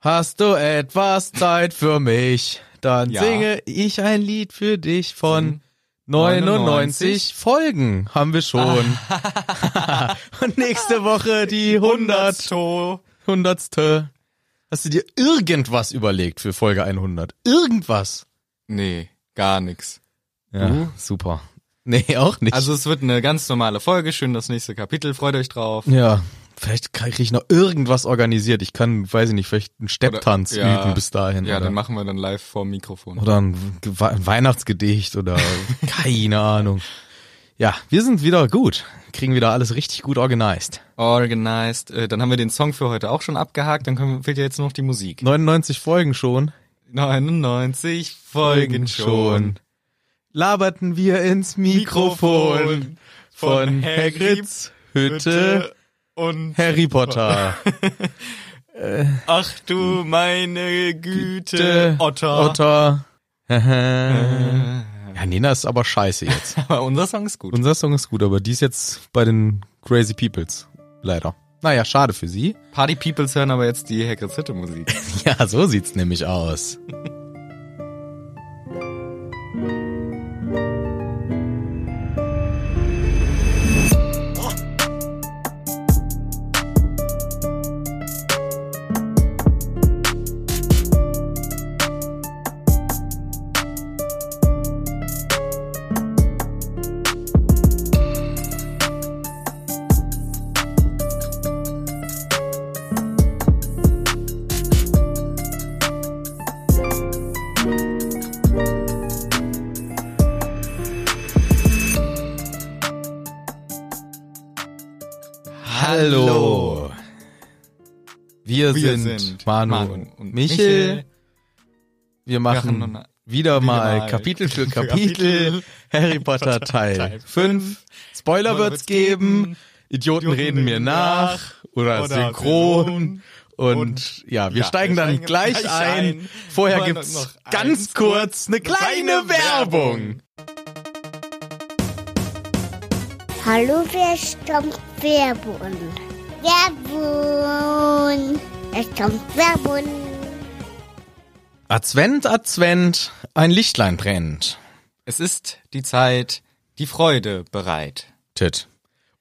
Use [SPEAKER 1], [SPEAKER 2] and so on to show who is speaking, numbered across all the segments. [SPEAKER 1] Hast du etwas Zeit für mich? Dann
[SPEAKER 2] Ja.
[SPEAKER 1] singe ich ein Lied für dich von 99
[SPEAKER 2] 99
[SPEAKER 1] Folgen haben wir schon. Und nächste Woche die 100.
[SPEAKER 2] Hundertsto.
[SPEAKER 1] Hundertste. Hast du dir irgendwas überlegt für Folge 100? Irgendwas?
[SPEAKER 2] Nee, gar nix.
[SPEAKER 1] Ja,
[SPEAKER 2] Du?
[SPEAKER 1] super. Nee, auch nicht.
[SPEAKER 2] Also es wird eine ganz normale Folge, schön das nächste Kapitel, freut euch drauf.
[SPEAKER 1] ja, vielleicht kriege ich noch irgendwas organisiert. Ich kann, weiß ich nicht, vielleicht einen Stepptanz
[SPEAKER 2] Oder- ja.
[SPEAKER 1] üben bis dahin.
[SPEAKER 2] Ja,
[SPEAKER 1] oder,
[SPEAKER 2] dann machen wir dann live vorm Mikrofon.
[SPEAKER 1] oder ein Ge- Wei- Weihnachtsgedicht oder keine Ahnung. Ja, wir sind wieder gut. Kriegen wieder alles richtig gut organisiert.
[SPEAKER 2] Organized. Äh, Dann haben wir den Song für heute auch schon abgehakt, dann können, fehlt ja jetzt nur noch die Musik.
[SPEAKER 1] 99 Folgen schon.
[SPEAKER 2] 99 Folgen schon.
[SPEAKER 1] Laberten wir ins Mikrofon von Hagrids Hütte
[SPEAKER 2] und
[SPEAKER 1] Harry Potter.
[SPEAKER 2] ach du meine Güte,
[SPEAKER 1] Hütte
[SPEAKER 2] Otter.
[SPEAKER 1] Otter. Äh. ja, Nena ist aber scheiße jetzt.
[SPEAKER 2] Aber unser Song ist gut.
[SPEAKER 1] Unser Song ist gut, aber die ist jetzt bei den Crazy Peoples. Leider. Naja, schade für sie.
[SPEAKER 2] Party Peoples hören aber jetzt die Hagrids Hütte Musik.
[SPEAKER 1] Ja, so sieht's nämlich aus. Hallo. Wir,
[SPEAKER 2] Wir
[SPEAKER 1] sind,
[SPEAKER 2] sind
[SPEAKER 1] Manu, und, Michel. Wir machen,
[SPEAKER 2] machen
[SPEAKER 1] wieder, mal,
[SPEAKER 2] mal
[SPEAKER 1] Kapitel für
[SPEAKER 2] Kapitel
[SPEAKER 1] Kapitel
[SPEAKER 2] für
[SPEAKER 1] Harry Potter Teil
[SPEAKER 2] Teil
[SPEAKER 1] 5. Spoiler
[SPEAKER 2] Spoiler
[SPEAKER 1] wird's
[SPEAKER 2] wird's
[SPEAKER 1] geben.
[SPEAKER 2] geben.
[SPEAKER 1] Idioten,
[SPEAKER 2] Idioten
[SPEAKER 1] reden mir
[SPEAKER 2] reden
[SPEAKER 1] nach oder,
[SPEAKER 2] Oder
[SPEAKER 1] synchron.
[SPEAKER 2] synchron.
[SPEAKER 1] Und,
[SPEAKER 2] Und
[SPEAKER 1] ja, wir
[SPEAKER 2] ja,
[SPEAKER 1] steigen
[SPEAKER 2] wir
[SPEAKER 1] dann
[SPEAKER 2] steigen
[SPEAKER 1] gleich,
[SPEAKER 2] gleich
[SPEAKER 1] ein.
[SPEAKER 2] ein.
[SPEAKER 1] Vorher
[SPEAKER 2] Vorher
[SPEAKER 1] gibt's
[SPEAKER 2] noch eins
[SPEAKER 1] ganz kurz eine kleine
[SPEAKER 2] kleine
[SPEAKER 1] Werbung.
[SPEAKER 3] Hallo, wer stammt Werbun? Werbun! Es stammt Werbun!
[SPEAKER 1] Advent, Advent, ein Lichtlein brennt.
[SPEAKER 2] Es ist die Zeit, die Freude bereit.
[SPEAKER 1] Tit.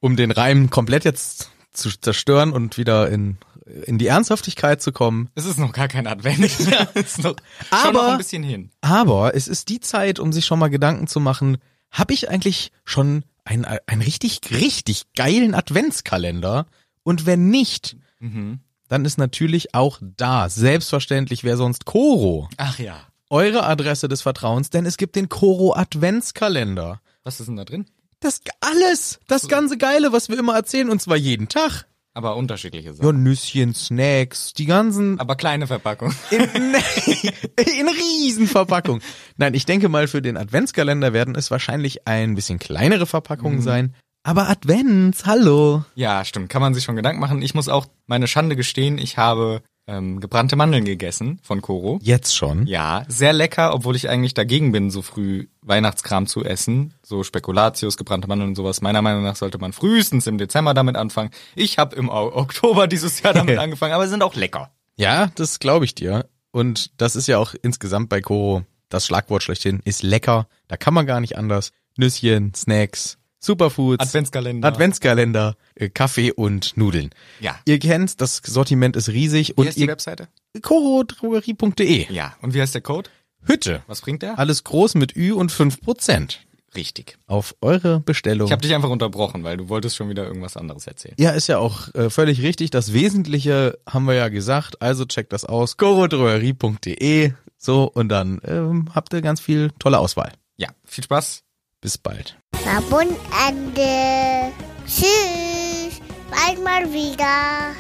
[SPEAKER 1] Um den Reim komplett jetzt zu zerstören und wieder in, in die Ernsthaftigkeit zu kommen.
[SPEAKER 2] Es ist noch gar kein Advent. es ist noch,
[SPEAKER 1] Aber-
[SPEAKER 2] schon noch ein bisschen hin.
[SPEAKER 1] Aber es ist die Zeit, um sich schon mal Gedanken zu machen, habe ich eigentlich schon einen, einen richtig, richtig geilen Adventskalender? Und wenn nicht, dann ist natürlich auch da, selbstverständlich, wer sonst Koro,
[SPEAKER 2] Ach ja.
[SPEAKER 1] eure Adresse des Vertrauens, denn es gibt den Koro Adventskalender.
[SPEAKER 2] Was ist denn da drin?
[SPEAKER 1] Das alles, das ganze Geile, was wir immer erzählen, und zwar jeden Tag.
[SPEAKER 2] Aber unterschiedliche Sachen.
[SPEAKER 1] Ja, Nüsschen, Snacks, die ganzen
[SPEAKER 2] Aber kleine Verpackung.
[SPEAKER 1] In, in Riesenverpackung. Nein, ich denke mal, für den Adventskalender werden es wahrscheinlich ein bisschen kleinere Verpackungen sein. Aber Advents, hallo.
[SPEAKER 2] Ja, stimmt. Kann man sich schon Gedanken machen. Ich muss auch meine Schande gestehen, ich habe ähm, gebrannte Mandeln gegessen von Koro.
[SPEAKER 1] Jetzt schon?
[SPEAKER 2] Ja, sehr lecker, obwohl ich eigentlich dagegen bin, so früh Weihnachtskram zu essen. So Spekulatius, gebrannte Mandeln und sowas. Meiner Meinung nach sollte man frühestens im Dezember damit anfangen. Ich habe im Au- Oktober dieses Jahr damit angefangen, aber sie sind auch lecker.
[SPEAKER 1] Ja, das glaube ich dir. Und das ist ja auch insgesamt bei Koro das Schlagwort schlechthin. Ist lecker. Da kann man gar nicht anders. Nüsschen, Snacks, Superfoods.
[SPEAKER 2] Adventskalender.
[SPEAKER 1] Adventskalender, äh, Kaffee und Nudeln.
[SPEAKER 2] Ja.
[SPEAKER 1] Ihr kennt's, das Sortiment ist riesig und ihr
[SPEAKER 2] Webseite?
[SPEAKER 1] korodrogerie.de.
[SPEAKER 2] Ja. Und wie heißt der Code?
[SPEAKER 1] Hütte.
[SPEAKER 2] Was bringt der?
[SPEAKER 1] Alles groß mit Ü und 5%.
[SPEAKER 2] Richtig.
[SPEAKER 1] Auf eure Bestellung.
[SPEAKER 2] Ich habe dich einfach unterbrochen, weil du wolltest schon wieder irgendwas anderes erzählen.
[SPEAKER 1] ja, ist ja auch äh, völlig richtig. Das Wesentliche haben wir ja gesagt. Also checkt das aus. gorodroerie.de. E. So, und dann ähm, habt ihr ganz viel tolle Auswahl.
[SPEAKER 2] Ja, viel Spaß.
[SPEAKER 1] Bis bald.
[SPEAKER 3] Werbun Ende! Tschüss! Bald mal wieder!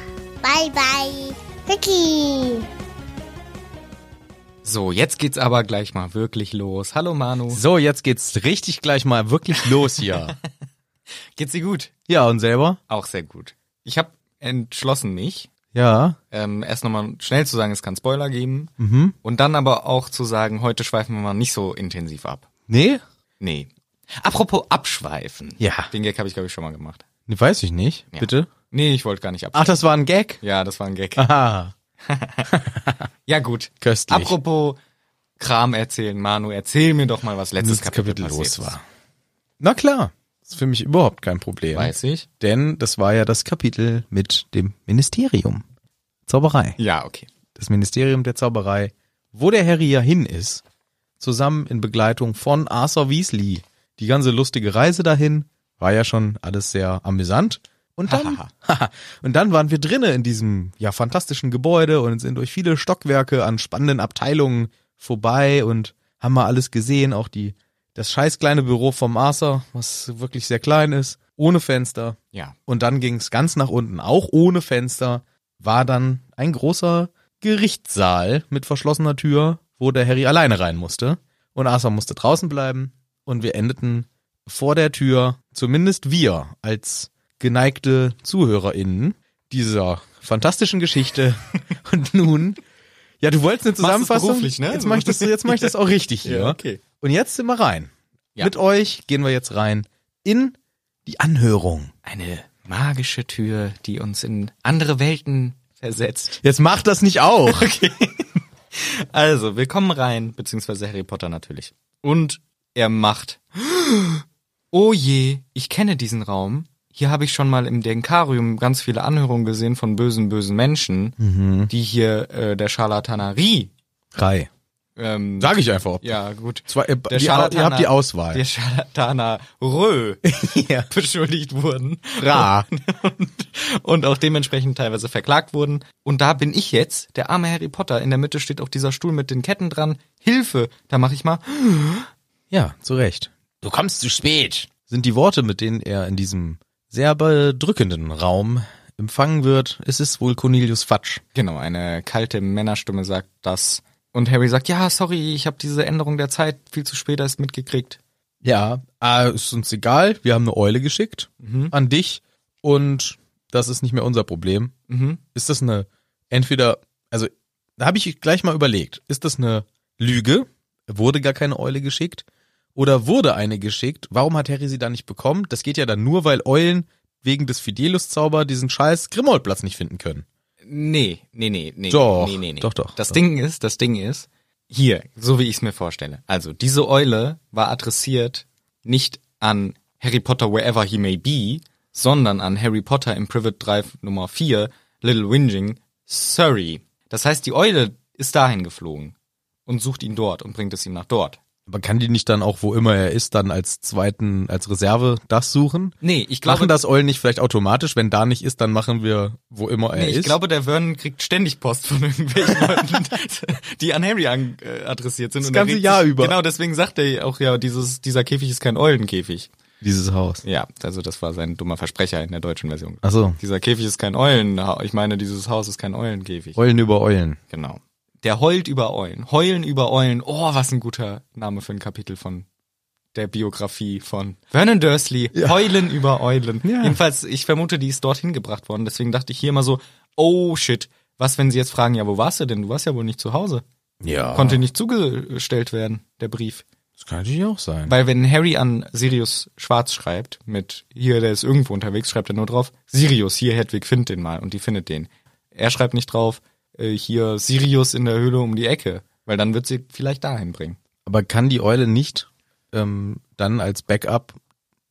[SPEAKER 3] Bye bye! Vicky!
[SPEAKER 2] So, jetzt geht's aber gleich mal wirklich los. Hallo Manu.
[SPEAKER 1] So, jetzt geht's richtig gleich mal wirklich los hier.
[SPEAKER 2] Geht's dir gut?
[SPEAKER 1] ja, und selber?
[SPEAKER 2] Auch sehr gut. Ich habe entschlossen mich,
[SPEAKER 1] Ja.
[SPEAKER 2] ähm, erst nochmal schnell zu sagen, es kann Spoiler geben. Und dann aber auch zu sagen, heute schweifen wir mal nicht so intensiv ab.
[SPEAKER 1] Nee?
[SPEAKER 2] Nee. Apropos abschweifen.
[SPEAKER 1] Ja.
[SPEAKER 2] Den Gag habe ich, glaube ich, schon mal gemacht.
[SPEAKER 1] Nee, Weiß ich nicht.
[SPEAKER 2] Ja.
[SPEAKER 1] Bitte?
[SPEAKER 2] Nee, ich wollte gar nicht abschweifen.
[SPEAKER 1] Ach, das war ein Gag?
[SPEAKER 2] Ja, das war ein Gag.
[SPEAKER 1] Aha.
[SPEAKER 2] Ja, gut.
[SPEAKER 1] Köstlich.
[SPEAKER 2] Apropos Kram erzählen, Manu, erzähl mir doch mal, was letztes
[SPEAKER 1] dieses
[SPEAKER 2] Kapitel,
[SPEAKER 1] Kapitel los
[SPEAKER 2] passiert Mhm.
[SPEAKER 1] war. Na klar, ist für mich überhaupt kein Problem.
[SPEAKER 2] Ist. Weiß ich.
[SPEAKER 1] Denn das war ja das Kapitel mit dem Ministerium. Zauberei.
[SPEAKER 2] Ja, okay.
[SPEAKER 1] Das Ministerium der Zauberei, wo der Harry ja hin ist, zusammen in Begleitung von Arthur Weasley. Die ganze lustige Reise dahin war ja schon alles sehr amüsant. Und dann, und dann waren wir drinnen in diesem ja fantastischen Gebäude und sind durch viele Stockwerke an spannenden Abteilungen vorbei und haben mal alles gesehen, auch die das scheiß kleine Büro vom Arthur, was wirklich sehr klein ist, ohne Fenster.
[SPEAKER 2] Ja.
[SPEAKER 1] Und dann ging's ganz nach unten, auch ohne Fenster, war dann ein großer Gerichtssaal mit verschlossener Tür, wo der Harry alleine rein musste. Und Arthur musste draußen bleiben. Und wir endeten vor der Tür, zumindest wir als geneigte ZuhörerInnen dieser fantastischen Geschichte. Und nun, ja, du wolltest eine
[SPEAKER 2] es
[SPEAKER 1] Zusammenfassung.
[SPEAKER 2] beruflich, ne?
[SPEAKER 1] Jetzt mache ich das, jetzt mach ich das auch richtig hier.
[SPEAKER 2] Ja, okay.
[SPEAKER 1] Und jetzt sind wir rein.
[SPEAKER 2] Ja.
[SPEAKER 1] Mit euch gehen wir jetzt rein in die Anhörung.
[SPEAKER 2] Eine magische Tür, die uns in andere Welten versetzt.
[SPEAKER 1] Jetzt macht das nicht auch.
[SPEAKER 2] Also, willkommen rein, beziehungsweise Harry Potter natürlich. Und er macht. Oh je, ich kenne diesen Raum. Hier habe ich schon mal im Denkarium ganz viele Anhörungen gesehen von bösen, bösen Menschen, die hier äh, der Scharlatanerie.
[SPEAKER 1] Drei.
[SPEAKER 2] Ähm,
[SPEAKER 1] Sage ich einfach.
[SPEAKER 2] ja, gut.
[SPEAKER 1] Zwei, äh,
[SPEAKER 2] Der
[SPEAKER 1] die, ihr habt die Auswahl.
[SPEAKER 2] Der Scharlataner Rö
[SPEAKER 1] Ja.
[SPEAKER 2] beschuldigt wurden.
[SPEAKER 1] Ra.
[SPEAKER 2] und auch dementsprechend teilweise verklagt wurden. Und da bin ich jetzt, der arme Harry Potter. In der Mitte steht auch dieser Stuhl mit den Ketten dran. Hilfe, da mache ich mal.
[SPEAKER 1] Ja, zu Recht.
[SPEAKER 2] Du kommst zu spät.
[SPEAKER 1] Sind die Worte, mit denen er in diesem sehr bedrückenden Raum empfangen wird, es ist wohl Cornelius Fatsch.
[SPEAKER 2] Genau, eine kalte Männerstimme sagt das. Und Harry sagt, ja, sorry, ich habe diese Änderung der Zeit viel zu spät erst mitgekriegt.
[SPEAKER 1] Ja, äh, ist uns egal. Wir haben eine Eule geschickt an dich und das ist nicht mehr unser Problem.
[SPEAKER 2] Mhm.
[SPEAKER 1] Ist das eine, entweder, also da habe ich gleich mal überlegt, ist das eine Lüge? Wurde gar keine Eule geschickt? Oder wurde eine geschickt? Warum hat Harry sie dann nicht bekommen? Das geht ja dann nur, weil Eulen wegen des Fidelus-Zauber diesen scheiß Grimoldplatz nicht finden können.
[SPEAKER 2] Nee, nee, nee, nee.
[SPEAKER 1] Doch,
[SPEAKER 2] nee, nee, nee.
[SPEAKER 1] doch, doch,
[SPEAKER 2] Das
[SPEAKER 1] doch.
[SPEAKER 2] Ding ist, das Ding ist, hier, so wie ich es mir vorstelle. Also, diese Eule war adressiert nicht an Harry Potter wherever he may be, sondern an Harry Potter im Privet Drive Nummer 4, Little Whinging, Surrey. Das heißt, die Eule ist dahin geflogen und sucht ihn dort und bringt es ihm nach dort.
[SPEAKER 1] Aber kann die nicht dann auch, wo immer er ist, dann als zweiten, als Reserve das suchen?
[SPEAKER 2] Nee, ich glaube,
[SPEAKER 1] Machen das Eulen nicht vielleicht automatisch? Wenn da nicht ist, dann machen wir, wo immer er
[SPEAKER 2] Nee,
[SPEAKER 1] ist.
[SPEAKER 2] ich glaube, der Vernon kriegt ständig Post von irgendwelchen Leuten, die an Harry an, äh, adressiert sind. Das
[SPEAKER 1] ganze Jahr über.
[SPEAKER 2] Genau, deswegen sagt er auch ja, dieses, dieser Käfig ist kein Eulenkäfig.
[SPEAKER 1] dieses Haus.
[SPEAKER 2] Ja, also das war sein dummer Versprecher in der deutschen Version.
[SPEAKER 1] Ach so,
[SPEAKER 2] Dieser Käfig ist kein Eulen. Ich meine, dieses Haus ist kein Eulenkäfig.
[SPEAKER 1] Eulen über Eulen.
[SPEAKER 2] Genau. Der heult über Eulen. Heulen über Eulen. Oh, was ein guter Name für ein Kapitel von der Biografie von Vernon Dursley. Heulen über Eulen.
[SPEAKER 1] Ja.
[SPEAKER 2] Jedenfalls, ich vermute, die ist dorthin gebracht worden. Deswegen dachte ich hier immer so, oh shit. Was, wenn sie jetzt fragen, ja, wo warst du denn? Du warst ja wohl nicht zu Hause.
[SPEAKER 1] Ja.
[SPEAKER 2] Konnte nicht zugestellt werden, der Brief.
[SPEAKER 1] das kann natürlich auch sein.
[SPEAKER 2] Weil wenn Harry an Sirius Schwarz schreibt, mit hier, der ist irgendwo unterwegs, schreibt er nur drauf, Sirius, hier, Hedwig, find den mal. Und die findet den. Er schreibt nicht drauf, äh, hier, Sirius in der Höhle um die Ecke. Weil dann wird sie vielleicht dahin bringen.
[SPEAKER 1] Aber kann die Eule nicht ähm, dann als Backup,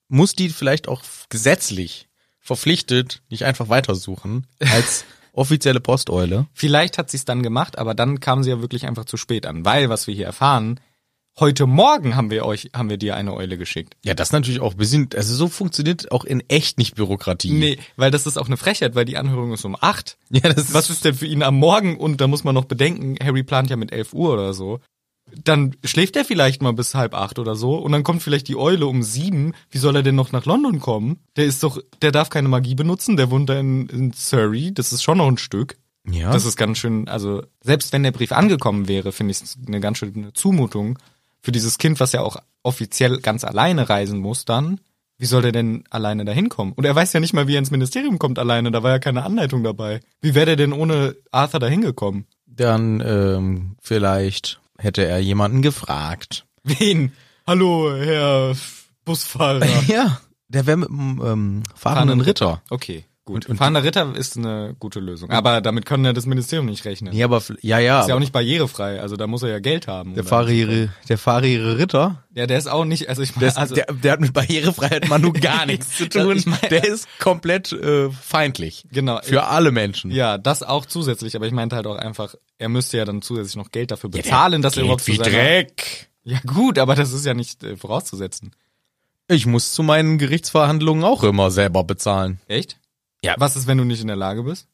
[SPEAKER 1] muss die vielleicht auch gesetzlich verpflichtet nicht einfach weitersuchen als offizielle Posteule?
[SPEAKER 2] Vielleicht hat sie es dann gemacht, aber dann kam sie ja wirklich einfach zu spät an. Weil, was wir hier erfahren, heute Morgen haben wir euch, haben wir dir eine Eule geschickt.
[SPEAKER 1] Ja, das natürlich auch ein bisschen, also so funktioniert auch in echt nicht Bürokratie.
[SPEAKER 2] Nee, weil das ist auch eine Frechheit, weil die Anhörung ist um acht.
[SPEAKER 1] Ja, das ist,
[SPEAKER 2] Was ist denn für ihn am Morgen? Und da muss man noch bedenken, Harry plant ja mit 11 Uhr oder so. Dann schläft er vielleicht mal bis halb acht oder so und dann kommt vielleicht die Eule um sieben. Wie soll er denn noch nach London kommen? Der ist doch, der darf keine Magie benutzen, der wohnt da in, in Surrey, das ist schon noch ein Stück.
[SPEAKER 1] ja.
[SPEAKER 2] Das ist ganz schön, also selbst wenn der Brief angekommen wäre, finde ich es eine ganz schöne Zumutung für dieses Kind, was ja auch offiziell ganz alleine reisen muss dann. Wie soll der denn alleine da hinkommen? Und er weiß ja nicht mal, wie er ins Ministerium kommt alleine, da war ja keine Anleitung dabei. Wie wäre der denn ohne Arthur da hingekommen?
[SPEAKER 1] dann ähm, vielleicht hätte er jemanden gefragt.
[SPEAKER 2] Wen? Hallo, Herr Busfahrer.
[SPEAKER 1] Ja, der wäre mit dem ähm, fahrenden Ritter.
[SPEAKER 2] Okay.
[SPEAKER 1] Und-
[SPEAKER 2] Gut.
[SPEAKER 1] und-
[SPEAKER 2] Fahrender Ritter ist eine gute Lösung. Aber damit kann ja das Ministerium nicht rechnen.
[SPEAKER 1] Nee, aber fl- ja, ja.
[SPEAKER 2] Ist ja auch
[SPEAKER 1] aber
[SPEAKER 2] nicht barrierefrei, also da muss er ja Geld haben.
[SPEAKER 1] der
[SPEAKER 2] oder?
[SPEAKER 1] Fahrriere, der Fahrriere Ritter,
[SPEAKER 2] Ja, der ist auch nicht, also ich
[SPEAKER 1] der,
[SPEAKER 2] meine,
[SPEAKER 1] ist,
[SPEAKER 2] also,
[SPEAKER 1] der, der hat mit Barrierefreiheit mal nur gar nichts zu tun.
[SPEAKER 2] Ich meine-
[SPEAKER 1] der ist komplett äh, feindlich.
[SPEAKER 2] genau.
[SPEAKER 1] Für alle Menschen.
[SPEAKER 2] ja, das auch zusätzlich, aber ich meinte halt auch einfach, er müsste ja dann zusätzlich noch Geld dafür bezahlen, dass er überhaupt zu
[SPEAKER 1] wie
[SPEAKER 2] seiner-
[SPEAKER 1] Dreck.
[SPEAKER 2] Ja gut, aber das ist ja nicht äh, vorauszusetzen.
[SPEAKER 1] Ich muss zu meinen Gerichtsverhandlungen auch immer selber bezahlen.
[SPEAKER 2] Echt?
[SPEAKER 1] Ja.
[SPEAKER 2] Was ist, wenn du nicht in der Lage bist?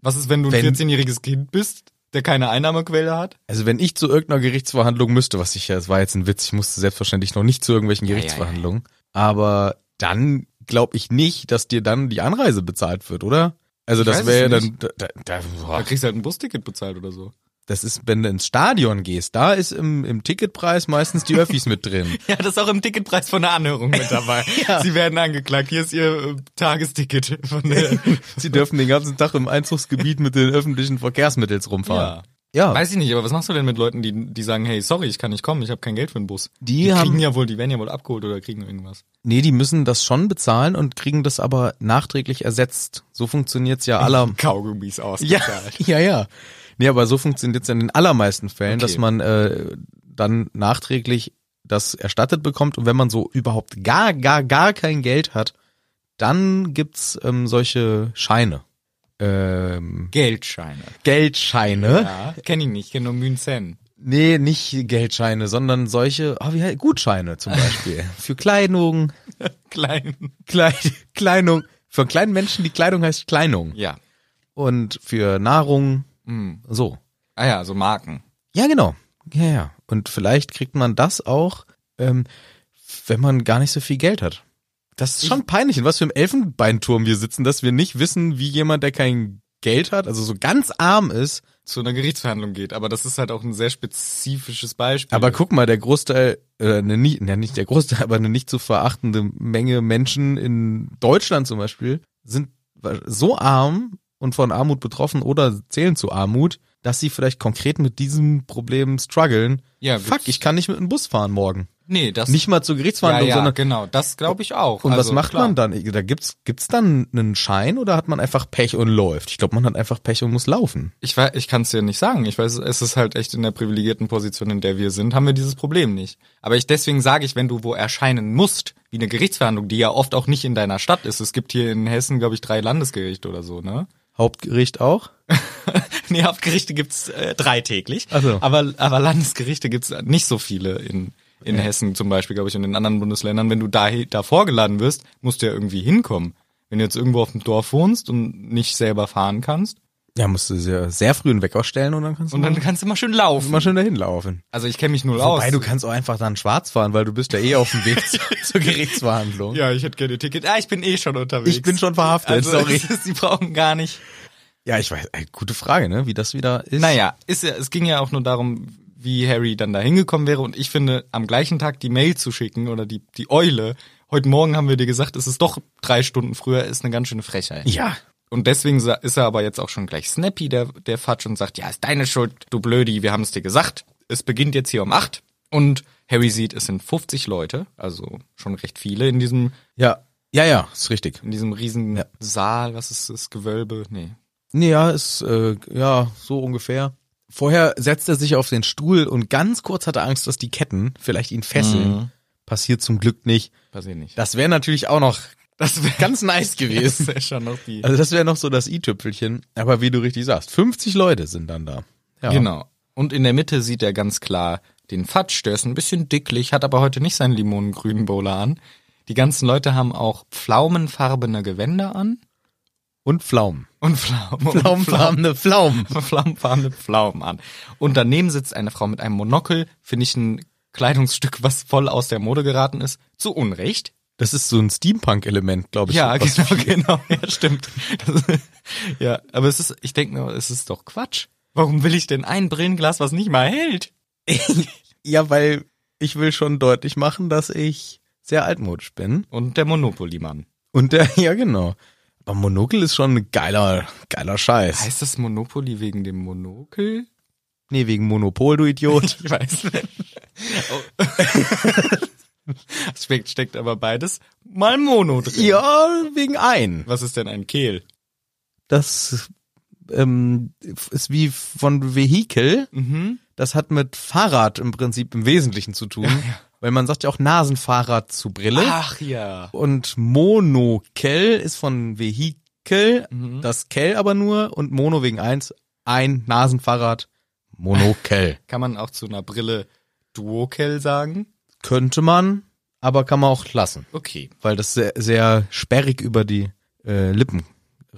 [SPEAKER 2] Was ist, wenn du ein
[SPEAKER 1] Wenn-
[SPEAKER 2] 14-jähriges Kind bist, der keine Einnahmequelle hat?
[SPEAKER 1] Also wenn ich zu irgendeiner Gerichtsverhandlung müsste, was ich ja, es war jetzt ein Witz, ich musste selbstverständlich noch nicht zu irgendwelchen
[SPEAKER 2] ja, ja.
[SPEAKER 1] Gerichtsverhandlungen, aber dann glaube ich nicht, dass dir dann die Anreise bezahlt wird, oder? Also
[SPEAKER 2] weiß
[SPEAKER 1] das
[SPEAKER 2] es
[SPEAKER 1] wäre dann,
[SPEAKER 2] nicht.
[SPEAKER 1] da, da, da,
[SPEAKER 2] Da
[SPEAKER 1] boah.
[SPEAKER 2] kriegst du halt ein Busticket bezahlt oder so.
[SPEAKER 1] das ist, wenn du ins Stadion gehst, da ist im, im Ticketpreis meistens die Öffis mit drin.
[SPEAKER 2] Ja, das ist auch im Ticketpreis von der Anhörung mit dabei. Sie werden angeklagt. Hier ist Ihr äh, Tagesticket von der.
[SPEAKER 1] Sie dürfen den ganzen Tag im Einzugsgebiet mit den öffentlichen Verkehrsmitteln rumfahren. Ja,
[SPEAKER 2] Weiß ich nicht, aber was machst du denn mit Leuten, die, die sagen, hey, sorry, ich kann nicht kommen, ich habe kein Geld für den Bus?
[SPEAKER 1] Die
[SPEAKER 2] kriegen
[SPEAKER 1] haben-
[SPEAKER 2] ja wohl, die werden ja wohl abgeholt oder kriegen irgendwas.
[SPEAKER 1] nee, die müssen das schon bezahlen und kriegen das aber nachträglich ersetzt. So funktioniert's ja aller
[SPEAKER 2] Kaugummis
[SPEAKER 1] Ja,
[SPEAKER 2] ausgezahlt.
[SPEAKER 1] ja, ja. Nee, aber so funktioniert es in den allermeisten Fällen,
[SPEAKER 2] Okay.
[SPEAKER 1] dass man äh, dann nachträglich das erstattet bekommt und wenn man so überhaupt gar, gar, gar kein Geld hat, dann gibt's ähm, solche Scheine. Ähm,
[SPEAKER 2] Geldscheine.
[SPEAKER 1] Geldscheine?
[SPEAKER 2] Ja, kenn ich nicht, kenn nur Münzen.
[SPEAKER 1] Nee, nicht Geldscheine, sondern solche, oh, wie, he- Gutscheine zum Beispiel. Für Kleidung,
[SPEAKER 2] Klein.
[SPEAKER 1] Kleid, Kleidung. Für einen kleinen Menschen, die Kleidung heißt Kleidung.
[SPEAKER 2] Ja.
[SPEAKER 1] Und für Nahrung,
[SPEAKER 2] Mhm.
[SPEAKER 1] so.
[SPEAKER 2] Ah ja, so Marken.
[SPEAKER 1] Ja, genau. Ja, ja. Und vielleicht kriegt man das auch, ähm, wenn man gar nicht so viel Geld hat. Das ist schon peinlich, in was für einem Elfenbeinturm wir sitzen, dass wir nicht wissen, wie jemand, der kein Geld hat, also so ganz arm ist.
[SPEAKER 2] Zu einer Gerichtsverhandlung geht. Aber das ist halt auch ein sehr spezifisches Beispiel.
[SPEAKER 1] Aber guck mal, der Großteil, äh, ne, nie, ne, nicht der Großteil, aber eine nicht zu verachtende Menge Menschen in Deutschland zum Beispiel sind so arm und von Armut betroffen oder zählen zu Armut, dass sie vielleicht konkret mit diesem Problem strugglen.
[SPEAKER 2] Ja,
[SPEAKER 1] Fuck,
[SPEAKER 2] gibt's-
[SPEAKER 1] ich kann nicht mit dem Bus fahren morgen.
[SPEAKER 2] nee, das
[SPEAKER 1] nicht mal zur
[SPEAKER 2] ja,
[SPEAKER 1] Gerichtsverhandlung,
[SPEAKER 2] ja,
[SPEAKER 1] sondern
[SPEAKER 2] genau, das glaube ich auch.
[SPEAKER 1] und was
[SPEAKER 2] Also,
[SPEAKER 1] macht
[SPEAKER 2] klar.
[SPEAKER 1] man dann? Da gibt's gibt's dann einen Schein oder hat man einfach Pech und läuft? Ich glaube, man hat einfach Pech und muss laufen.
[SPEAKER 2] Ich, wei- ich kann es dir nicht sagen. Ich weiß, es ist halt echt in der privilegierten Position, in der wir sind, haben wir dieses Problem nicht. Aber ich deswegen sage ich, wenn du wo erscheinen musst, wie eine Gerichtsverhandlung, die ja oft auch nicht in deiner Stadt ist. Es gibt hier in Hessen, glaube ich, drei Landesgerichte oder so, ne?
[SPEAKER 1] Hauptgericht auch?
[SPEAKER 2] nee, Hauptgerichte gibt's äh, drei täglich.
[SPEAKER 1] Ach so.
[SPEAKER 2] Aber, aber Landesgerichte gibt's nicht so viele in, in Hessen zum Beispiel, glaube ich, und in anderen Bundesländern. Wenn du da, da vorgeladen wirst, musst du ja irgendwie hinkommen. Wenn du jetzt irgendwo auf dem Dorf wohnst und nicht selber fahren kannst,
[SPEAKER 1] Ja, musst du sehr, sehr früh einen Wecker stellen und dann kannst
[SPEAKER 2] und
[SPEAKER 1] du
[SPEAKER 2] dann
[SPEAKER 1] mal,
[SPEAKER 2] kannst du mal schön laufen.
[SPEAKER 1] mal schön dahin laufen.
[SPEAKER 2] Also ich kenne mich null aus.
[SPEAKER 1] Wobei, du kannst auch einfach dann schwarz fahren, weil du bist ja eh auf dem Weg zu- zur Gerichtsverhandlung.
[SPEAKER 2] ja, ich hätte gerne ein Ticket. Ah, ich bin eh schon unterwegs.
[SPEAKER 1] Hm? Ich bin schon verhaftet,
[SPEAKER 2] also,
[SPEAKER 1] sorry.
[SPEAKER 2] Sie brauchen gar nicht.
[SPEAKER 1] Ja, ich weiß, ey, gute Frage, ne, wie das wieder ist.
[SPEAKER 2] Naja, ist ja, es ging ja auch nur darum, wie Harry dann da hingekommen wäre. Und ich finde, am gleichen Tag die Mail zu schicken oder die, die Eule, heute Morgen haben wir dir gesagt, es ist doch drei Stunden früher, ist eine ganz schöne Frechheit.
[SPEAKER 1] Ja.
[SPEAKER 2] Und deswegen sa- ist er aber jetzt auch schon gleich snappy, der, der Fatsch, und sagt, ja, ist deine Schuld, du Blödi, wir haben es dir gesagt. Es beginnt jetzt hier um acht. Und Harry sieht, es sind 50 Leute, also schon recht viele in diesem
[SPEAKER 1] Ja. Ja, ja, ist richtig.
[SPEAKER 2] In diesem riesen Saal, was ist das? Gewölbe? Nee.
[SPEAKER 1] Nee, ja, ist, äh, ja, so ungefähr. Vorher setzt er sich auf den Stuhl und ganz kurz hat er Angst, dass die Ketten vielleicht ihn fesseln. Passiert zum Glück nicht.
[SPEAKER 2] Passiert nicht.
[SPEAKER 1] Das wäre natürlich auch noch
[SPEAKER 2] Das wäre
[SPEAKER 1] ganz nice gewesen.
[SPEAKER 2] schon noch die.
[SPEAKER 1] Also das wäre noch so das i-Tüpfelchen. Aber wie du richtig sagst, 50 Leute sind dann da. Ja.
[SPEAKER 2] Genau. Und in der Mitte sieht er ganz klar den Fatsch, der ist ein bisschen dicklich, hat aber heute nicht seinen limonengrünen Bowler an. Die ganzen Leute haben auch pflaumenfarbene Gewänder an.
[SPEAKER 1] Und Pflaumen.
[SPEAKER 2] Und Pflaumen. und
[SPEAKER 1] Pflaumenfarbene Pflaumen.
[SPEAKER 2] Flammenfarbene Pflaumen an. Und daneben sitzt eine Frau mit einem Monokel, finde ich ein Kleidungsstück, was voll aus der Mode geraten ist. Zu Unrecht.
[SPEAKER 1] Das ist so ein Steampunk-Element, glaube ich.
[SPEAKER 2] Ja,
[SPEAKER 1] was-
[SPEAKER 2] genau, genau, ja, stimmt. Das, ja, aber es ist, ich denke mir, es ist doch Quatsch. Warum will ich denn ein Brillenglas, was nicht mal hält?
[SPEAKER 1] Ja, weil ich will schon deutlich machen, dass ich sehr altmodisch bin.
[SPEAKER 2] Und der Monopoly-Mann.
[SPEAKER 1] Und der, ja genau. Aber Monokel ist schon ein geiler, geiler Scheiß.
[SPEAKER 2] Heißt das Monopoly wegen dem Monokel?
[SPEAKER 1] nee, wegen Monopol, du Idiot.
[SPEAKER 2] Ich weiß nicht. Es steckt, Oh. steckt aber beides mal Mono drin.
[SPEAKER 1] Ja, wegen ein.
[SPEAKER 2] Was ist denn ein Kehl?
[SPEAKER 1] Das ähm, ist wie von Vehikel.
[SPEAKER 2] Mhm.
[SPEAKER 1] Das hat mit Fahrrad im Prinzip im Wesentlichen zu tun. Weil man sagt ja Ah, auch Nasenfahrrad zu Brille.
[SPEAKER 2] Ach ja.
[SPEAKER 1] Und Monokel ist von Vehikel, das Kell aber nur und Mono wegen eins, ein Nasenfahrrad, Monokel.
[SPEAKER 2] Kann man auch zu einer Brille Duokel sagen?
[SPEAKER 1] Könnte man, aber kann man auch lassen,
[SPEAKER 2] Okay.
[SPEAKER 1] weil das sehr, sehr sperrig über die äh, Lippen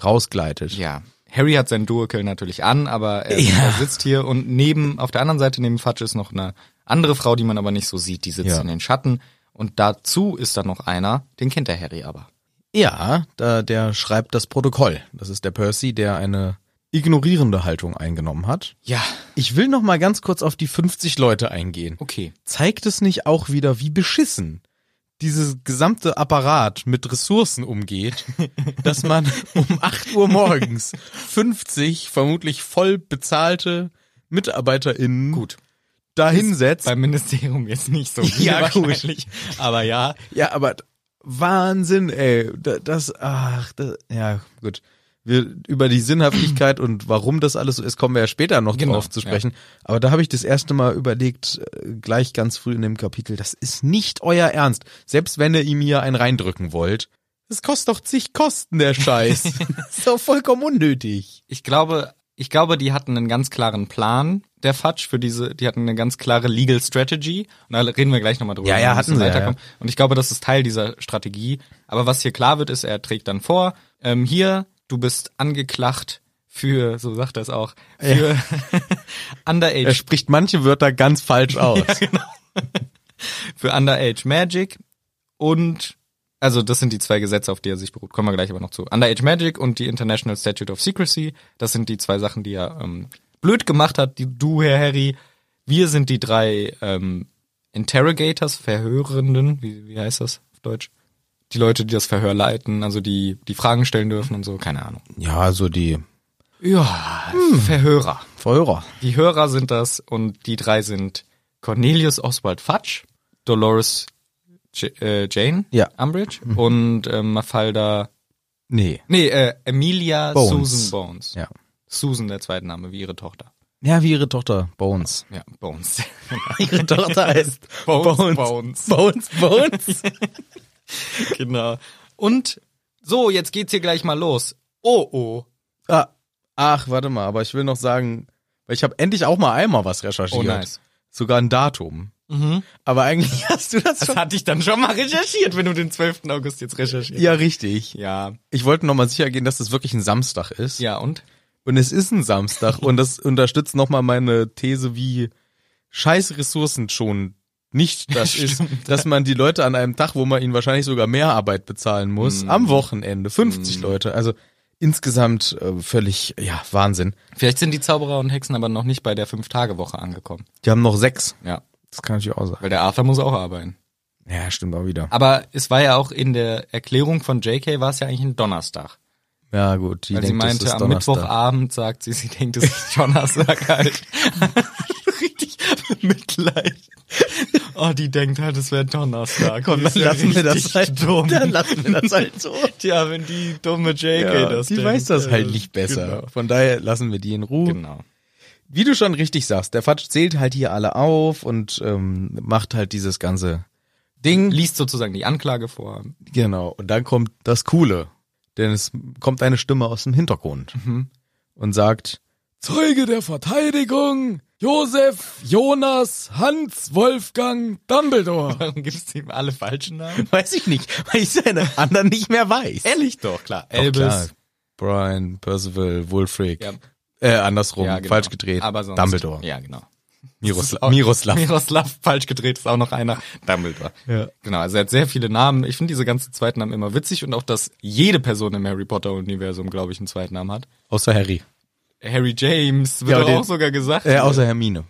[SPEAKER 1] rausgleitet.
[SPEAKER 2] Ja. Harry hat sein Duokel natürlich an, aber er, er sitzt hier und neben, auf der anderen Seite neben Fudge ist noch eine andere Frau, die man aber nicht so sieht, die sitzt
[SPEAKER 1] Ja.
[SPEAKER 2] in den Schatten. Und dazu ist dann noch einer, den kennt der Harry aber.
[SPEAKER 1] Ja, da, der schreibt das Protokoll. Das ist der Percy, der eine ignorierende Haltung eingenommen hat.
[SPEAKER 2] Ja,
[SPEAKER 1] Ich will noch mal ganz kurz auf die 50 Leute eingehen.
[SPEAKER 2] okay.
[SPEAKER 1] Zeigt es nicht auch wieder, wie beschissen dieses gesamte Apparat mit Ressourcen umgeht, dass man um 8 Uhr morgens 50 vermutlich voll bezahlte MitarbeiterInnen
[SPEAKER 2] Gut.
[SPEAKER 1] da hinsetzt?
[SPEAKER 2] Beim Ministerium jetzt nicht so viel
[SPEAKER 1] Ja, gut.
[SPEAKER 2] wahrscheinlich. Aber ja,
[SPEAKER 1] Ja, aber d- Wahnsinn, ey. Da- Das, ach, das, ja, gut. Wir, über die Sinnhaftigkeit und warum das alles so ist, kommen wir ja später noch
[SPEAKER 2] Genau,
[SPEAKER 1] drauf zu sprechen. Aber da habe ich das erste Mal überlegt, äh, gleich ganz früh in dem Kapitel, das ist nicht euer Ernst. Selbst wenn ihr ihm hier einen reindrücken wollt. Das kostet doch zig Kosten, der Scheiß. ist doch vollkommen unnötig.
[SPEAKER 2] Ich glaube, ich glaube, die hatten einen ganz klaren Plan, der Fatsch, für diese, die hatten eine ganz klare Legal Strategy. Und da reden wir gleich nochmal drüber.
[SPEAKER 1] Ja,
[SPEAKER 2] wenn
[SPEAKER 1] ja,
[SPEAKER 2] wir ein bisschen
[SPEAKER 1] hatten sie, ja,
[SPEAKER 2] weiterkommen. Und ich glaube, das ist Teil dieser Strategie. Aber was hier klar wird, ist, er trägt dann vor, ähm, hier, du bist angeklagt für, so sagt er es auch, für
[SPEAKER 1] Er
[SPEAKER 2] Underage,
[SPEAKER 1] spricht manche Wörter ganz falsch aus.
[SPEAKER 2] für Underage Magic und also das sind die zwei Gesetze, auf die er sich beruht. Kommen wir gleich aber noch zu. Underage Magic und die International Statute of Secrecy. Das sind die zwei Sachen, die er ähm, blöd gemacht hat. Die, du, Herr Harry, wir sind die drei ähm, Interrogators, Verhörenden. Wie, wie heißt das auf Deutsch? Die Leute, die das Verhör leiten, also die die Fragen stellen dürfen und so. Keine Ahnung. Hm.
[SPEAKER 1] Ja, so die
[SPEAKER 2] Ja, Verhörer.
[SPEAKER 1] Verhörer.
[SPEAKER 2] Die Hörer sind das und die drei sind Cornelius Oswald Fudge, Dolores J äh, Jane
[SPEAKER 1] Ja.
[SPEAKER 2] Umbridge und äh, Mafalda,
[SPEAKER 1] Nee.
[SPEAKER 2] nee, äh, Amelia
[SPEAKER 1] Bones.
[SPEAKER 2] Susan Bones.
[SPEAKER 1] Ja.
[SPEAKER 2] Susan der zweite Name, wie ihre Tochter.
[SPEAKER 1] Ja, wie ihre Tochter, Bones.
[SPEAKER 2] Ja, Bones.
[SPEAKER 1] Ihre Tochter heißt
[SPEAKER 2] Bones,
[SPEAKER 1] Bones.
[SPEAKER 2] Bones.
[SPEAKER 1] Bones, Bones.
[SPEAKER 2] genau. Und so, jetzt geht's hier gleich mal los. Oh, oh.
[SPEAKER 1] ah, ach, warte mal, aber ich will noch sagen, weil ich habe endlich auch mal einmal was recherchiert.
[SPEAKER 2] Oh, nice. Mhm.
[SPEAKER 1] Sogar ein Datum. Aber eigentlich hast du das,
[SPEAKER 2] Das
[SPEAKER 1] schon.
[SPEAKER 2] hatte ich dann schon mal recherchiert, wenn du den 12. August jetzt recherchierst.
[SPEAKER 1] Ja, richtig.
[SPEAKER 2] Ja.
[SPEAKER 1] Ich wollte nochmal sicher gehen, dass das wirklich ein Samstag ist.
[SPEAKER 2] Ja, und?
[SPEAKER 1] Und es ist ein Samstag und das unterstützt nochmal meine These, wie scheiß Ressourcen schon nicht das ist, dass man die Leute an einem Tag, wo man ihnen wahrscheinlich sogar mehr Arbeit bezahlen muss, am Wochenende 50 Leute, also insgesamt äh, völlig, ja, Wahnsinn.
[SPEAKER 2] Vielleicht sind die Zauberer und Hexen aber noch nicht bei der Fünf-Tage-Woche angekommen.
[SPEAKER 1] Die haben noch sechs.
[SPEAKER 2] Ja.
[SPEAKER 1] Das kann ich auch sagen.
[SPEAKER 2] Weil der Arthur muss auch arbeiten.
[SPEAKER 1] Ja, stimmt auch wieder.
[SPEAKER 2] Aber es war ja auch in der Erklärung von JK war es ja eigentlich ein Donnerstag.
[SPEAKER 1] Ja, gut. Die
[SPEAKER 2] Weil sie
[SPEAKER 1] denkt, das
[SPEAKER 2] meinte,
[SPEAKER 1] ist
[SPEAKER 2] am
[SPEAKER 1] Donnerstag.
[SPEAKER 2] Mittwochabend sagt sie, sie denkt, es ist Donnerstag halt. Richtig Mitleid. Oh, die denkt halt, es wäre Donnerstag. Komm,
[SPEAKER 1] Dann lassen wir das halt
[SPEAKER 2] dumm.
[SPEAKER 1] Dann lassen wir das halt so.
[SPEAKER 2] Tja, wenn die dumme JK
[SPEAKER 1] Ja,
[SPEAKER 2] das
[SPEAKER 1] die
[SPEAKER 2] denkt,
[SPEAKER 1] weiß das
[SPEAKER 2] äh,
[SPEAKER 1] halt nicht besser.
[SPEAKER 2] Genau.
[SPEAKER 1] Von daher lassen wir die in Ruhe.
[SPEAKER 2] genau.
[SPEAKER 1] Wie du schon richtig sagst, der Fatsch zählt halt hier alle auf und ähm, macht halt dieses ganze Ding.
[SPEAKER 2] Liest sozusagen die Anklage vor.
[SPEAKER 1] Genau. Und dann kommt das Coole. Denn es kommt eine Stimme aus dem Hintergrund und sagt, Zeuge der Verteidigung, Josef, Jonas, Hans, Wolfgang, Dumbledore.
[SPEAKER 2] Warum gibst du ihm alle falschen Namen?
[SPEAKER 1] Weiß ich nicht, weil ich seine anderen nicht mehr weiß.
[SPEAKER 2] Ehrlich doch, klar.
[SPEAKER 1] Doch, klar.
[SPEAKER 2] Elvis.
[SPEAKER 1] Brian, Percival, Wulfric.
[SPEAKER 2] Ja.
[SPEAKER 1] Äh, andersrum,
[SPEAKER 2] Ja, genau.
[SPEAKER 1] falsch gedreht.
[SPEAKER 2] Aber sonst,
[SPEAKER 1] Dumbledore.
[SPEAKER 2] Ja, genau.
[SPEAKER 1] Mirosla Miroslav.
[SPEAKER 2] Miroslav, falsch gedreht, ist auch noch einer. Dumbledore.
[SPEAKER 1] Ja.
[SPEAKER 2] Genau, also er hat sehr viele Namen. Ich finde diese ganzen Zweitnamen immer witzig und auch, dass jede Person im Harry Potter-Universum, glaube ich, einen Zweitnamen hat.
[SPEAKER 1] Außer Harry.
[SPEAKER 2] Harry James wird
[SPEAKER 1] Ja,
[SPEAKER 2] doch
[SPEAKER 1] den-
[SPEAKER 2] auch sogar gesagt.
[SPEAKER 1] Äh, außer Hermine.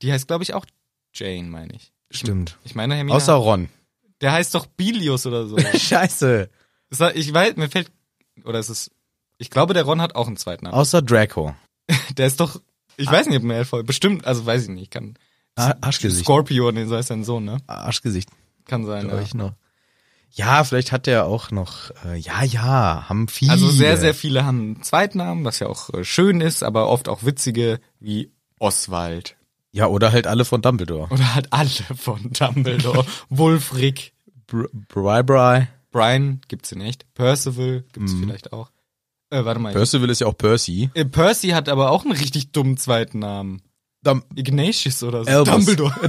[SPEAKER 2] Die heißt, glaube ich, auch Jane, meine ich.
[SPEAKER 1] Stimmt.
[SPEAKER 2] Ich meine, Hermine.
[SPEAKER 1] Außer Ron.
[SPEAKER 2] der heißt doch Bilius oder so.
[SPEAKER 1] Scheiße.
[SPEAKER 2] Das war- ich weiß, mir fällt, oder ist es, ich glaube, der Ron hat auch einen Zweitnamen.
[SPEAKER 1] Außer Draco.
[SPEAKER 2] Der ist doch,
[SPEAKER 1] Ah.
[SPEAKER 2] ich weiß nicht, ob Malfoy, bestimmt, also weiß ich nicht, kann.
[SPEAKER 1] Ar- Ah, Arschgesicht.
[SPEAKER 2] Scorpio, nee, so heißt sein Sohn, ne?
[SPEAKER 1] Arschgesicht.
[SPEAKER 2] Kann sein,
[SPEAKER 1] glaube
[SPEAKER 2] ja.
[SPEAKER 1] ich noch. Ja, vielleicht hat der auch noch, äh, ja, ja, haben viele.
[SPEAKER 2] Also sehr, sehr viele haben einen Zweitnamen, was ja auch äh, schön ist, aber oft auch witzige, wie Oswald.
[SPEAKER 1] Ja, oder halt alle von Dumbledore.
[SPEAKER 2] Oder hat alle von Dumbledore. Wulfric.
[SPEAKER 1] Bri, Bri, Bri.
[SPEAKER 2] Brian gibt's in echt. Percival gibt's
[SPEAKER 1] Mhm.
[SPEAKER 2] vielleicht auch. Äh, warte mal.
[SPEAKER 1] Percival ist ja auch Percy.
[SPEAKER 2] äh, Percy hat aber auch einen richtig dummen zweiten Namen.
[SPEAKER 1] Dum
[SPEAKER 2] Ignatius oder so.
[SPEAKER 1] Albus.
[SPEAKER 2] Dumbledore.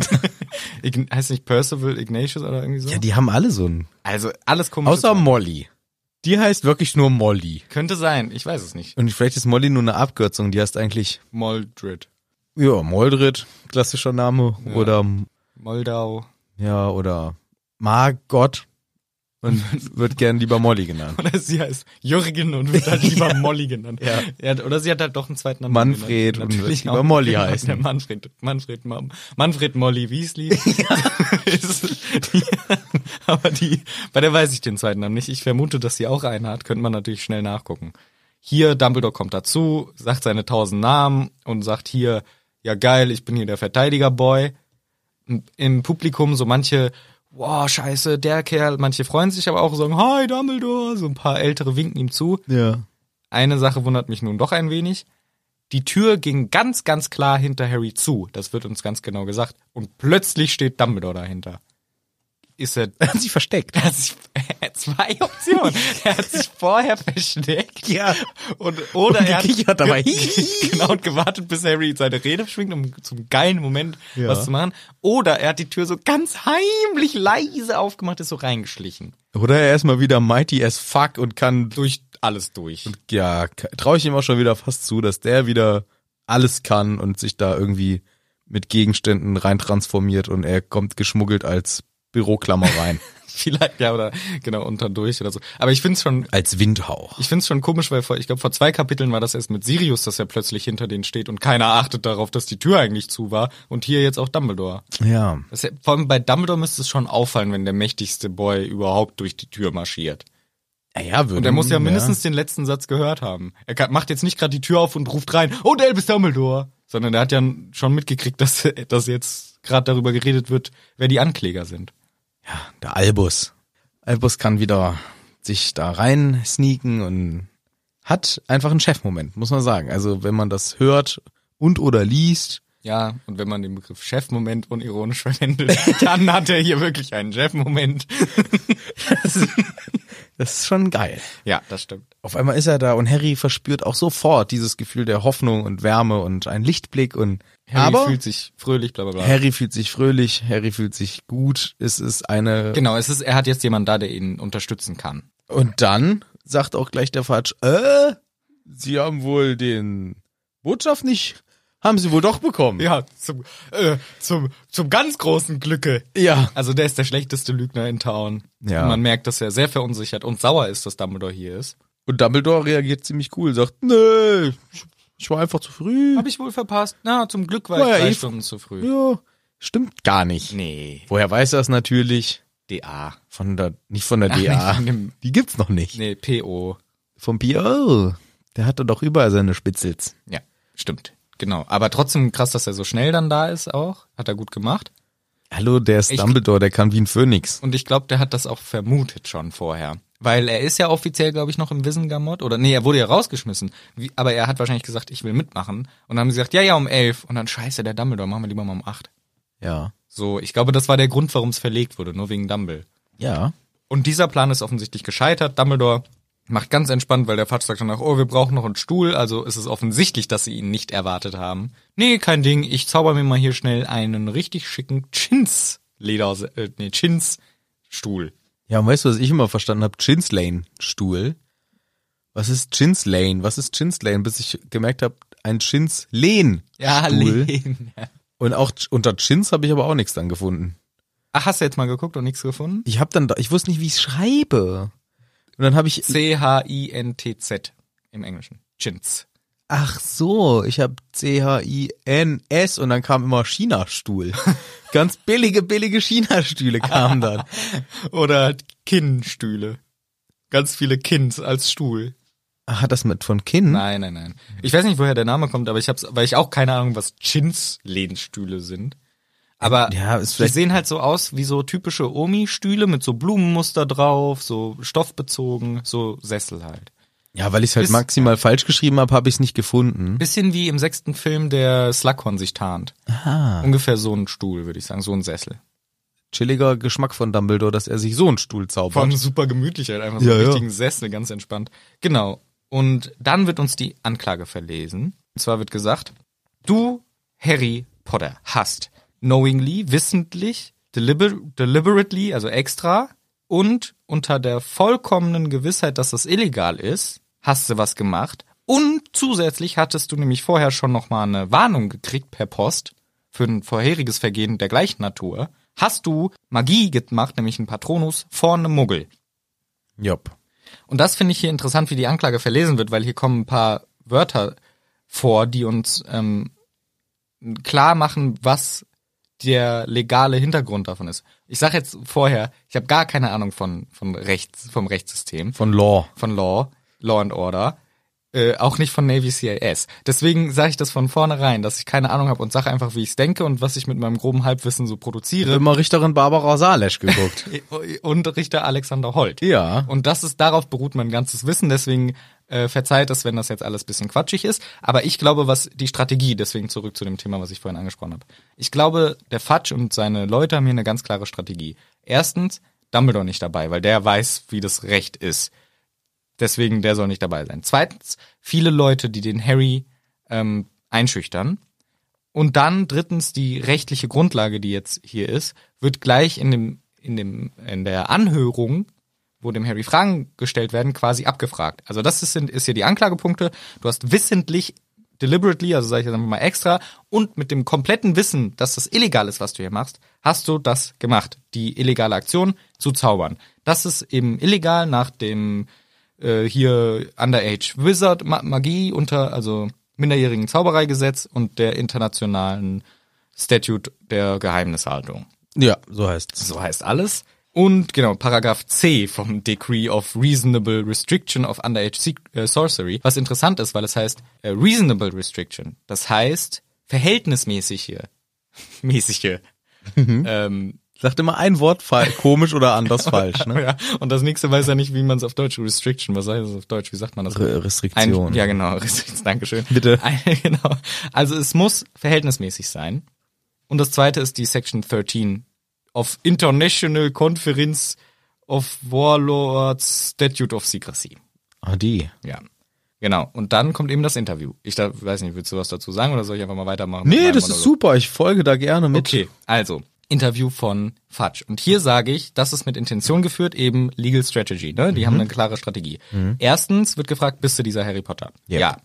[SPEAKER 2] Ign heißt nicht Percival, Ignatius oder irgendwie so?
[SPEAKER 1] ja, die haben alle so einen.
[SPEAKER 2] also alles komisch.
[SPEAKER 1] Außer Molly. Die heißt wirklich nur Molly.
[SPEAKER 2] Könnte sein, ich weiß es nicht.
[SPEAKER 1] Und vielleicht ist Molly nur eine Abkürzung. Die heißt eigentlich,
[SPEAKER 2] Moldred.
[SPEAKER 1] ja, Moldred, klassischer Name. Oder,
[SPEAKER 2] Moldau.
[SPEAKER 1] ja, oder Margot. Man wird gern lieber Molly genannt.
[SPEAKER 2] Oder sie heißt Jürgen und wird dann lieber Molly genannt.
[SPEAKER 1] Ja.
[SPEAKER 2] Ja, oder sie hat halt doch einen zweiten Namen.
[SPEAKER 1] Manfred
[SPEAKER 2] genannt.
[SPEAKER 1] und wird
[SPEAKER 2] Natürlich
[SPEAKER 1] lieber
[SPEAKER 2] auch.
[SPEAKER 1] Molly
[SPEAKER 2] Genau,
[SPEAKER 1] heißen.
[SPEAKER 2] Der Manfred, Manfred, Ma- Manfred Molly Weasley. Ist- die, aber die, bei der weiß ich den zweiten Namen nicht. Ich vermute, dass sie auch einen hat. Könnte man natürlich schnell nachgucken. Hier, Dumbledore kommt dazu, sagt seine tausend Namen und sagt hier, ja geil, ich bin hier der Verteidigerboy im Publikum so manche, wow, scheiße, der Kerl, manche freuen sich aber auch sagen, hi Dumbledore, so ein paar ältere winken ihm zu.
[SPEAKER 1] Ja.
[SPEAKER 2] Eine Sache wundert mich nun doch ein wenig. Die Tür ging ganz, ganz klar hinter Harry zu. Das wird uns ganz genau gesagt. Und plötzlich steht Dumbledore dahinter. Ist er,
[SPEAKER 1] Er hat sich versteckt.
[SPEAKER 2] er hat sich, er hat zwei Optionen. Er hat sich vorher versteckt.
[SPEAKER 1] Ja.
[SPEAKER 2] Und, oder
[SPEAKER 1] Und
[SPEAKER 2] er
[SPEAKER 1] gekichert
[SPEAKER 2] hat,
[SPEAKER 1] dabei.
[SPEAKER 2] genau und gewartet, bis Harry seine Rede schwingt, um zum geilen Moment
[SPEAKER 1] Ja.
[SPEAKER 2] was zu machen. Oder er hat die Tür so ganz heimlich leise aufgemacht, ist so reingeschlichen.
[SPEAKER 1] Oder er ist mal wieder mighty as fuck und kann
[SPEAKER 2] Durch alles durch.
[SPEAKER 1] ja, traue ich ihm auch schon wieder fast zu, dass der wieder alles kann und sich da irgendwie mit Gegenständen rein transformiert und er kommt geschmuggelt als Büroklammer rein.
[SPEAKER 2] Vielleicht, ja, oder genau, unter durch oder so. Aber ich find's schon.
[SPEAKER 1] als Windhauch.
[SPEAKER 2] Ich find's schon komisch, weil vor, ich glaube, vor zwei Kapiteln war das erst mit Sirius, dass er plötzlich hinter denen steht und keiner achtet darauf, dass die Tür eigentlich zu war. Und hier jetzt auch Dumbledore.
[SPEAKER 1] Ja.
[SPEAKER 2] Das, vor allem bei Dumbledore müsste es schon auffallen, wenn der mächtigste Boy überhaupt durch die Tür marschiert.
[SPEAKER 1] Ja, Mhm, ja würde.
[SPEAKER 2] Und er muss ja mindestens den letzten Satz gehört haben. Er kann, macht jetzt nicht gerade die Tür auf und ruft rein, oh, der Elvis Dumbledore. Sondern er hat ja schon mitgekriegt, dass, dass jetzt gerade darüber geredet wird, wer die Ankläger sind.
[SPEAKER 1] Ja, der Albus. Albus kann wieder sich da rein sneaken und hat einfach einen Chefmoment, muss man sagen. Also wenn man das hört und oder liest,
[SPEAKER 2] Ja, und wenn man den Begriff Chefmoment unironisch verwendet, dann hat er hier wirklich einen Chefmoment.
[SPEAKER 1] das ist schon geil.
[SPEAKER 2] Ja, das stimmt.
[SPEAKER 1] auf einmal ist er da und Harry verspürt auch sofort dieses Gefühl der Hoffnung und Wärme und einen Lichtblick und
[SPEAKER 2] Harry
[SPEAKER 1] aber
[SPEAKER 2] fühlt sich fröhlich, bla bla bla.
[SPEAKER 1] Harry fühlt sich fröhlich, Harry fühlt sich gut, es ist eine
[SPEAKER 2] Genau, es ist, er hat jetzt jemanden da, der ihn unterstützen kann.
[SPEAKER 1] und dann sagt auch gleich der Fatsch, äh, sie haben wohl den Botschaft nicht haben sie wohl doch bekommen.
[SPEAKER 2] Ja, zum, äh, zum, zum ganz großen Glücke.
[SPEAKER 1] Ja.
[SPEAKER 2] Also der ist der schlechteste Lügner in Town.
[SPEAKER 1] Ja.
[SPEAKER 2] Und man merkt, dass er sehr verunsichert und sauer ist, dass Dumbledore hier ist.
[SPEAKER 1] Und Dumbledore reagiert ziemlich cool, sagt, nee, ich- ich war einfach zu früh.
[SPEAKER 2] Habe ich wohl verpasst. Na, zum Glück war
[SPEAKER 1] War ja
[SPEAKER 2] ich drei
[SPEAKER 1] eh
[SPEAKER 2] Stunden zu früh.
[SPEAKER 1] ja, stimmt gar nicht.
[SPEAKER 2] Nee,
[SPEAKER 1] Woher weiß er es natürlich?
[SPEAKER 2] DA.
[SPEAKER 1] Von der nicht von der
[SPEAKER 2] Ach,
[SPEAKER 1] DA.
[SPEAKER 2] nicht von dem-
[SPEAKER 1] Die gibt's noch nicht.
[SPEAKER 2] Nee, PO.
[SPEAKER 1] Vom PO. Der hatte doch überall seine Spitzels.
[SPEAKER 2] Ja, stimmt. Genau. Aber trotzdem krass, dass er so schnell dann da ist auch. Hat er gut gemacht.
[SPEAKER 1] Hallo, der ist
[SPEAKER 2] Ich-
[SPEAKER 1] Dumbledore, der kann wie ein Phönix.
[SPEAKER 2] Und ich glaube, der hat das auch vermutet schon vorher. Weil er ist ja offiziell, glaube ich, noch im Wissengamot. Oder nee, er wurde ja rausgeschmissen. Wie, aber er hat wahrscheinlich gesagt, ich will mitmachen. Und dann haben sie gesagt, ja, ja, um elf. Und dann scheiße, der Dumbledore, machen wir lieber mal um acht.
[SPEAKER 1] Ja.
[SPEAKER 2] So, ich glaube, das war der Grund, warum es verlegt wurde, nur wegen Dumbledore.
[SPEAKER 1] Ja.
[SPEAKER 2] Und dieser Plan ist offensichtlich gescheitert. Dumbledore macht ganz entspannt, weil der Fatsch sagt danach, oh, wir brauchen noch einen Stuhl. Also ist es offensichtlich, dass sie ihn nicht erwartet haben. Nee, kein Ding. Ich zauber mir mal hier schnell einen richtig schicken Chins-Leder, äh, nee, Chins-Stuhl.
[SPEAKER 1] Ja, und weißt du, was ich immer verstanden habe? Chinslane-Stuhl. Was ist Chinslane? Was ist Chinslane? Bis ich gemerkt habe, ein Chinslehn.
[SPEAKER 2] Ja,
[SPEAKER 1] Stuhl.
[SPEAKER 2] Lehn.
[SPEAKER 1] Und auch ch- unter Chins habe ich aber auch nichts dann gefunden.
[SPEAKER 2] Ach, Ah, hast du jetzt mal geguckt und nichts gefunden?
[SPEAKER 1] Ich habe dann, da- ich wusste nicht, wie ich schreibe. Und dann habe ich,
[SPEAKER 2] C-H-I-N-T-Z im Englischen. Chins.
[SPEAKER 1] ach so, ich habe C-H-I-N-S und dann kam immer China-Stuhl. Ganz billige, billige China-Stühle kamen dann.
[SPEAKER 2] Oder Kinnstühle. Ganz viele Kinns als Stuhl.
[SPEAKER 1] Ach, Ah, hat das mit von Kinn?
[SPEAKER 2] Nein, nein, nein. Ich weiß nicht, woher der Name kommt, aber ich hab's, weil ich auch keine Ahnung, was Chins-Lehnstühle sind. Aber
[SPEAKER 1] Ja, ist
[SPEAKER 2] die
[SPEAKER 1] vielleicht.
[SPEAKER 2] sehen halt so aus wie so typische Omi-Stühle mit so Blumenmuster drauf, so stoffbezogen, so Sessel halt.
[SPEAKER 1] Ja, weil ich es halt
[SPEAKER 2] Ist-
[SPEAKER 1] maximal falsch geschrieben habe, habe ich es nicht gefunden.
[SPEAKER 2] Bisschen wie im sechsten Film, der Slughorn sich tarnt.
[SPEAKER 1] Ah.
[SPEAKER 2] Ungefähr so ein Stuhl, würde ich sagen, so ein Sessel.
[SPEAKER 1] Chilliger Geschmack von Dumbledore, dass er sich so einen Stuhl
[SPEAKER 2] Vor
[SPEAKER 1] zaubert.
[SPEAKER 2] allem super gemütlich halt, einfach so
[SPEAKER 1] Ja,
[SPEAKER 2] einen
[SPEAKER 1] ja.
[SPEAKER 2] richtigen Sessel, ganz entspannt. Genau. Und dann wird uns die Anklage verlesen. Und zwar wird gesagt, du, Harry Potter, hast knowingly, wissentlich, deliber deliberately, also extra, und unter der vollkommenen Gewissheit, dass das illegal ist, hast du was gemacht. Und zusätzlich hattest du nämlich vorher schon nochmal eine Warnung gekriegt per Post für ein vorheriges Vergehen der gleichen Natur. Hast du Magie gemacht, nämlich einen Patronus vor einem Muggel.
[SPEAKER 1] Jopp.
[SPEAKER 2] Und das finde ich hier interessant, wie die Anklage verlesen wird, weil hier kommen ein paar Wörter vor, die uns ähm, klar machen, was der legale Hintergrund davon ist. Ich sage jetzt vorher, ich habe gar keine Ahnung von, von Rechts, vom Rechtssystem,
[SPEAKER 1] Von Law.
[SPEAKER 2] von Law, Law and Order, äh, auch nicht von Navy CIS. Deswegen sage ich das von vornherein, dass ich keine Ahnung habe und sage einfach, wie ich denke und was ich mit meinem groben Halbwissen so produziere.
[SPEAKER 1] Immer Richterin Barbara Salesch geguckt.
[SPEAKER 2] Und Richter Alexander Holt.
[SPEAKER 1] ja.
[SPEAKER 2] Und das ist, darauf beruht mein ganzes Wissen, deswegen äh, verzeiht es, wenn das jetzt alles bisschen quatschig ist. Aber ich glaube, was die Strategie, deswegen zurück zu dem Thema, was ich vorhin angesprochen habe. Ich glaube, der Fatsch und seine Leute haben hier eine ganz klare Strategie. Erstens, Dumbledore nicht dabei, weil der weiß, wie das Recht ist. Deswegen, der soll nicht dabei sein. Zweitens, viele Leute, die den Harry ähm, einschüchtern. Und dann drittens die rechtliche Grundlage, die jetzt hier ist, wird gleich in dem in dem in der Anhörung, wo dem Harry Fragen gestellt werden, quasi abgefragt. Also das ist, sind ist hier die Anklagepunkte. Du hast wissentlich deliberately, also sage ich jetzt einfach mal extra und mit dem kompletten Wissen, dass das illegal ist, was du hier machst, hast du das gemacht, die illegale Aktion zu zaubern. Das ist eben illegal nach dem äh, hier Underage Wizard Ma Magie unter also minderjährigen Zaubereigesetz und der internationalen Statute der Geheimnishaltung.
[SPEAKER 1] Ja, so heißt's.
[SPEAKER 2] So heißt alles. Und genau, Paragraph C vom Decree of Reasonable Restriction of Underage Sec- äh, Sorcery, was interessant ist, weil es heißt äh, Reasonable Restriction. Das heißt verhältnismäßige, mäßige. ähm,
[SPEAKER 1] Sagt immer ein Wort fa- komisch oder anders falsch, ne?
[SPEAKER 2] ja. Und das nächste weiß er nicht, wie man es auf Deutsch Restriction, was heißt es auf Deutsch? Wie sagt man das?
[SPEAKER 1] Re- Restriktion.
[SPEAKER 2] Ein, ja, genau. Restriktion. Dankeschön.
[SPEAKER 1] Bitte.
[SPEAKER 2] Ein, genau. Also es muss verhältnismäßig sein. Und das zweite ist die Section 13 of International Conference of Warlords Statute of Secrecy.
[SPEAKER 1] Ah, die.
[SPEAKER 2] Ja. Genau. Und dann kommt eben das Interview. Ich da, weiß nicht, willst du was dazu sagen oder soll ich einfach mal weitermachen? mit
[SPEAKER 1] Nee,
[SPEAKER 2] meinem
[SPEAKER 1] das ist
[SPEAKER 2] Monolog?
[SPEAKER 1] super. Ich folge da gerne mit.
[SPEAKER 2] Okay, also Interview von Fudge. Und hier sage ich, das ist mit Intention geführt, eben Legal Strategy. Ne? Die haben
[SPEAKER 1] Mhm.
[SPEAKER 2] eine klare Strategie. Erstens wird gefragt, bist du dieser Harry Potter?
[SPEAKER 1] Yep.
[SPEAKER 2] Ja.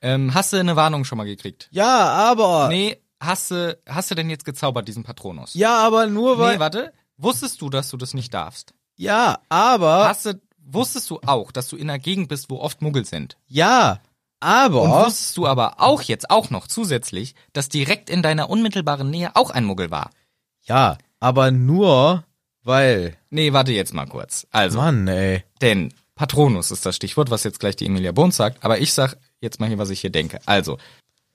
[SPEAKER 2] Ähm, hast du eine Warnung schon mal gekriegt?
[SPEAKER 1] Ja, aber.
[SPEAKER 2] Nee, hast du, hast du denn jetzt gezaubert, diesen Patronus?
[SPEAKER 1] Ja, aber nur
[SPEAKER 2] nee, warte. Wusstest du, dass du das nicht darfst?
[SPEAKER 1] ja, aber.
[SPEAKER 2] Hast du, wusstest du auch, dass du in einer Gegend bist, wo oft Muggel sind?
[SPEAKER 1] Ja,
[SPEAKER 2] Und
[SPEAKER 1] aber.
[SPEAKER 2] wusstest du aber auch jetzt auch noch zusätzlich, dass direkt in deiner unmittelbaren Nähe auch ein Muggel war?
[SPEAKER 1] Ja, aber nur, weil.
[SPEAKER 2] Nee, warte jetzt mal kurz. Also,
[SPEAKER 1] Mann, ey.
[SPEAKER 2] Denn Patronus ist das Stichwort, was jetzt gleich die Emilia Bohn sagt, aber ich sag jetzt mal hier, was ich hier denke. Also,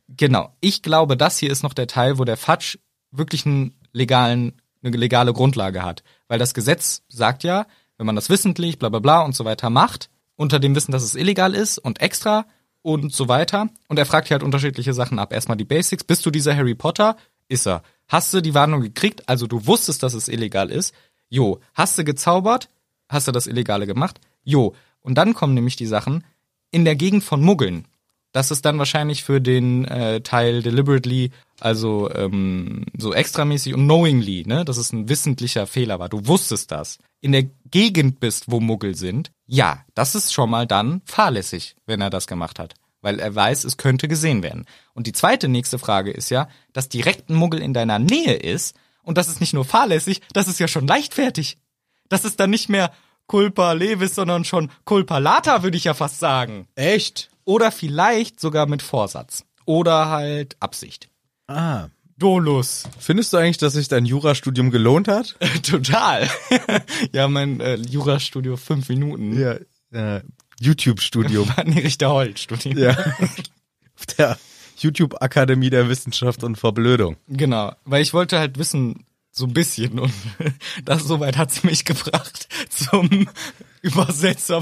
[SPEAKER 2] genau, ich glaube, das hier ist noch der Teil, wo der Fatsch wirklich einen legalen, eine legale Grundlage hat. Weil das Gesetz sagt ja, wenn man das wissentlich, bla bla bla und so weiter macht, unter dem Wissen, dass es illegal ist und extra und so weiter. Und er fragt hier halt unterschiedliche Sachen ab. Erstmal die Basics, bist du dieser Harry Potter? Ist er. Hast du die Warnung gekriegt? Also du wusstest, dass es illegal ist. Jo, hast du gezaubert? Hast du das Illegale gemacht? Jo. Und dann kommen nämlich die Sachen in der Gegend von Muggeln. Das ist dann wahrscheinlich für den äh, Teil deliberately, also ähm, so extramäßig und knowingly, ne? Dass es ein wissentlicher Fehler war. Du wusstest das. In der Gegend bist, wo Muggel sind. Ja, das ist schon mal dann fahrlässig, wenn er das gemacht hat. Weil er weiß, es könnte gesehen werden. Und die zweite nächste Frage ist ja, dass direkt ein Muggel in deiner Nähe ist. Und das ist nicht nur fahrlässig, das ist ja schon leichtfertig. Das ist dann nicht mehr culpa levis, sondern schon culpa lata, würde ich ja fast sagen.
[SPEAKER 1] Echt?
[SPEAKER 2] Oder vielleicht sogar mit Vorsatz. Oder halt Absicht.
[SPEAKER 1] Ah.
[SPEAKER 2] Dolus.
[SPEAKER 1] Findest du eigentlich, dass sich dein Jurastudium gelohnt hat?
[SPEAKER 2] Total. ja, mein äh, Jurastudio fünf Minuten.
[SPEAKER 1] Ja. Äh, YouTube-Studium.
[SPEAKER 2] War ein Richter Holt Studium.
[SPEAKER 1] ja. Auf der YouTube Akademie der Wissenschaft und Verblödung.
[SPEAKER 2] Genau, weil ich wollte halt wissen, so ein bisschen und das soweit hat sie mich gebracht zum Übersetzer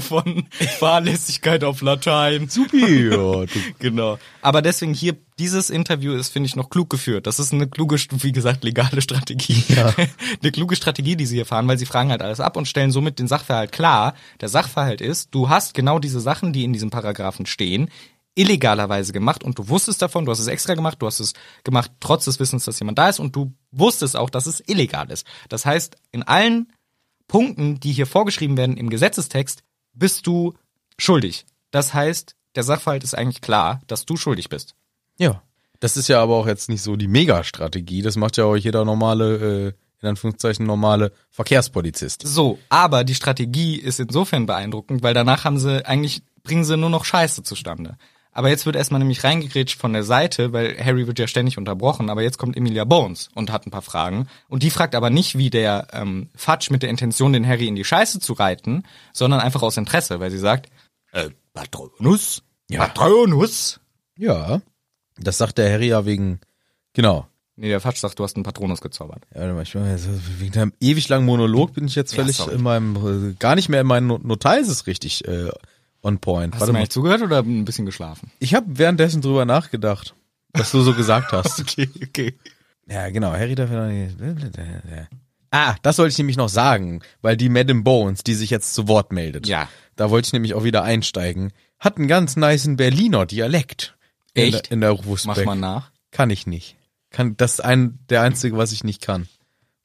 [SPEAKER 2] von Fahrlässigkeit auf Latein.
[SPEAKER 1] Super.
[SPEAKER 2] Genau. Aber deswegen hier, dieses Interview ist, finde ich, noch klug geführt. Das ist eine kluge, wie gesagt, legale Strategie.
[SPEAKER 1] Ja.
[SPEAKER 2] eine kluge Strategie, die sie hier fahren, weil sie fragen halt alles ab und stellen somit den Sachverhalt klar. Der Sachverhalt ist, du hast genau diese Sachen, die in diesem Paragraphen stehen, illegalerweise gemacht und du wusstest davon, du hast es extra gemacht, du hast es gemacht, trotz des Wissens, dass jemand da ist und du wusstest auch, dass es illegal ist. Das heißt, in allen Punkten, die hier vorgeschrieben werden im Gesetzestext, bist du schuldig. Das heißt, der Sachverhalt ist eigentlich klar, dass du schuldig bist.
[SPEAKER 1] Ja. Das ist ja aber auch jetzt nicht so die Mega-Strategie. Das macht ja auch jeder normale, äh, in Anführungszeichen normale Verkehrspolizist.
[SPEAKER 2] So, aber die Strategie ist insofern beeindruckend, weil danach haben sie eigentlich bringen sie nur noch Scheiße zustande. Aber jetzt wird erstmal nämlich reingegrätscht von der Seite, weil Harry wird ja ständig unterbrochen, aber jetzt kommt Emilia Bones und hat ein paar Fragen. Und die fragt aber nicht, wie der ähm, Fatsch mit der Intention, den Harry in die Scheiße zu reiten, sondern einfach aus Interesse, weil sie sagt, äh, Patronus?
[SPEAKER 1] Ja.
[SPEAKER 2] Patronus?
[SPEAKER 1] Ja. Das sagt der Harry ja wegen, genau.
[SPEAKER 2] Nee, der Fatsch sagt, du hast einen Patronus gezaubert.
[SPEAKER 1] Ja, Warte mal, ich bin jetzt, wegen deinem ewig langen Monolog bin ich jetzt völlig
[SPEAKER 2] sorry.
[SPEAKER 1] in meinem, äh, gar nicht mehr in meinen No- Notizes richtig äh, on point.
[SPEAKER 2] Hast
[SPEAKER 1] Warte
[SPEAKER 2] du mir
[SPEAKER 1] mal,
[SPEAKER 2] eigentlich zugehört oder ein bisschen geschlafen?
[SPEAKER 1] ich habe währenddessen drüber nachgedacht, was du so gesagt hast.
[SPEAKER 2] Okay, okay.
[SPEAKER 1] Ja, genau. Harry darf ja noch nicht. Ah, das wollte ich nämlich noch sagen, weil die Madame Bones, die sich jetzt zu Wort meldet,
[SPEAKER 2] Ja.
[SPEAKER 1] da wollte ich nämlich auch wieder einsteigen, hat einen ganz niceen Berliner Dialekt. In
[SPEAKER 2] Echt?
[SPEAKER 1] der, in der
[SPEAKER 2] Mach
[SPEAKER 1] Rufusbeck.
[SPEAKER 2] mal nach.
[SPEAKER 1] Kann ich nicht. Kann, das ist ein, der einzige, was ich nicht kann.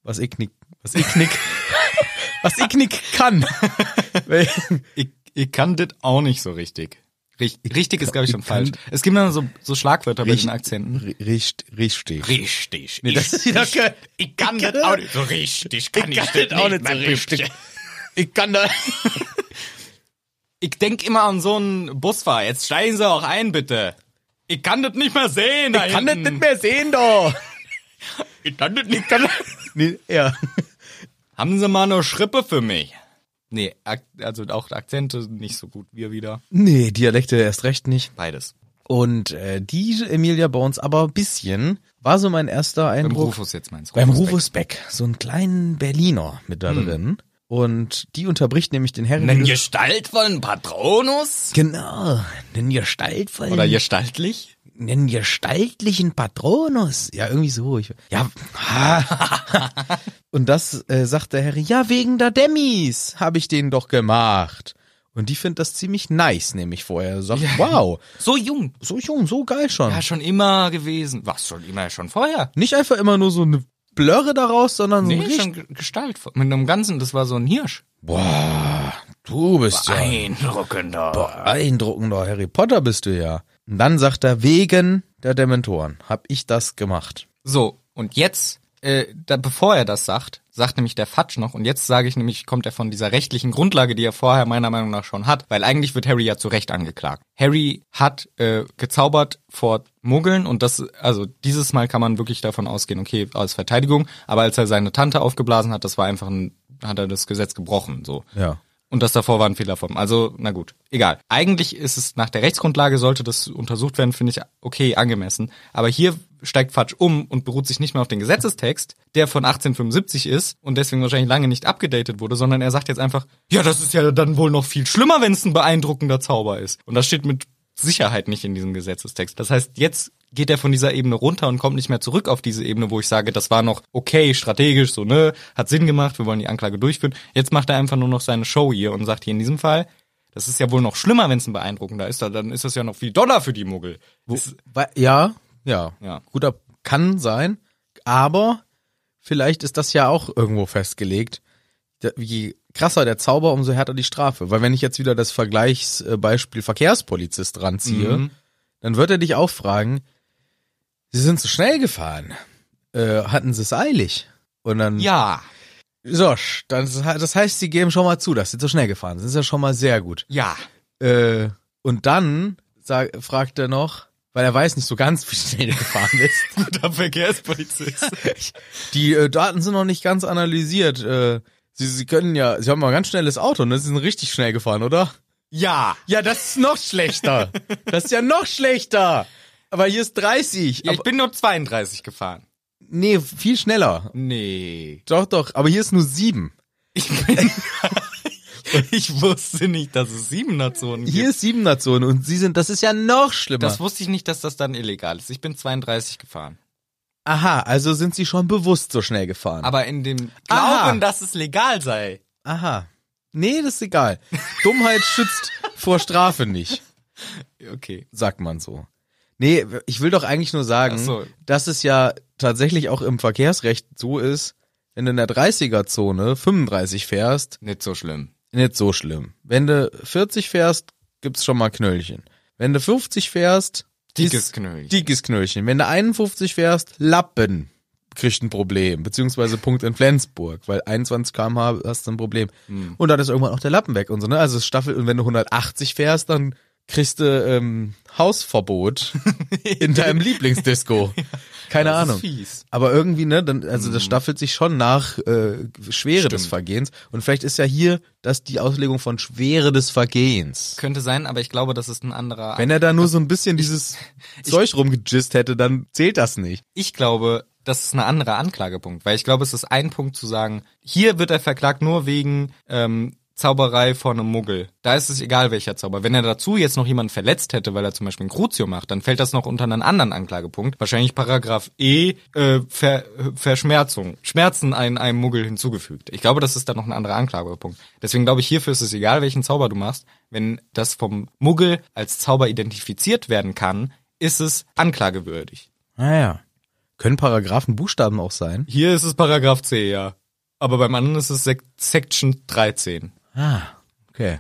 [SPEAKER 1] Was ich nick, was ich nick, was ich nick kann. Weil-
[SPEAKER 2] ich, ich kann das auch nicht so richtig. Richt, richtig ist, glaube ich,
[SPEAKER 1] ich
[SPEAKER 2] schon
[SPEAKER 1] kann-
[SPEAKER 2] falsch. Es gibt dann so, so Schlagwörter bei
[SPEAKER 1] Richt-
[SPEAKER 2] den Akzenten.
[SPEAKER 1] Ri- Richt, richtig.
[SPEAKER 2] Richtig.
[SPEAKER 1] Nee, das ist wieder kein-
[SPEAKER 2] ich kann das auch nicht so richtig. Kann ich,
[SPEAKER 1] kann das auch nicht so
[SPEAKER 2] mein
[SPEAKER 1] richtig.
[SPEAKER 2] Püppchen.
[SPEAKER 1] Ich kann da.
[SPEAKER 2] Ich denk immer an so einen Busfahrer. Jetzt steigen Sie auch ein, bitte. Ich kann das nicht mehr sehen. da
[SPEAKER 1] Ich kann das
[SPEAKER 2] hinten.
[SPEAKER 1] nicht mehr sehen, da.
[SPEAKER 2] Ich kann das nicht mehr.
[SPEAKER 1] Nee, ja.
[SPEAKER 2] Haben Sie mal eine Schrippe für mich? Nee, Ak also auch Akzente nicht so gut. Wir wieder.
[SPEAKER 1] Nee, Dialekte erst recht nicht.
[SPEAKER 2] Beides.
[SPEAKER 1] Und äh, die Emilia Bones aber ein bisschen war so mein erster
[SPEAKER 2] Beim
[SPEAKER 1] Eindruck.
[SPEAKER 2] Rufus Hm. jetzt meinst du.
[SPEAKER 1] Beim Rufus Beck, so einen kleinen Berliner mit da drin. Und die unterbricht nämlich den Herren.
[SPEAKER 2] Einen gestaltvollen Patronus?
[SPEAKER 1] genau, einen gestaltvollen,
[SPEAKER 2] Oder gestaltlich?
[SPEAKER 1] einen gestaltlichen Patronus. Ja, irgendwie so. Ich, ja. ha. Und das äh, sagt der Harry, ja, wegen der Demis habe ich den doch gemacht. Und die findet das ziemlich nice, nämlich vorher. Sagt, wow,
[SPEAKER 2] So jung.
[SPEAKER 1] so jung, so geil schon.
[SPEAKER 2] Ja, schon immer gewesen. Was schon immer, schon vorher.
[SPEAKER 1] Nicht einfach immer nur so eine Blöre daraus, sondern so ein
[SPEAKER 2] Nee,
[SPEAKER 1] richtig.
[SPEAKER 2] schon ge- Gestalt. Mit einem Ganzen, das war so ein Hirsch.
[SPEAKER 1] Boah, du bist ja
[SPEAKER 2] Eindruckender.
[SPEAKER 1] beeindruckender Harry Potter bist du ja. Und dann sagt er, wegen der Dementoren hab ich das gemacht.
[SPEAKER 2] So, und jetzt, äh, da, bevor er das sagt, sagt nämlich der Fatsch noch, und jetzt sage ich nämlich, kommt er von dieser rechtlichen Grundlage, die er vorher meiner Meinung nach schon hat, weil eigentlich wird Harry ja zu Recht angeklagt. Harry hat äh, gezaubert vor Muggeln und das, also dieses Mal kann man wirklich davon ausgehen, okay, als Verteidigung, aber als er seine Tante aufgeblasen hat, das war einfach ein, hat er das Gesetz gebrochen, so.
[SPEAKER 1] Ja.
[SPEAKER 2] Und das davor war ein Fehler vom. Also, na gut, egal. Eigentlich ist es nach der Rechtsgrundlage, sollte das untersucht werden, finde ich okay, angemessen. Aber hier steigt Fatsch um und beruht sich nicht mehr auf den Gesetzestext, der von 1875 ist und deswegen wahrscheinlich lange nicht abgedatet wurde, sondern er sagt jetzt einfach, ja, das ist ja dann wohl noch viel schlimmer, wenn es ein beeindruckender Zauber ist. Und das steht mit Sicherheit nicht in diesem Gesetzestext. Das heißt, jetzt geht er von dieser Ebene runter und kommt nicht mehr zurück auf diese Ebene, wo ich sage, das war noch okay, strategisch, so, ne, hat Sinn gemacht, wir wollen die Anklage durchführen. Jetzt macht er einfach nur noch seine Show hier und sagt hier in diesem Fall, das ist ja wohl noch schlimmer, wenn es ein beeindruckender ist, dann ist das ja noch viel doller für die Muggel. Das,
[SPEAKER 1] Wa- Ja, ja.
[SPEAKER 2] Ja.
[SPEAKER 1] Guter kann sein, aber vielleicht ist das ja auch irgendwo festgelegt. Da- Je krasser der Zauber, umso härter die Strafe. Weil wenn ich jetzt wieder das Vergleichsbeispiel Verkehrspolizist ranziehe,
[SPEAKER 2] Mhm.
[SPEAKER 1] dann wird er dich auch fragen, Sie sind zu schnell gefahren. Äh, hatten Sie es eilig? Und dann
[SPEAKER 2] ja,
[SPEAKER 1] So, sch- das, das heißt, sie geben schon mal zu, dass sie zu schnell gefahren sind. Das ist ja schon mal sehr gut.
[SPEAKER 2] ja.
[SPEAKER 1] Äh, und dann sag, fragt er noch, weil er weiß nicht so ganz, wie schnell er gefahren ist.
[SPEAKER 2] Guter Verkehrspolizist.
[SPEAKER 1] Die äh, Daten sind noch nicht ganz analysiert. Äh, sie, sie können ja, sie haben mal ein ganz schnelles Auto, ne? Sie sind richtig schnell gefahren, oder?
[SPEAKER 2] ja.
[SPEAKER 1] Ja, das ist noch schlechter. Das ist ja noch schlechter. Aber hier ist 30.
[SPEAKER 2] Ja, ich
[SPEAKER 1] aber,
[SPEAKER 2] bin nur 32 gefahren.
[SPEAKER 1] nee, viel schneller.
[SPEAKER 2] Nee.
[SPEAKER 1] Doch, doch. Aber hier ist nur 7.
[SPEAKER 2] Ich, bin, ich wusste nicht, dass es 7er Zonen gibt.
[SPEAKER 1] Hier ist 7er Zone und Sie sind, das ist ja noch schlimmer.
[SPEAKER 2] Das wusste ich nicht, dass das dann illegal ist. Ich bin 32 gefahren.
[SPEAKER 1] Aha, also sind Sie schon bewusst so schnell gefahren.
[SPEAKER 2] Aber in dem Glauben,
[SPEAKER 1] Aha.
[SPEAKER 2] dass es legal sei.
[SPEAKER 1] Aha. Nee, das ist egal. Dummheit schützt vor Strafe nicht,
[SPEAKER 2] Okay.
[SPEAKER 1] sagt man so. Nee, ich will doch eigentlich nur sagen,
[SPEAKER 2] Ach so.
[SPEAKER 1] dass es ja tatsächlich auch im Verkehrsrecht so ist, wenn du in der 30er-Zone 35 fährst,
[SPEAKER 2] Nicht so schlimm.
[SPEAKER 1] nicht so schlimm. Wenn du 40 fährst, gibt's schon mal Knöllchen. Wenn du 50 fährst,
[SPEAKER 2] Dickes
[SPEAKER 1] ist-
[SPEAKER 2] Knöllchen.
[SPEAKER 1] Dickes Knöllchen. Wenn du 51 fährst, Lappen kriegt ein Problem, beziehungsweise Punkt in Flensburg, weil 21 km/h hast du ein Problem.
[SPEAKER 2] Hm.
[SPEAKER 1] Und dann ist irgendwann auch der Lappen weg und so, ne? Also es staffelt, und wenn du 180 fährst, dann kriegst du ähm, Hausverbot in deinem Lieblingsdisco. Keine
[SPEAKER 2] Das ist
[SPEAKER 1] Ahnung.
[SPEAKER 2] fies. Hm.
[SPEAKER 1] Aber irgendwie, ne, dann, also das staffelt sich schon nach äh, Schwere des
[SPEAKER 2] Stimmt.
[SPEAKER 1] Vergehens. Und vielleicht ist ja hier das die Auslegung von Schwere des Vergehens.
[SPEAKER 2] Könnte sein, aber ich glaube, das ist ein anderer.
[SPEAKER 1] Wenn er da nur so ein bisschen dieses Zeug rumgegist hätte, dann zählt das nicht.
[SPEAKER 2] ich glaube, das ist ein anderer Anklagepunkt, weil ich glaube, es ist ein Punkt zu sagen, hier wird er verklagt nur wegen ähm, Zauberei von einem Muggel. Da ist es egal, welcher Zauber. Wenn er dazu jetzt noch jemanden verletzt hätte, weil er zum Beispiel ein Crucio macht, dann fällt das noch unter einen anderen Anklagepunkt. Wahrscheinlich Paragraph E, äh, Ver, Verschmerzung. Schmerzen ein, einem Muggel hinzugefügt. Ich glaube, das ist dann noch ein anderer Anklagepunkt. Deswegen glaube ich, hierfür ist es egal, welchen Zauber du machst. Wenn das vom Muggel als Zauber identifiziert werden kann, ist es anklagewürdig.
[SPEAKER 1] Naja. Können Paragraphen Buchstaben auch sein?
[SPEAKER 2] Hier ist es Paragraph C, ja. Aber beim anderen ist es Sek Section 13.
[SPEAKER 1] Ah, okay.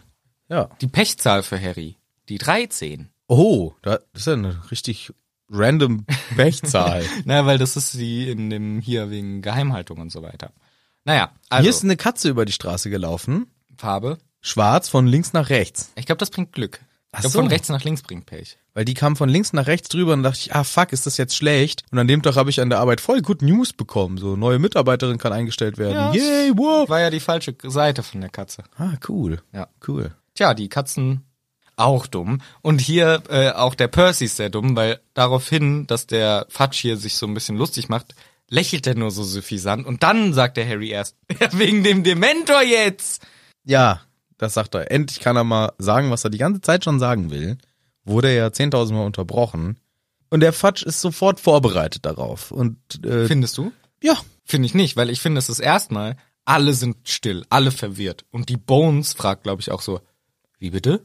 [SPEAKER 1] Ja.
[SPEAKER 2] Die Pechzahl für Harry. Die 13.
[SPEAKER 1] Oh, da- das ist ja eine richtig random Pechzahl.
[SPEAKER 2] Na, weil das ist die in dem hier wegen Geheimhaltung und so weiter. Naja, also
[SPEAKER 1] Hier ist eine Katze über die Straße gelaufen.
[SPEAKER 2] Farbe.
[SPEAKER 1] Schwarz von links nach rechts.
[SPEAKER 2] Ich glaube, das bringt Glück.
[SPEAKER 1] Ach
[SPEAKER 2] Ich glaube,
[SPEAKER 1] so.
[SPEAKER 2] von rechts nach links bringt Pech.
[SPEAKER 1] Weil die kam von links nach rechts drüber und dachte ich, ah fuck, ist das jetzt schlecht? Und an dem Tag habe ich an der Arbeit voll gut News bekommen. So, neue Mitarbeiterin kann eingestellt werden.
[SPEAKER 2] Ja.
[SPEAKER 1] Yay, wow.
[SPEAKER 2] War ja die falsche Seite von der Katze.
[SPEAKER 1] Ah, cool.
[SPEAKER 2] Ja.
[SPEAKER 1] Cool.
[SPEAKER 2] Tja, die Katzen auch dumm. Und hier äh, auch der Percy ist sehr dumm, weil daraufhin, dass der Fatsch hier sich so ein bisschen lustig macht, lächelt er nur so suffisant. Und dann sagt der Harry erst, "Ja, wegen dem Dementor jetzt.
[SPEAKER 1] Ja, das sagt er. Endlich kann er mal sagen, was er die ganze Zeit schon sagen will. Wurde ja 10.000 Mal unterbrochen. Und der Fatsch ist sofort vorbereitet darauf. Und äh,
[SPEAKER 2] Findest du?
[SPEAKER 1] ja,
[SPEAKER 2] Finde ich nicht, weil ich finde, es ist erstmal, alle sind still, alle verwirrt. Und die Bones fragt, glaube ich, auch so, wie bitte?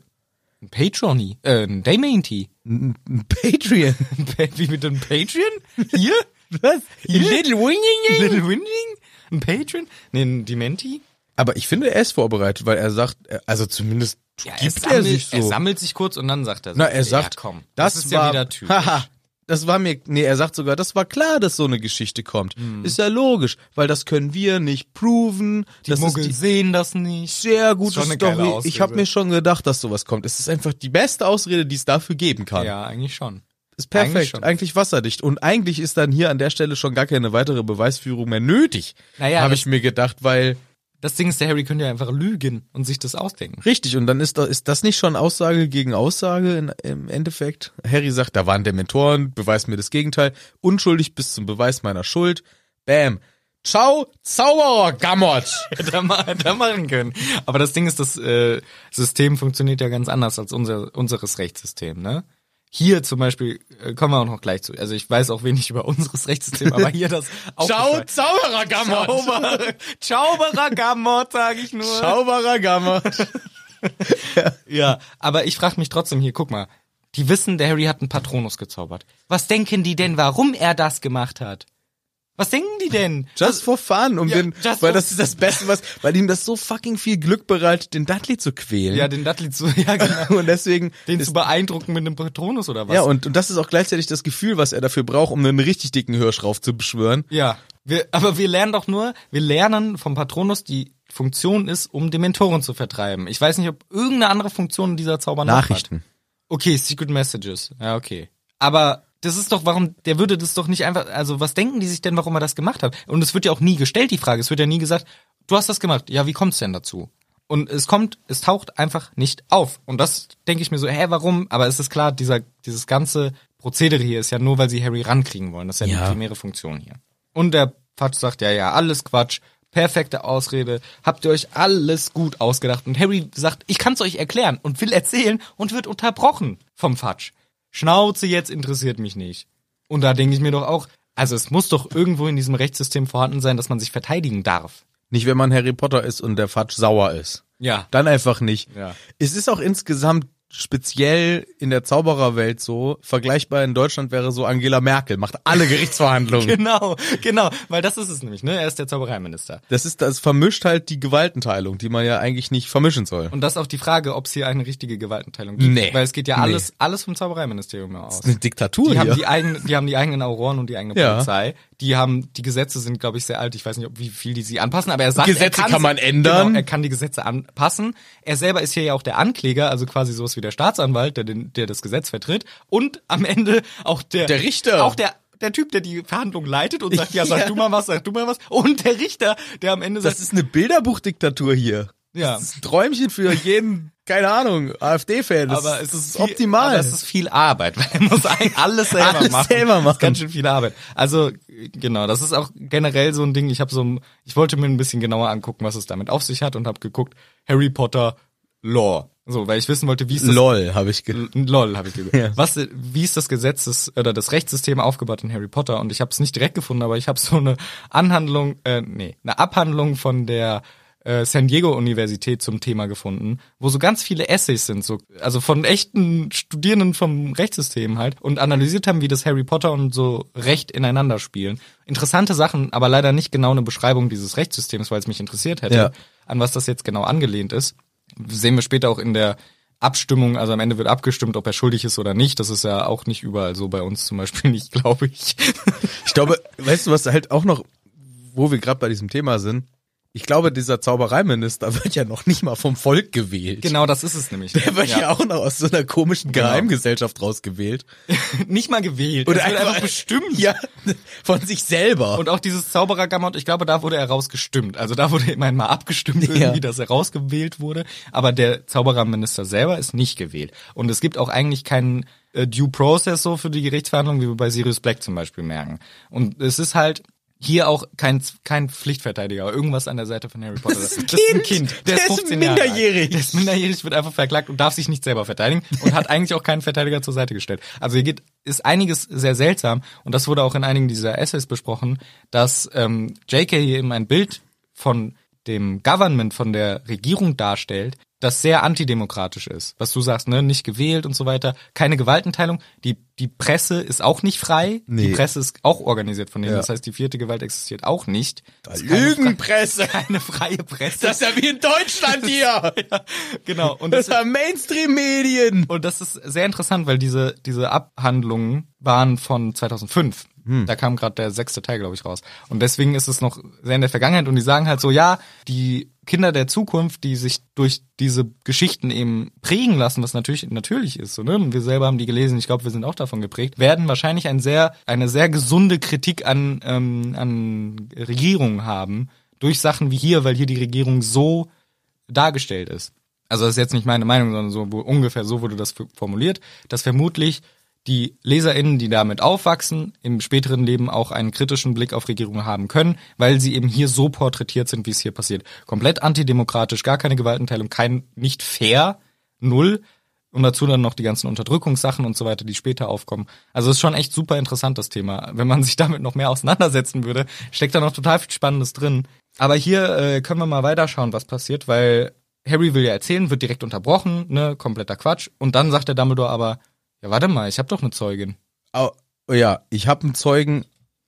[SPEAKER 2] Ein Patroni, äh, ein Damainty.
[SPEAKER 1] ein Patreon.
[SPEAKER 2] Ein Pa- Wie bitte ein Patreon? Hier?
[SPEAKER 1] Was?
[SPEAKER 2] Little Winging? Little Winging? Ein Patron? Nee, ein Dementi?
[SPEAKER 1] Aber ich finde, er ist vorbereitet, weil er sagt, äh, also zumindest
[SPEAKER 2] Ja, er,
[SPEAKER 1] gibt er,
[SPEAKER 2] sammelt,
[SPEAKER 1] sich so.
[SPEAKER 2] er sammelt sich kurz und dann sagt er so.
[SPEAKER 1] Na, er sagt,
[SPEAKER 2] ja, komm,
[SPEAKER 1] das,
[SPEAKER 2] das, ist
[SPEAKER 1] war,
[SPEAKER 2] ja wieder typisch.
[SPEAKER 1] Haha, das war mir, nee, er sagt sogar, das war klar, dass so eine Geschichte kommt.
[SPEAKER 2] Mhm.
[SPEAKER 1] Ist ja logisch, weil das können wir nicht proven.
[SPEAKER 2] die
[SPEAKER 1] das
[SPEAKER 2] Muggel
[SPEAKER 1] ist die
[SPEAKER 2] sehen das nicht.
[SPEAKER 1] sehr gute
[SPEAKER 2] Schon eine geile
[SPEAKER 1] Story. Ich habe
[SPEAKER 2] Ausrede.
[SPEAKER 1] mir schon gedacht, dass sowas kommt. Es ist einfach die beste Ausrede, die es dafür geben kann.
[SPEAKER 2] Ja, eigentlich schon.
[SPEAKER 1] Ist perfekt,
[SPEAKER 2] Eigentlich
[SPEAKER 1] eigentlich,
[SPEAKER 2] schon.
[SPEAKER 1] wasserdicht. Und eigentlich ist dann hier an der Stelle schon gar keine weitere Beweisführung mehr nötig.
[SPEAKER 2] Naja,
[SPEAKER 1] habe
[SPEAKER 2] das-
[SPEAKER 1] ich mir gedacht, weil
[SPEAKER 2] Das Ding ist, der Harry könnte ja einfach lügen und sich das ausdenken.
[SPEAKER 1] richtig. Und dann ist, da- ist das nicht schon Aussage gegen Aussage in, im Endeffekt. Harry sagt, da waren Dementoren, beweis mir das Gegenteil. Unschuldig bis zum Beweis meiner Schuld. Bam. Ciao, Zauberer Gammert.
[SPEAKER 2] Hätte er, ma- hätte er machen können. Aber das Ding ist, das äh, System funktioniert ja ganz anders als unser, unseres Rechtssystem, ne? Hier zum Beispiel, äh, kommen wir auch noch gleich zu. Also ich weiß auch wenig über unseres Rechtssystem, aber hier das auch.
[SPEAKER 1] Ciao,
[SPEAKER 2] Bescheid.
[SPEAKER 1] Zauberer Gammert.
[SPEAKER 2] Zauberer, Zauberer Gamot, sage ich nur.
[SPEAKER 1] Zauberer Gammert.
[SPEAKER 2] Ja, aber ich frage mich trotzdem hier, guck mal, die wissen, der Harry hat einen Patronus gezaubert. Was denken die denn, warum er das gemacht hat? Was denken die denn?
[SPEAKER 1] Just for fun, um
[SPEAKER 2] Also, Ja,
[SPEAKER 1] den,
[SPEAKER 2] just
[SPEAKER 1] weil
[SPEAKER 2] for-
[SPEAKER 1] das ist das Beste, was, weil ihm das so fucking viel Glück bereitet, den Dudley zu quälen.
[SPEAKER 2] Ja, den Dudley zu, ja, genau.
[SPEAKER 1] und deswegen,
[SPEAKER 2] Den zu beeindrucken mit einem Patronus oder was?
[SPEAKER 1] ja, und, und das ist auch gleichzeitig das Gefühl, was er dafür braucht, um einen richtig dicken Hirsch raufzubeschwören.
[SPEAKER 2] ja. Wir, aber wir lernen doch nur, wir lernen vom Patronus, die Funktion ist, um Dementoren zu vertreiben. Ich weiß nicht, ob irgendeine andere Funktion dieser Zauber noch Hat.
[SPEAKER 1] Nachrichten.
[SPEAKER 2] Okay, Secret Messages. Ja, okay. Aber das ist doch, warum, der würde das doch nicht einfach, also was denken die sich denn, warum er das gemacht hat? Und es wird ja auch nie gestellt, die Frage. Es wird ja nie gesagt, du hast das gemacht. Ja, wie kommt's denn dazu? Und es kommt, es taucht einfach nicht auf. Und das denke ich mir so, hä, warum? Aber es ist klar, dieser, dieses ganze Prozedere hier ist ja nur, weil sie Harry rankriegen wollen. Das ist ja,
[SPEAKER 1] Ja.
[SPEAKER 2] die primäre Funktion hier. Und der Fatsch sagt, ja, ja, alles Quatsch. Perfekte Ausrede. Habt ihr euch alles gut ausgedacht? Und Harry sagt, ich kann's euch erklären und will erzählen und wird unterbrochen vom Fatsch. Schnauze jetzt interessiert mich nicht. Und da denke ich mir doch auch, also es muss doch irgendwo in diesem Rechtssystem vorhanden sein, dass man sich verteidigen darf.
[SPEAKER 1] Nicht, wenn man Harry Potter ist und der Fatsch sauer ist.
[SPEAKER 2] Ja.
[SPEAKER 1] Dann einfach nicht.
[SPEAKER 2] Ja.
[SPEAKER 1] Es ist auch insgesamt speziell in der Zaubererwelt so, vergleichbar in Deutschland wäre so Angela Merkel, macht alle Gerichtsverhandlungen.
[SPEAKER 2] Genau, genau, weil das ist es nämlich, ne? Er ist der Zaubereiminister.
[SPEAKER 1] Das ist, das vermischt halt die Gewaltenteilung, die man ja eigentlich nicht vermischen soll.
[SPEAKER 2] Und das ist auch die Frage, ob es hier eine richtige Gewaltenteilung gibt.
[SPEAKER 1] Nee.
[SPEAKER 2] Weil es geht ja
[SPEAKER 1] Nee.
[SPEAKER 2] alles, alles vom Zaubereiministerium aus.
[SPEAKER 1] Das ist eine Diktatur
[SPEAKER 2] Die haben,
[SPEAKER 1] hier.
[SPEAKER 2] die, eigenen, die haben die eigenen Auroren und die eigene
[SPEAKER 1] Ja.
[SPEAKER 2] Polizei. Die haben, die Gesetze sind, glaube ich, sehr alt. Ich weiß nicht, ob, wie viel die sie anpassen, aber er sagt,
[SPEAKER 1] Gesetze
[SPEAKER 2] er
[SPEAKER 1] kann
[SPEAKER 2] sie-
[SPEAKER 1] man ändern.
[SPEAKER 2] Genau, er kann die Gesetze anpassen. Er selber ist hier ja auch der Ankläger, also quasi sowas wie der Staatsanwalt, der, den, der das Gesetz vertritt. Und am Ende auch der,
[SPEAKER 1] Der Richter.
[SPEAKER 2] Auch der, der Typ, der die Verhandlung leitet und sagt, ja, sag
[SPEAKER 1] Ja.
[SPEAKER 2] du mal was, sag du mal was. Und der Richter, der am Ende
[SPEAKER 1] Das
[SPEAKER 2] sagt,
[SPEAKER 1] ist eine Bilderbuchdiktatur hier.
[SPEAKER 2] Ja.
[SPEAKER 1] Das ist ein Träumchen für jeden, keine Ahnung, AfD-Fan. Das,
[SPEAKER 2] aber
[SPEAKER 1] ist-
[SPEAKER 2] es
[SPEAKER 1] das ist
[SPEAKER 2] viel,
[SPEAKER 1] optimal.
[SPEAKER 2] Aber es ist viel Arbeit, weil er muss eigentlich alles selber
[SPEAKER 1] Alles
[SPEAKER 2] machen.
[SPEAKER 1] selber
[SPEAKER 2] Das ist
[SPEAKER 1] machen.
[SPEAKER 2] ganz schön viel Arbeit. Also genau, das ist auch generell so ein Ding. Ich habe so, ein- ich wollte mir ein bisschen genauer angucken, was es damit auf sich hat und habe geguckt Harry Potter Lore. So, weil ich wissen wollte, wie ist das
[SPEAKER 1] LOL, habe ich ge
[SPEAKER 2] Lol, habe ich gesagt.
[SPEAKER 1] Ja.
[SPEAKER 2] Was, äh, wie ist das Gesetzes oder das Rechtssystem aufgebaut in Harry Potter? Und ich habe es nicht direkt gefunden, aber ich habe so eine Anhandlung, äh, nee, eine Abhandlung von der äh, San Diego Universität zum Thema gefunden, wo so ganz viele Essays sind, so also von echten Studierenden vom Rechtssystem halt und analysiert haben, wie das Harry Potter und so Recht ineinander spielen. Interessante Sachen, aber leider nicht genau eine Beschreibung dieses Rechtssystems, weil es mich interessiert hätte,
[SPEAKER 1] Ja.
[SPEAKER 2] an was das jetzt genau angelehnt ist. Sehen wir später auch in der Abstimmung, also am Ende wird abgestimmt, ob er schuldig ist oder nicht. Das ist ja auch nicht überall so bei uns zum Beispiel nicht, glaube ich.
[SPEAKER 1] Ich glaube, weißt du, was halt auch noch, wo wir gerade bei diesem Thema sind, ich glaube, dieser Zaubereiminister wird ja noch nicht mal vom Volk gewählt.
[SPEAKER 2] genau, das ist es nämlich.
[SPEAKER 1] Der wird ja, auch noch aus so einer komischen Geheimgesellschaft rausgewählt.
[SPEAKER 2] nicht mal gewählt.
[SPEAKER 1] Oder
[SPEAKER 2] Es wird
[SPEAKER 1] einfach-
[SPEAKER 2] bestimmt.
[SPEAKER 1] Ja, von sich selber.
[SPEAKER 2] Und auch dieses Zauberergamot, ich glaube, da wurde er rausgestimmt. Also da wurde immerhin mal abgestimmt irgendwie,
[SPEAKER 1] Ja.
[SPEAKER 2] dass er rausgewählt wurde. Aber der Zaubererminister selber ist nicht gewählt. Und es gibt auch eigentlich keinen äh, Due Process so für die Gerichtsverhandlung, wie wir bei Sirius Black zum Beispiel merken. Und es ist halt hier auch kein, kein Pflichtverteidiger, aber irgendwas an der Seite von Harry Potter. Das
[SPEAKER 1] ist ein Kind.
[SPEAKER 2] Der,
[SPEAKER 1] Der
[SPEAKER 2] ist
[SPEAKER 1] ist
[SPEAKER 2] 15 Jahre alt.
[SPEAKER 1] minderjährig.
[SPEAKER 2] Der ist minderjährig, wird einfach verklagt und darf sich nicht selber verteidigen und hat eigentlich auch keinen Verteidiger zur Seite gestellt. Also hier geht, ist einiges sehr seltsam und das wurde auch in einigen dieser Essays besprochen, dass ähm, JK hier eben ein Bild von dem Government, von der Regierung darstellt, das sehr antidemokratisch ist. Was du sagst, ne, nicht gewählt und so weiter, keine Gewaltenteilung. Die, die Presse ist auch nicht frei. Die
[SPEAKER 1] Nee.
[SPEAKER 2] Presse ist auch organisiert von denen.
[SPEAKER 1] Ja.
[SPEAKER 2] Das heißt, die vierte Gewalt existiert auch nicht. Es ist keine
[SPEAKER 1] Lügenpresse.
[SPEAKER 2] frei- Keine freie Presse.
[SPEAKER 1] Das ist ja wie in Deutschland hier.
[SPEAKER 2] genau. Und
[SPEAKER 1] Das ist
[SPEAKER 2] das,
[SPEAKER 1] ja Mainstream-Medien.
[SPEAKER 2] Und das ist sehr interessant, weil diese, diese Abhandlungen waren von 2005. Da kam gerade der sechste Teil, glaube ich, raus. Und deswegen ist es noch sehr in der Vergangenheit. Und die sagen halt so, ja, die Kinder der Zukunft, die sich durch diese Geschichten eben prägen lassen, was natürlich natürlich ist. So, ne? Und wir selber haben die gelesen, ich glaube, wir sind auch davon geprägt, werden wahrscheinlich ein sehr, eine sehr gesunde Kritik an, ähm, an Regierungen haben. Durch Sachen wie hier, weil hier die Regierung so dargestellt ist. Also das ist jetzt nicht meine Meinung, sondern so wo, ungefähr so wurde das f- formuliert, dass vermutlich die LeserInnen, die damit aufwachsen, im späteren Leben auch einen kritischen Blick auf Regierungen haben können, weil sie eben hier so porträtiert sind, wie es hier passiert. Komplett antidemokratisch, gar keine Gewaltenteilung, kein nicht fair, null. Und dazu dann noch die ganzen Unterdrückungssachen und so weiter, die später aufkommen. Also es ist schon echt super interessant, das Thema. Wenn man sich damit noch mehr auseinandersetzen würde, steckt da noch total viel Spannendes drin. Aber hier äh, können wir mal weiterschauen, was passiert, weil Harry will ja erzählen, wird direkt unterbrochen, ne, kompletter Quatsch. Und dann sagt der Dumbledore aber, ja warte mal, ich habe doch eine Zeugin.
[SPEAKER 1] Au- Oh ja, ich habe einen Zeugen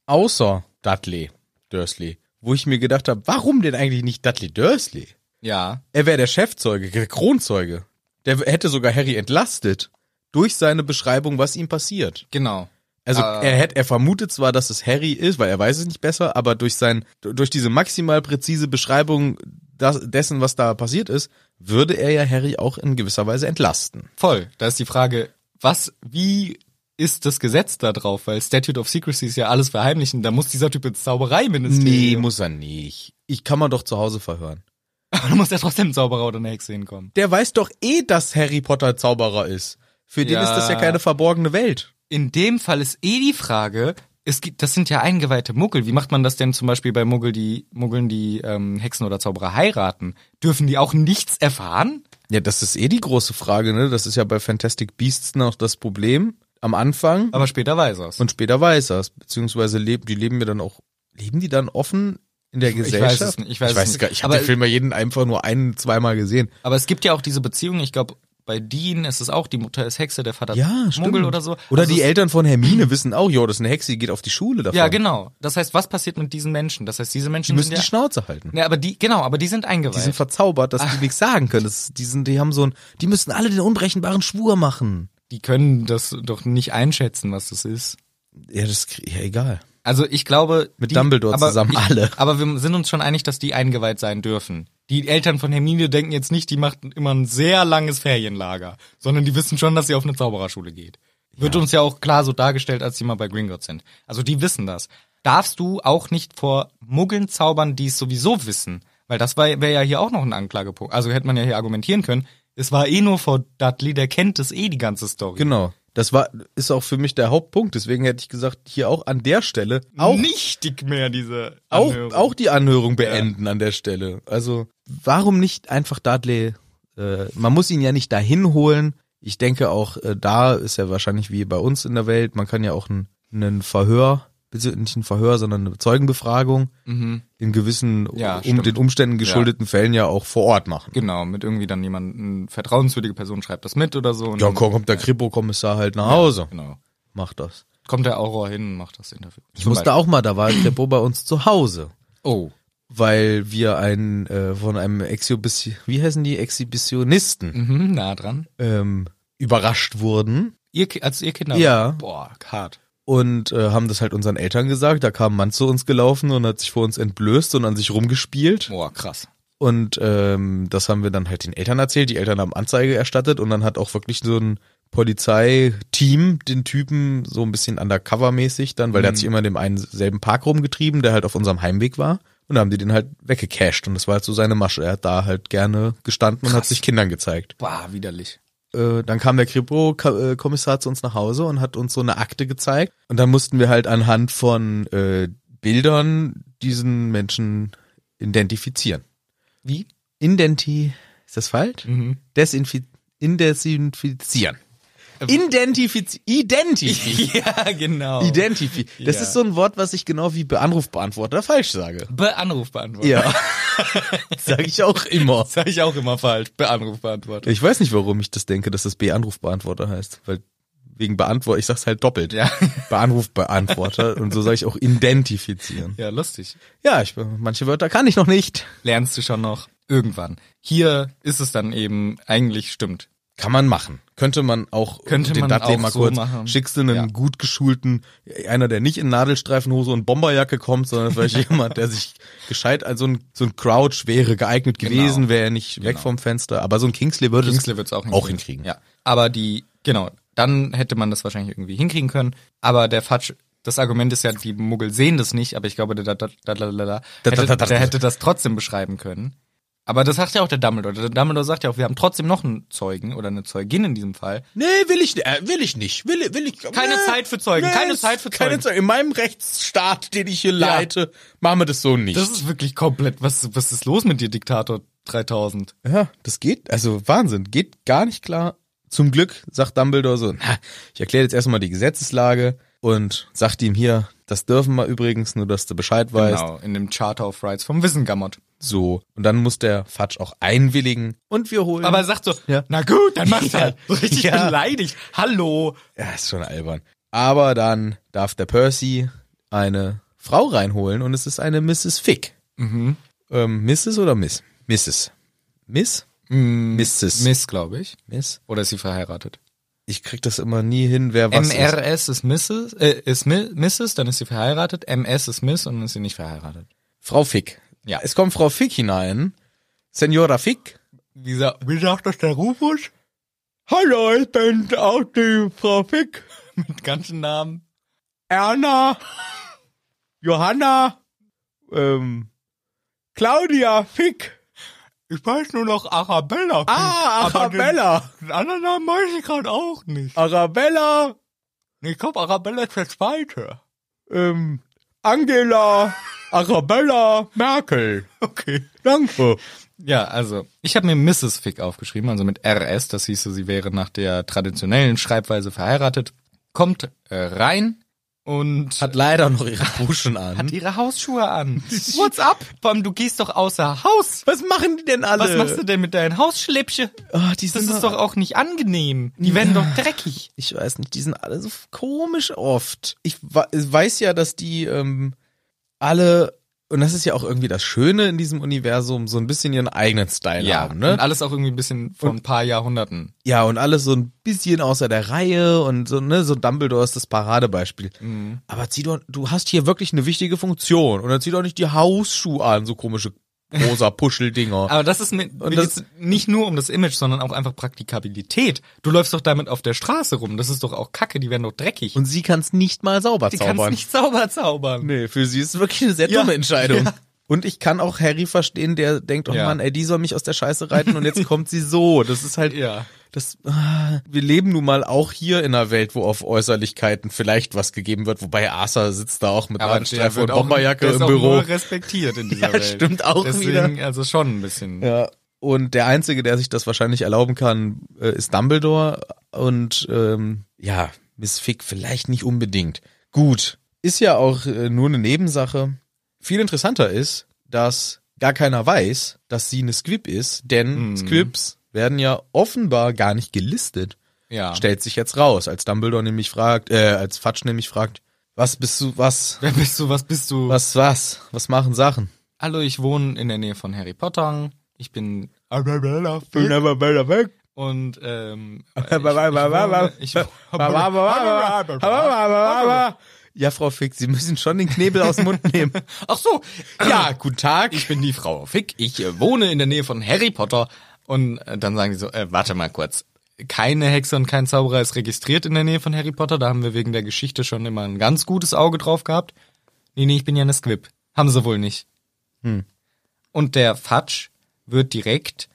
[SPEAKER 1] außer Dudley Dursley, wo ich mir gedacht habe, warum denn eigentlich nicht Dudley Dursley?
[SPEAKER 2] Ja,
[SPEAKER 1] Er wäre der Chefzeuge, der Kronzeuge. Der hätte sogar Harry entlastet durch seine Beschreibung, was ihm passiert.
[SPEAKER 2] genau.
[SPEAKER 1] Also
[SPEAKER 2] Ah.
[SPEAKER 1] er hätte, er vermutet zwar, dass es Harry ist, weil er weiß es nicht besser, aber durch sein, durch diese maximal präzise Beschreibung das, dessen, was da passiert ist, würde er ja Harry auch in gewisser Weise entlasten.
[SPEAKER 2] Voll. Da ist die Frage, was, wie ist das Gesetz da drauf? Weil Statute of Secrecy ist ja alles verheimlichen. Da muss dieser Typ ins Zaubereiministerium.
[SPEAKER 1] muss er nicht. Ich kann man doch zu Hause verhören.
[SPEAKER 2] Aber da muss ja trotzdem ein Zauberer oder eine Hexe hinkommen.
[SPEAKER 1] der weiß doch eh, dass Harry Potter Zauberer ist. Für den
[SPEAKER 2] Ja.
[SPEAKER 1] ist das ja keine verborgene Welt.
[SPEAKER 2] in dem Fall ist eh die Frage, es gibt, das sind ja eingeweihte Muggel. Wie macht man das denn zum Beispiel bei Muggel, die, Muggeln, die ähm, Hexen oder Zauberer heiraten? Dürfen die auch nichts erfahren?
[SPEAKER 1] Ja, das ist eh die große Frage, ne? Das ist ja bei Fantastic Beasts noch das Problem am Anfang.
[SPEAKER 2] Aber später weiß er's.
[SPEAKER 1] Und später weiß er's. Beziehungsweise leben, die leben wir dann auch, leben die dann offen in der
[SPEAKER 2] weiß es
[SPEAKER 1] Gesellschaft?
[SPEAKER 2] nicht, ich weiß es nicht.
[SPEAKER 1] gar Ich habe
[SPEAKER 2] Aber-
[SPEAKER 1] den Film ja jeden einfach nur ein, zweimal gesehen.
[SPEAKER 2] Aber es gibt ja auch diese Beziehung, ich glaube, bei Dean ist es auch, die Mutter ist Hexe, der Vater
[SPEAKER 1] Ja,
[SPEAKER 2] ist
[SPEAKER 1] stimmt.
[SPEAKER 2] Muggel oder so.
[SPEAKER 1] Oder
[SPEAKER 2] Also
[SPEAKER 1] die
[SPEAKER 2] es-
[SPEAKER 1] Eltern von Hermine wissen auch, jo, das ist eine Hexe, die geht auf die Schule davon.
[SPEAKER 2] Ja, genau. Das heißt, was passiert mit diesen Menschen? Das heißt, diese
[SPEAKER 1] Die
[SPEAKER 2] Menschen
[SPEAKER 1] müssen die
[SPEAKER 2] sind ja,
[SPEAKER 1] Schnauze halten.
[SPEAKER 2] ja, aber die genau, aber die sind eingeweiht.
[SPEAKER 1] Die sind verzaubert, dass die nichts sagen können. Das, ist- die, sind, die haben so ein, die müssen alle den unbrechenbaren Schwur machen.
[SPEAKER 2] die können das doch nicht einschätzen, was das ist.
[SPEAKER 1] Ja, das krie- ja egal.
[SPEAKER 2] Also ich glaube
[SPEAKER 1] Mit Dumbledore zusammen,
[SPEAKER 2] ich,
[SPEAKER 1] alle.
[SPEAKER 2] Aber wir sind uns schon einig, dass die eingeweiht sein dürfen. Die Eltern von Hermine denken jetzt nicht, die macht immer ein sehr langes Ferienlager, sondern die wissen schon, dass sie auf eine Zaubererschule geht. Wird uns ja auch klar so dargestellt, als die mal bei Gringotts sind. Also die wissen das. Darfst du auch nicht vor Muggeln zaubern, die es sowieso wissen? Weil das wäre wär ja hier auch noch ein Anklagepunkt. Also hätte man ja hier argumentieren können. Es war eh nur vor Dudley, der kennt es eh die ganze Story.
[SPEAKER 1] Genau. Das war, ist auch für mich der Hauptpunkt. Deswegen hätte ich gesagt, hier auch an der Stelle auch,
[SPEAKER 2] nichtig mehr diese
[SPEAKER 1] auch,
[SPEAKER 2] Anhörung.
[SPEAKER 1] auch die Anhörung beenden an der Stelle. Also, warum nicht einfach Dudley, äh, man muss ihn ja nicht dahin holen. Ich denke auch, äh, da ist ja wahrscheinlich wie bei uns in der Welt. Man kann ja auch ein, einen Verhör, beziehungsweise nicht ein Verhör, sondern eine Zeugenbefragung
[SPEAKER 2] Mhm.
[SPEAKER 1] in gewissen,
[SPEAKER 2] Ja,
[SPEAKER 1] um
[SPEAKER 2] stimmt.
[SPEAKER 1] den Umständen geschuldeten Fällen ja auch vor Ort machen.
[SPEAKER 2] Genau, mit irgendwie dann jemandem, vertrauenswürdige Person schreibt das mit oder so. Und
[SPEAKER 1] Ja,
[SPEAKER 2] dann-
[SPEAKER 1] komm, kommt der Kripo-Kommissar halt nach Hause.
[SPEAKER 2] Genau.
[SPEAKER 1] Macht das.
[SPEAKER 2] Kommt der Auror hin und macht das Interview.
[SPEAKER 1] Ich musste auch mal, da war der Bo bei uns zu Hause.
[SPEAKER 2] Oh.
[SPEAKER 1] weil wir ein äh, von einem Exhibition, wie heißen die Exhibitionisten
[SPEAKER 2] Mhm, nah dran.
[SPEAKER 1] ähm, überrascht wurden
[SPEAKER 2] Ihr, Ki- als ihr Kinder.
[SPEAKER 1] Ja.
[SPEAKER 2] Boah, hart.
[SPEAKER 1] und äh, haben das halt unseren Eltern gesagt. Da kam ein Mann zu uns gelaufen und hat sich vor uns entblößt und an sich rumgespielt
[SPEAKER 2] Boah, krass.
[SPEAKER 1] und ähm, das haben wir dann halt den Eltern erzählt. Die Eltern haben Anzeige erstattet und dann hat auch wirklich so ein Polizeiteam den Typen so ein bisschen undercover-mäßig dann, weil der hat sich immer in dem einen selben Park rumgetrieben, der halt auf unserem Heimweg war. Und da haben die den halt weggecasht und das war halt so seine Masche. Er hat da halt gerne gestanden und hat sich Kindern gezeigt.
[SPEAKER 2] Boah, widerlich.
[SPEAKER 1] Äh, dann kam der Kripo-Kommissar zu uns nach Hause und hat uns so eine Akte gezeigt. Und dann mussten wir halt anhand von äh, Bildern diesen Menschen identifizieren.
[SPEAKER 2] Wie?
[SPEAKER 1] Indenti, ist das falsch?
[SPEAKER 2] Mhm.
[SPEAKER 1] Desinfi indesinfizieren. Identifiz identifi
[SPEAKER 2] Ähm. ja, genau.
[SPEAKER 1] identifi. Das
[SPEAKER 2] Ja.
[SPEAKER 1] ist so ein Wort, was ich genau wie Be- Anrufbeantworter falsch sage.
[SPEAKER 2] Be Anrufbeantworter.
[SPEAKER 1] Ja. Sag ich auch immer.
[SPEAKER 2] Sag ich auch immer falsch. Be Anrufbeantworter.
[SPEAKER 1] Ich weiß nicht, warum ich das denke, dass das B-Anrufbeantworter heißt, weil wegen Beantworter, ich sag's halt doppelt.
[SPEAKER 2] Ja.
[SPEAKER 1] Beanrufbeantworter und so sage ich auch identifizieren.
[SPEAKER 2] Ja, lustig.
[SPEAKER 1] Ja, ich, manche Wörter kann ich noch nicht.
[SPEAKER 2] Lernst du schon noch irgendwann. Hier ist es dann eben eigentlich stimmt.
[SPEAKER 1] Kann man machen. Könnte man auch
[SPEAKER 2] Könnte
[SPEAKER 1] den
[SPEAKER 2] man
[SPEAKER 1] Dudley
[SPEAKER 2] auch
[SPEAKER 1] mal
[SPEAKER 2] so
[SPEAKER 1] kurz
[SPEAKER 2] machen.
[SPEAKER 1] schickst du einen
[SPEAKER 2] Ja.
[SPEAKER 1] gut geschulten, einer, der nicht in Nadelstreifenhose und Bomberjacke kommt, sondern
[SPEAKER 2] Genau.
[SPEAKER 1] vielleicht jemand, der sich gescheit, also ein, so ein Crouch wäre geeignet gewesen,
[SPEAKER 2] Genau.
[SPEAKER 1] wäre er nicht weg vom Fenster, aber so ein Kingsley würde
[SPEAKER 2] Kingsley
[SPEAKER 1] es
[SPEAKER 2] wird's auch hinkriegen.
[SPEAKER 1] auch hinkriegen.
[SPEAKER 2] Ja. Aber die, genau, dann hätte man das wahrscheinlich irgendwie hinkriegen können. Aber der Fatsch, das Argument ist ja, die Muggel sehen das nicht, aber ich glaube, der, der, der, der, hätte, der hätte das trotzdem beschreiben können. Aber das sagt ja auch der Dumbledore. Der Dumbledore sagt ja auch, wir haben trotzdem noch einen Zeugen oder eine Zeugin in diesem Fall.
[SPEAKER 1] Nee, will ich, äh, will ich nicht, will, will ich. äh,
[SPEAKER 2] Keine Zeit für Zeugen, keine Zeit für
[SPEAKER 1] Keine
[SPEAKER 2] Zeugen.
[SPEAKER 1] Zeit. In meinem Rechtsstaat, den ich hier leite, machen wir das so nicht.
[SPEAKER 2] Das ist wirklich komplett, was, was ist los mit dir, Diktator 3000?
[SPEAKER 1] Ja, das geht, also Wahnsinn, geht gar nicht klar. Zum Glück sagt Dumbledore so, na, ich erkläre jetzt erstmal die Gesetzeslage und sagt ihm hier, das dürfen wir übrigens, nur dass du Bescheid weißt.
[SPEAKER 2] Genau, in dem Charter of Rights vom Wissengamot.
[SPEAKER 1] So. Und dann muss der Fatsch auch einwilligen und wir holen.
[SPEAKER 2] Aber er sagt so,
[SPEAKER 1] Ja.
[SPEAKER 2] na gut, dann mach's
[SPEAKER 1] Ja.
[SPEAKER 2] halt. So richtig
[SPEAKER 1] Ja.
[SPEAKER 2] beleidigt. Hallo.
[SPEAKER 1] ja, ist schon albern. Aber dann darf der Percy eine Frau reinholen und es ist eine Mrs. Fick.
[SPEAKER 2] Mhm.
[SPEAKER 1] Ähm, Mrs. oder Miss? Mrs. Miss?
[SPEAKER 2] Mm,
[SPEAKER 1] Mrs.
[SPEAKER 2] Miss, glaube ich.
[SPEAKER 1] Miss?
[SPEAKER 2] Oder ist sie verheiratet?
[SPEAKER 1] Ich krieg das immer nie hin, wer was ist.
[SPEAKER 2] MRS ist Mrs., äh, ist Mi Mrs., dann ist sie verheiratet. MS ist Miss und dann ist sie nicht verheiratet.
[SPEAKER 1] Frau Fick.
[SPEAKER 2] Ja.
[SPEAKER 1] Es kommt Frau Fick hinein. Senora Fick.
[SPEAKER 2] Wie, sa Wie sagt das der Rufus?
[SPEAKER 1] Hallo, ich bin auch die Frau Fick.
[SPEAKER 2] Mit ganzen Namen.
[SPEAKER 1] Erna. Johanna. Ähm, Claudia Fick.
[SPEAKER 2] Ich weiß nur noch Arabella.
[SPEAKER 1] Ah, Arabella.
[SPEAKER 2] Den, anderen Namen weiß ich gerade auch nicht.
[SPEAKER 1] Arabella.
[SPEAKER 2] Ich glaube, Arabella ist der Zweite.
[SPEAKER 1] Ähm, Angela, Arabella, Merkel.
[SPEAKER 2] Okay.
[SPEAKER 1] Danke.
[SPEAKER 2] Ja, also, ich habe mir Mrs. Fick aufgeschrieben, also mit RS, das hieße, sie wäre nach der traditionellen Schreibweise verheiratet, kommt äh, rein und
[SPEAKER 1] Hat leider noch ihre Buschen an.
[SPEAKER 2] hat ihre Hausschuhe an. What's up? Bam, du gehst doch außer Haus.
[SPEAKER 1] Was machen die denn alle?
[SPEAKER 2] Was machst du denn mit deinen Hausschläppchen?
[SPEAKER 1] Ah, die
[SPEAKER 2] Das
[SPEAKER 1] sind
[SPEAKER 2] ist doch auch nicht angenehm. Die werden doch dreckig.
[SPEAKER 1] Ich weiß nicht, die sind alle so komisch oft. Ich wa- weiß ja, dass die ähm, alle, und das ist ja auch irgendwie das Schöne in diesem Universum, so ein bisschen ihren eigenen Style haben, ne?
[SPEAKER 2] und alles auch irgendwie ein bisschen vor ein paar Jahrhunderten.
[SPEAKER 1] ja, und alles so ein bisschen außer der Reihe und so, ne, so Dumbledore ist das Paradebeispiel.
[SPEAKER 2] Mhm.
[SPEAKER 1] Aber zieh doch, du hast hier wirklich eine wichtige Funktion. Und dann zieh doch nicht die Hausschuhe an, so komische rosa Puscheldinger.
[SPEAKER 2] Aber das ist mit,
[SPEAKER 1] Und
[SPEAKER 2] mit
[SPEAKER 1] das-
[SPEAKER 2] jetzt nicht nur um das Image, sondern auch einfach Praktikabilität. Du läufst doch damit auf der Straße rum. Das ist doch auch Kacke. Die werden doch dreckig.
[SPEAKER 1] und sie kann es nicht mal sauber
[SPEAKER 2] die kannst
[SPEAKER 1] zaubern.
[SPEAKER 2] nicht sauber zaubern.
[SPEAKER 1] Nee, für sie ist es wirklich eine sehr
[SPEAKER 2] Ja.
[SPEAKER 1] dumme Entscheidung.
[SPEAKER 2] Ja.
[SPEAKER 1] Und ich kann auch Harry verstehen, der denkt, oh
[SPEAKER 2] Ja.
[SPEAKER 1] Mann, ey, die soll mich aus der Scheiße reiten und jetzt kommt sie so. Das ist halt,
[SPEAKER 2] Ja.
[SPEAKER 1] das, ah, wir leben nun mal auch hier in einer Welt, wo auf Äußerlichkeiten vielleicht was gegeben wird, wobei Arthur sitzt da auch mit
[SPEAKER 2] Aber der
[SPEAKER 1] Streifen und
[SPEAKER 2] wird auch,
[SPEAKER 1] Bomberjacke
[SPEAKER 2] der
[SPEAKER 1] im
[SPEAKER 2] ist auch
[SPEAKER 1] Büro.
[SPEAKER 2] nur respektiert in dieser
[SPEAKER 1] Ja,
[SPEAKER 2] Welt.
[SPEAKER 1] stimmt auch
[SPEAKER 2] Deswegen,
[SPEAKER 1] wieder.
[SPEAKER 2] also schon ein bisschen.
[SPEAKER 1] Ja. Und der Einzige, der sich das wahrscheinlich erlauben kann, äh, ist Dumbledore. Und ähm, ja, Miss Fick vielleicht nicht unbedingt. Gut, ist ja auch äh, nur eine Nebensache. Viel interessanter ist, dass gar keiner weiß, dass sie eine Squib ist, denn
[SPEAKER 2] Mhm.
[SPEAKER 1] Squibs werden ja offenbar gar nicht gelistet.
[SPEAKER 2] Ja.
[SPEAKER 1] Stellt sich jetzt raus, als Dumbledore nämlich fragt, äh, als Fatsch nämlich fragt, was bist du, was,
[SPEAKER 2] Wer bist du? Was bist du?
[SPEAKER 1] was, was, was machen Sachen?
[SPEAKER 2] Hallo, ich wohne in der Nähe von Harry Potter. Ich bin und ähm, ich, ich wohne, ich,
[SPEAKER 1] Ja, Frau Fick, Sie müssen schon den Knebel aus dem Mund nehmen.
[SPEAKER 2] Ach so,
[SPEAKER 1] Ja,
[SPEAKER 2] ja,
[SPEAKER 1] guten Tag.
[SPEAKER 2] ich bin die Frau Fick. Ich äh, wohne in der Nähe von Harry Potter und äh, dann sagen die so, äh, warte mal kurz. Keine Hexe und kein Zauberer ist registriert in der Nähe von Harry Potter. Da haben wir wegen der Geschichte schon immer ein ganz gutes Auge drauf gehabt. Nee, nee, ich bin ja eine Squib. Haben sie wohl nicht. Und der Fatsch wird direkt,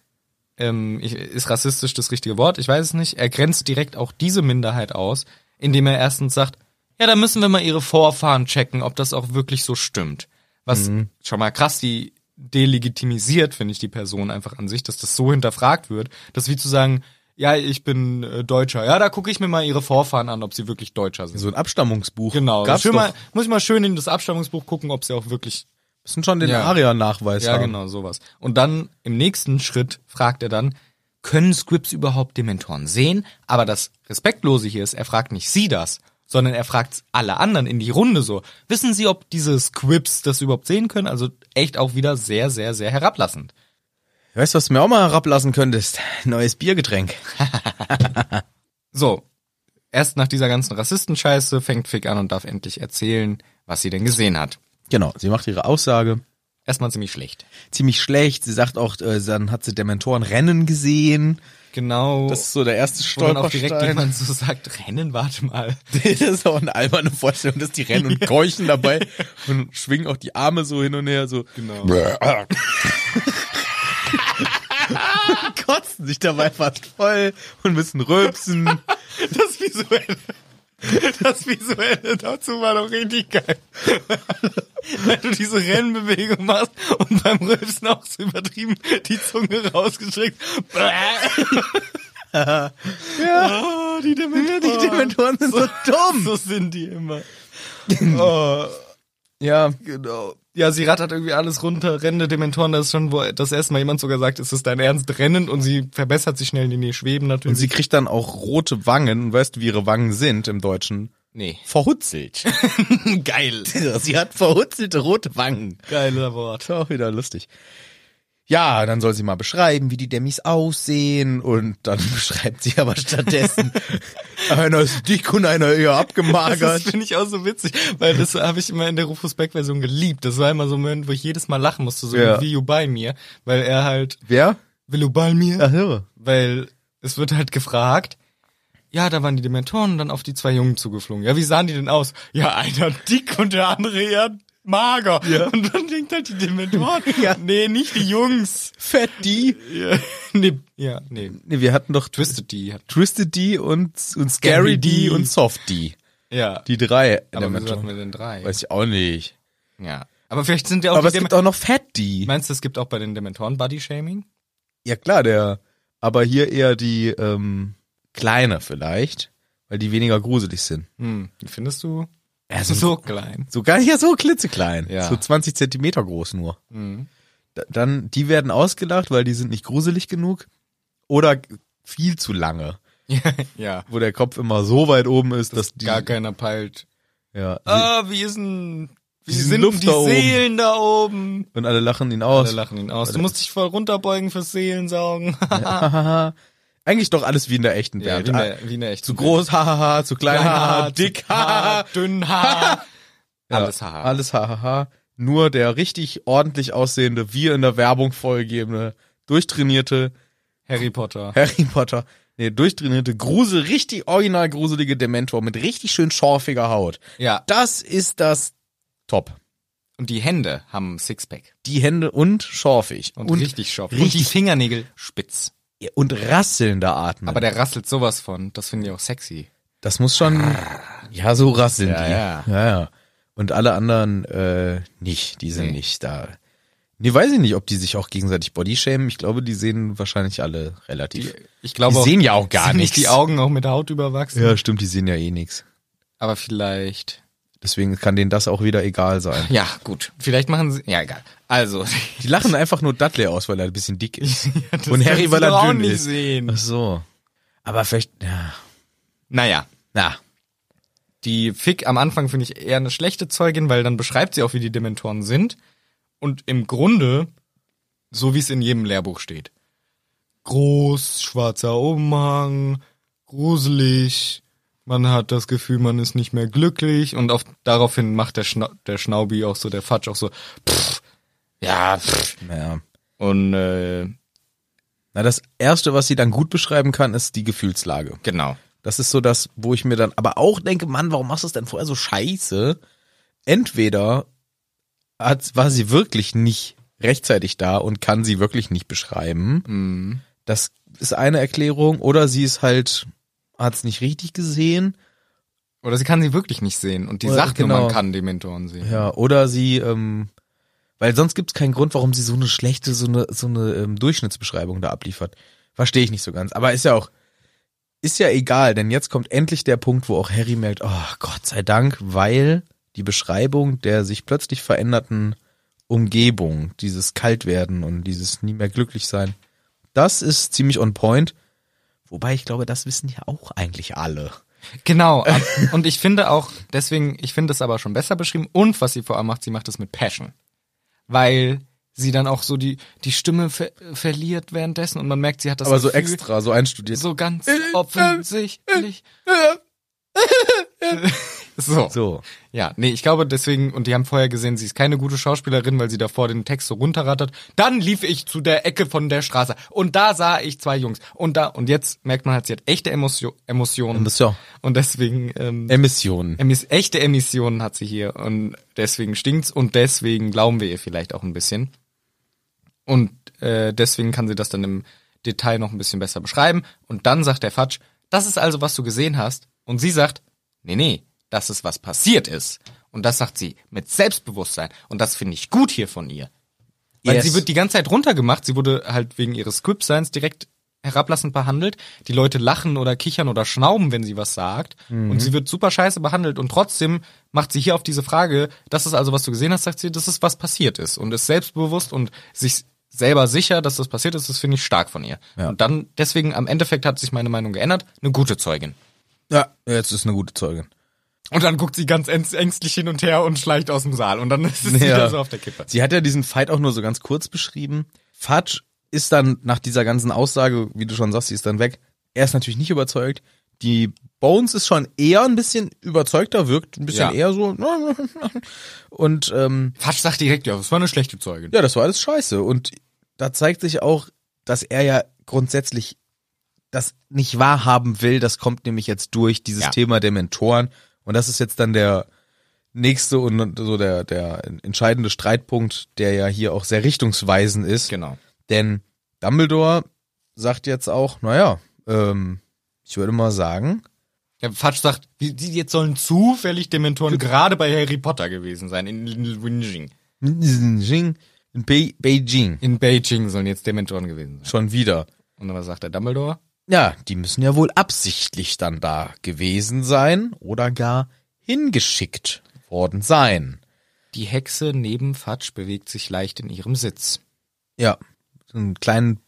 [SPEAKER 2] ähm, ich, ist rassistisch das richtige Wort, ich weiß es nicht, er grenzt direkt auch diese Minderheit aus, indem er erstens sagt, ja, da müssen wir mal ihre Vorfahren checken, ob das auch wirklich so stimmt. Was
[SPEAKER 1] Mhm.
[SPEAKER 2] schon mal krass, die delegitimisiert, finde ich, die Person einfach an sich, dass das so hinterfragt wird, dass wie zu sagen, ja, ich bin äh, Deutscher. Ja, da gucke ich mir mal ihre Vorfahren an, ob sie wirklich Deutscher sind.
[SPEAKER 1] So ein Abstammungsbuch.
[SPEAKER 2] Genau.
[SPEAKER 1] Gab's
[SPEAKER 2] schön
[SPEAKER 1] doch.
[SPEAKER 2] mal, muss ich mal schön in das Abstammungsbuch gucken, ob sie auch wirklich
[SPEAKER 1] müssen schon den
[SPEAKER 2] Ja.
[SPEAKER 1] Aria-Nachweis
[SPEAKER 2] ja,
[SPEAKER 1] haben.
[SPEAKER 2] genau, sowas. Und dann im nächsten Schritt fragt er dann, können Scripps überhaupt Dementoren sehen? Aber das Respektlose hier ist, er fragt nicht sie das, sondern er fragt alle anderen in die Runde so. Wissen sie, ob diese Scripps das überhaupt sehen können? Also echt auch wieder sehr, sehr, sehr herablassend.
[SPEAKER 1] Weißt du, was du mir auch mal herablassen könntest? Neues Biergetränk.
[SPEAKER 2] So, erst nach dieser ganzen Rassistenscheiße fängt Fick an und darf endlich erzählen, was sie denn gesehen hat.
[SPEAKER 1] Genau, sie macht ihre Aussage.
[SPEAKER 2] Erstmal ziemlich schlecht.
[SPEAKER 1] Ziemlich schlecht. Sie sagt auch, äh, dann hat sie Dementoren rennen gesehen.
[SPEAKER 2] Genau.
[SPEAKER 1] Das ist so der erste
[SPEAKER 2] wo dann auch direkt
[SPEAKER 1] Stolperstein.
[SPEAKER 2] jemand so sagt, rennen, warte mal.
[SPEAKER 1] das ist auch eine alberne Vorstellung, dass die rennen und keuchen dabei und schwingen auch die Arme so hin und her, so.
[SPEAKER 2] Genau.
[SPEAKER 1] kotzen sich dabei fast voll und müssen rülpsen.
[SPEAKER 2] Das Visuelle. Das Visuelle dazu war doch richtig geil. Wenn du diese Rennbewegung machst und beim Rülpsen auch so übertrieben die Zunge rausgestreckt. ja. Oh, die Dementoren.
[SPEAKER 1] Die Dementoren sind so dumm.
[SPEAKER 2] So sind die immer. Oh.
[SPEAKER 1] Ja,
[SPEAKER 2] Genau. Ja, sie rattert irgendwie alles runter, rennende Dementoren, das ist schon, wo das erste Mal jemand sogar sagt, ist es dein Ernst, rennend und sie verbessert sich schnell in die Nähe, schweben natürlich.
[SPEAKER 1] und sie kriegt dann auch rote Wangen. Und Weißt du, wie ihre Wangen sind im Deutschen?
[SPEAKER 2] nee.
[SPEAKER 1] Verhutzelt.
[SPEAKER 2] Geil.
[SPEAKER 1] Sie hat verhutzelte rote Wangen.
[SPEAKER 2] Geiler Wort.
[SPEAKER 1] Ist auch wieder lustig. Ja, dann soll sie mal beschreiben, wie die Demis aussehen und dann beschreibt sie aber stattdessen, einer ist dick und einer eher
[SPEAKER 2] Das
[SPEAKER 1] abgemagert.
[SPEAKER 2] finde ich auch so witzig, weil das habe ich immer in der Rufus Beck-Version geliebt. Das war immer so ein Moment, wo ich jedes Mal lachen musste, so
[SPEAKER 1] Ja.
[SPEAKER 2] wie Will You Buy Me, weil er halt,
[SPEAKER 1] Wer?
[SPEAKER 2] Will You Buy Me?
[SPEAKER 1] Ach, irre.
[SPEAKER 2] Weil es wird halt gefragt, ja, da waren die Dementoren dann auf die zwei Jungen zugeflogen. Ja, wie sahen die denn aus? Ja, einer dick und der andere eher mager. Und dann denkt halt die Dementoren,
[SPEAKER 1] Ja.
[SPEAKER 2] nee, nicht die Jungs.
[SPEAKER 1] Fett D.
[SPEAKER 2] Ja, nee, ja, nee.
[SPEAKER 1] Nee, wir hatten doch
[SPEAKER 2] Twisted die hat
[SPEAKER 1] Twisted D und, und Scary D,
[SPEAKER 2] D.
[SPEAKER 1] und Soft D.
[SPEAKER 2] Ja.
[SPEAKER 1] Die drei. in der
[SPEAKER 2] Aber wieso
[SPEAKER 1] Mannschaft.
[SPEAKER 2] hatten wir denn drei?
[SPEAKER 1] Weiß ich auch nicht.
[SPEAKER 2] Ja. Aber vielleicht sind ja auch
[SPEAKER 1] Aber es
[SPEAKER 2] die
[SPEAKER 1] gibt
[SPEAKER 2] Dementoren.
[SPEAKER 1] auch noch Fat D.
[SPEAKER 2] Meinst du, es gibt auch bei den Dementoren Body-Shaming?
[SPEAKER 1] Ja klar, der. Aber hier eher die ähm, kleine vielleicht, weil die weniger gruselig sind.
[SPEAKER 2] Hm. Findest du?
[SPEAKER 1] Ja,
[SPEAKER 2] Also so, so klein.
[SPEAKER 1] So gar nicht ja so klitzeklein.
[SPEAKER 2] Ja.
[SPEAKER 1] So 20 Zentimeter groß nur.
[SPEAKER 2] Hm.
[SPEAKER 1] Da- Dann, die werden ausgelacht, weil die sind nicht gruselig genug. Oder g- viel zu lange,
[SPEAKER 2] ja.
[SPEAKER 1] wo der Kopf immer so weit oben ist, dass die.
[SPEAKER 2] Gar keiner peilt.
[SPEAKER 1] ja,
[SPEAKER 2] Ah, wie ist denn, wie
[SPEAKER 1] Diese
[SPEAKER 2] sind
[SPEAKER 1] Luft
[SPEAKER 2] die
[SPEAKER 1] da oben.
[SPEAKER 2] Seelen da oben?
[SPEAKER 1] und alle lachen ihn aus.
[SPEAKER 2] Alle lachen ihn aus. Du musst dich voll runterbeugen fürs Seelensaugen.
[SPEAKER 1] Hahaha. Eigentlich doch alles wie in der echten
[SPEAKER 2] ja,
[SPEAKER 1] Welt. Ah,
[SPEAKER 2] wie ne, wie ne echt.
[SPEAKER 1] zu groß, hahaha, zu klein, hahaha,
[SPEAKER 2] Haar,
[SPEAKER 1] dick, hahaha.
[SPEAKER 2] Haar, dünn Haar.
[SPEAKER 1] Ja,
[SPEAKER 2] Alles Haar.
[SPEAKER 1] Alles hahaha. Nur der richtig ordentlich aussehende, wie in der Werbung vorgegebene, durchtrainierte
[SPEAKER 2] Harry Potter.
[SPEAKER 1] Harry Potter. Nee, durchtrainierte Grusel, richtig original gruselige Dementor mit richtig schön schorfiger Haut.
[SPEAKER 2] Ja.
[SPEAKER 1] Das ist das Top.
[SPEAKER 2] Und die Hände haben Sixpack.
[SPEAKER 1] Die Hände und schorfig.
[SPEAKER 2] Und, richtig scharf. Und die
[SPEAKER 1] Richtig,
[SPEAKER 2] Fingernägel spitz.
[SPEAKER 1] und rasselnder Atmen.
[SPEAKER 2] Aber der rasselt sowas von. Das finden die auch sexy.
[SPEAKER 1] Das muss schon. Ja, so rasseln
[SPEAKER 2] Ah. Ja,
[SPEAKER 1] die.
[SPEAKER 2] ja.
[SPEAKER 1] ja, ja. Und alle anderen äh, nicht. Die sind
[SPEAKER 2] Nee.
[SPEAKER 1] nicht da. Nee, weiß ich nicht, ob die sich auch gegenseitig bodyshamen. Ich glaube, die sehen wahrscheinlich alle relativ.
[SPEAKER 2] Die, ich glaube
[SPEAKER 1] die sehen ja auch gar
[SPEAKER 2] sind
[SPEAKER 1] nichts.
[SPEAKER 2] Die Augen auch mit Haut überwachsen.
[SPEAKER 1] ja, stimmt, die sehen ja eh nichts.
[SPEAKER 2] Aber vielleicht.
[SPEAKER 1] Deswegen kann denen das auch wieder egal sein.
[SPEAKER 2] Ja, gut. Vielleicht machen sie. Ja, egal. Also.
[SPEAKER 1] Die lachen einfach nur Dudley aus, weil er ein bisschen dick ist.
[SPEAKER 2] das
[SPEAKER 1] Und
[SPEAKER 2] dürfen
[SPEAKER 1] Harry,
[SPEAKER 2] sie
[SPEAKER 1] weil
[SPEAKER 2] doch
[SPEAKER 1] er
[SPEAKER 2] auch
[SPEAKER 1] dünn
[SPEAKER 2] nicht
[SPEAKER 1] ist. Ach
[SPEAKER 2] sehen.
[SPEAKER 1] so. Aber vielleicht, ja.
[SPEAKER 2] Naja.
[SPEAKER 1] Na,
[SPEAKER 2] Die Fick am Anfang finde ich eher eine schlechte Zeugin, weil dann beschreibt sie auch, wie die Dementoren sind. Und im Grunde, so wie es in jedem Lehrbuch steht. Groß, schwarzer Umhang, gruselig, man hat das Gefühl, man ist nicht mehr glücklich. Und auf, daraufhin macht der, Schna der Schnaubi auch so, der Fatsch auch so, pff, ja, pff.
[SPEAKER 1] naja.
[SPEAKER 2] Und äh,
[SPEAKER 1] Na, das Erste, was sie dann gut beschreiben kann, ist die Gefühlslage.
[SPEAKER 2] genau.
[SPEAKER 1] Das ist so das, wo ich mir dann aber auch denke, Mann, warum machst du es denn vorher so scheiße? Entweder hat, war sie wirklich nicht rechtzeitig da und kann sie wirklich nicht beschreiben.
[SPEAKER 2] Mhm.
[SPEAKER 1] Das ist eine Erklärung. Oder sie ist halt, hat es nicht richtig gesehen.
[SPEAKER 2] Oder sie kann sie wirklich nicht sehen. Und die
[SPEAKER 1] Oder-
[SPEAKER 2] sagt nur,
[SPEAKER 1] genau.
[SPEAKER 2] man kann Dementoren sehen.
[SPEAKER 1] Ja, oder sie, ähm, weil sonst gibt es keinen Grund, warum sie so eine schlechte, so eine, so eine ähm, Durchschnittsbeschreibung da abliefert. Verstehe ich nicht so ganz. Aber ist ja auch, ist ja egal, denn jetzt kommt endlich der Punkt, wo auch Harry merkt, oh Gott sei Dank, weil die Beschreibung der sich plötzlich veränderten Umgebung, dieses Kaltwerden und dieses nie mehr glücklich sein, das ist ziemlich on point. Wobei ich glaube, das wissen ja auch eigentlich alle.
[SPEAKER 2] Genau. ab- Und ich finde auch, deswegen, ich finde es aber schon besser beschrieben. Und was sie vor allem macht, sie macht es mit Passion. Weil sie dann auch so die, die Stimme ver verliert währenddessen und man merkt, sie hat das
[SPEAKER 1] Aber so
[SPEAKER 2] Gefühl,
[SPEAKER 1] extra, so einstudiert.
[SPEAKER 2] so ganz offensichtlich. so.
[SPEAKER 1] So.
[SPEAKER 2] Ja, nee, ich glaube deswegen, und die haben vorher gesehen, sie ist keine gute Schauspielerin, weil sie davor den Text so runterrattert. Dann lief ich zu der Ecke von der Straße und da sah ich zwei Jungs. Und da, und jetzt merkt man halt, sie hat echte Emotio Emotionen.
[SPEAKER 1] Emission.
[SPEAKER 2] Und deswegen, ähm,
[SPEAKER 1] Emissionen.
[SPEAKER 2] Emis echte Emissionen hat sie hier und deswegen stinkt's und deswegen glauben wir ihr vielleicht auch ein bisschen. Und äh, deswegen kann sie das dann im Detail noch ein bisschen besser beschreiben. Und dann sagt der Fatsch, das ist also, was du gesehen hast. Und sie sagt, nee, nee, das ist, was passiert ist. Und das sagt sie mit Selbstbewusstsein. Und das finde ich gut hier von ihr. Weil
[SPEAKER 1] Yes.
[SPEAKER 2] sie wird die ganze Zeit runtergemacht. Sie wurde halt wegen ihres Scriptseins direkt herablassend behandelt. Die Leute lachen oder kichern oder schnauben, wenn sie was sagt.
[SPEAKER 1] Mhm.
[SPEAKER 2] Und sie wird super scheiße behandelt. Und trotzdem macht sie hier auf diese Frage, das ist also, was du gesehen hast, sagt sie, das ist, was passiert ist. Und ist selbstbewusst und sich selber sicher, dass das passiert ist, das finde ich stark von ihr. Und dann, deswegen, am Endeffekt hat sich meine Meinung geändert. Eine gute Zeugin.
[SPEAKER 1] Ja, jetzt ist eine gute Zeugin.
[SPEAKER 2] Und dann guckt sie ganz ängst- ängstlich hin und her und schleicht aus dem Saal. Und dann ist sie wieder so auf der Kippe.
[SPEAKER 1] Sie hat ja diesen Fight auch nur so ganz kurz beschrieben. Fatsch ist dann nach dieser ganzen Aussage, wie du schon sagst, sie ist dann weg. Er ist natürlich nicht überzeugt. Die Bones ist schon eher ein bisschen überzeugter, wirkt ein bisschen
[SPEAKER 2] Ja.
[SPEAKER 1] eher so. Und ähm,
[SPEAKER 2] Fatsch sagt direkt, ja, das war eine schlechte Zeugin.
[SPEAKER 1] ja, das war alles scheiße. Und da zeigt sich auch, dass er ja grundsätzlich das nicht wahrhaben will. Das kommt nämlich jetzt durch, dieses
[SPEAKER 2] Ja.
[SPEAKER 1] Thema der Mentoren. Und das ist jetzt dann der nächste und so der, der entscheidende Streitpunkt, der ja hier auch sehr richtungsweisend ist.
[SPEAKER 2] Genau.
[SPEAKER 1] Denn Dumbledore sagt jetzt auch, naja, ähm, ich würde mal sagen,
[SPEAKER 2] Ja, Fatsch sagt, die- die- jetzt sollen zufällig Dementoren gerade bei Harry Potter gewesen sein, in Little Winging.
[SPEAKER 1] Beijing. In Be Beijing.
[SPEAKER 2] In Beijing sollen jetzt Dementoren gewesen sein.
[SPEAKER 1] Schon wieder.
[SPEAKER 2] Und dann was sagt der Dumbledore?
[SPEAKER 1] Ja, die müssen ja wohl absichtlich dann da gewesen sein oder gar hingeschickt worden sein.
[SPEAKER 2] Die Hexe neben Fatsch bewegt sich leicht in ihrem Sitz.
[SPEAKER 1] Ja, so einen kleinen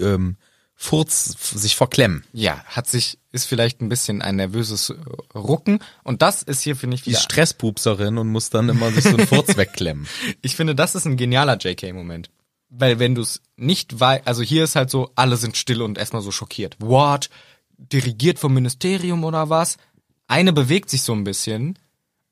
[SPEAKER 1] ähm, Furz f- sich verklemmen.
[SPEAKER 2] Ja, hat sich, ist vielleicht ein bisschen ein nervöses äh, Rucken. Und das ist hier, finde ich,
[SPEAKER 1] Die
[SPEAKER 2] wieder.
[SPEAKER 1] ist Stresspupserin und muss dann immer sich so einen Furz wegklemmen.
[SPEAKER 2] Ich finde, das ist ein genialer JK-Moment. Weil wenn du es nicht weißt, also hier ist halt so, alle sind still und erstmal so schockiert. What? Dirigiert vom Ministerium oder was? Eine bewegt sich so ein bisschen.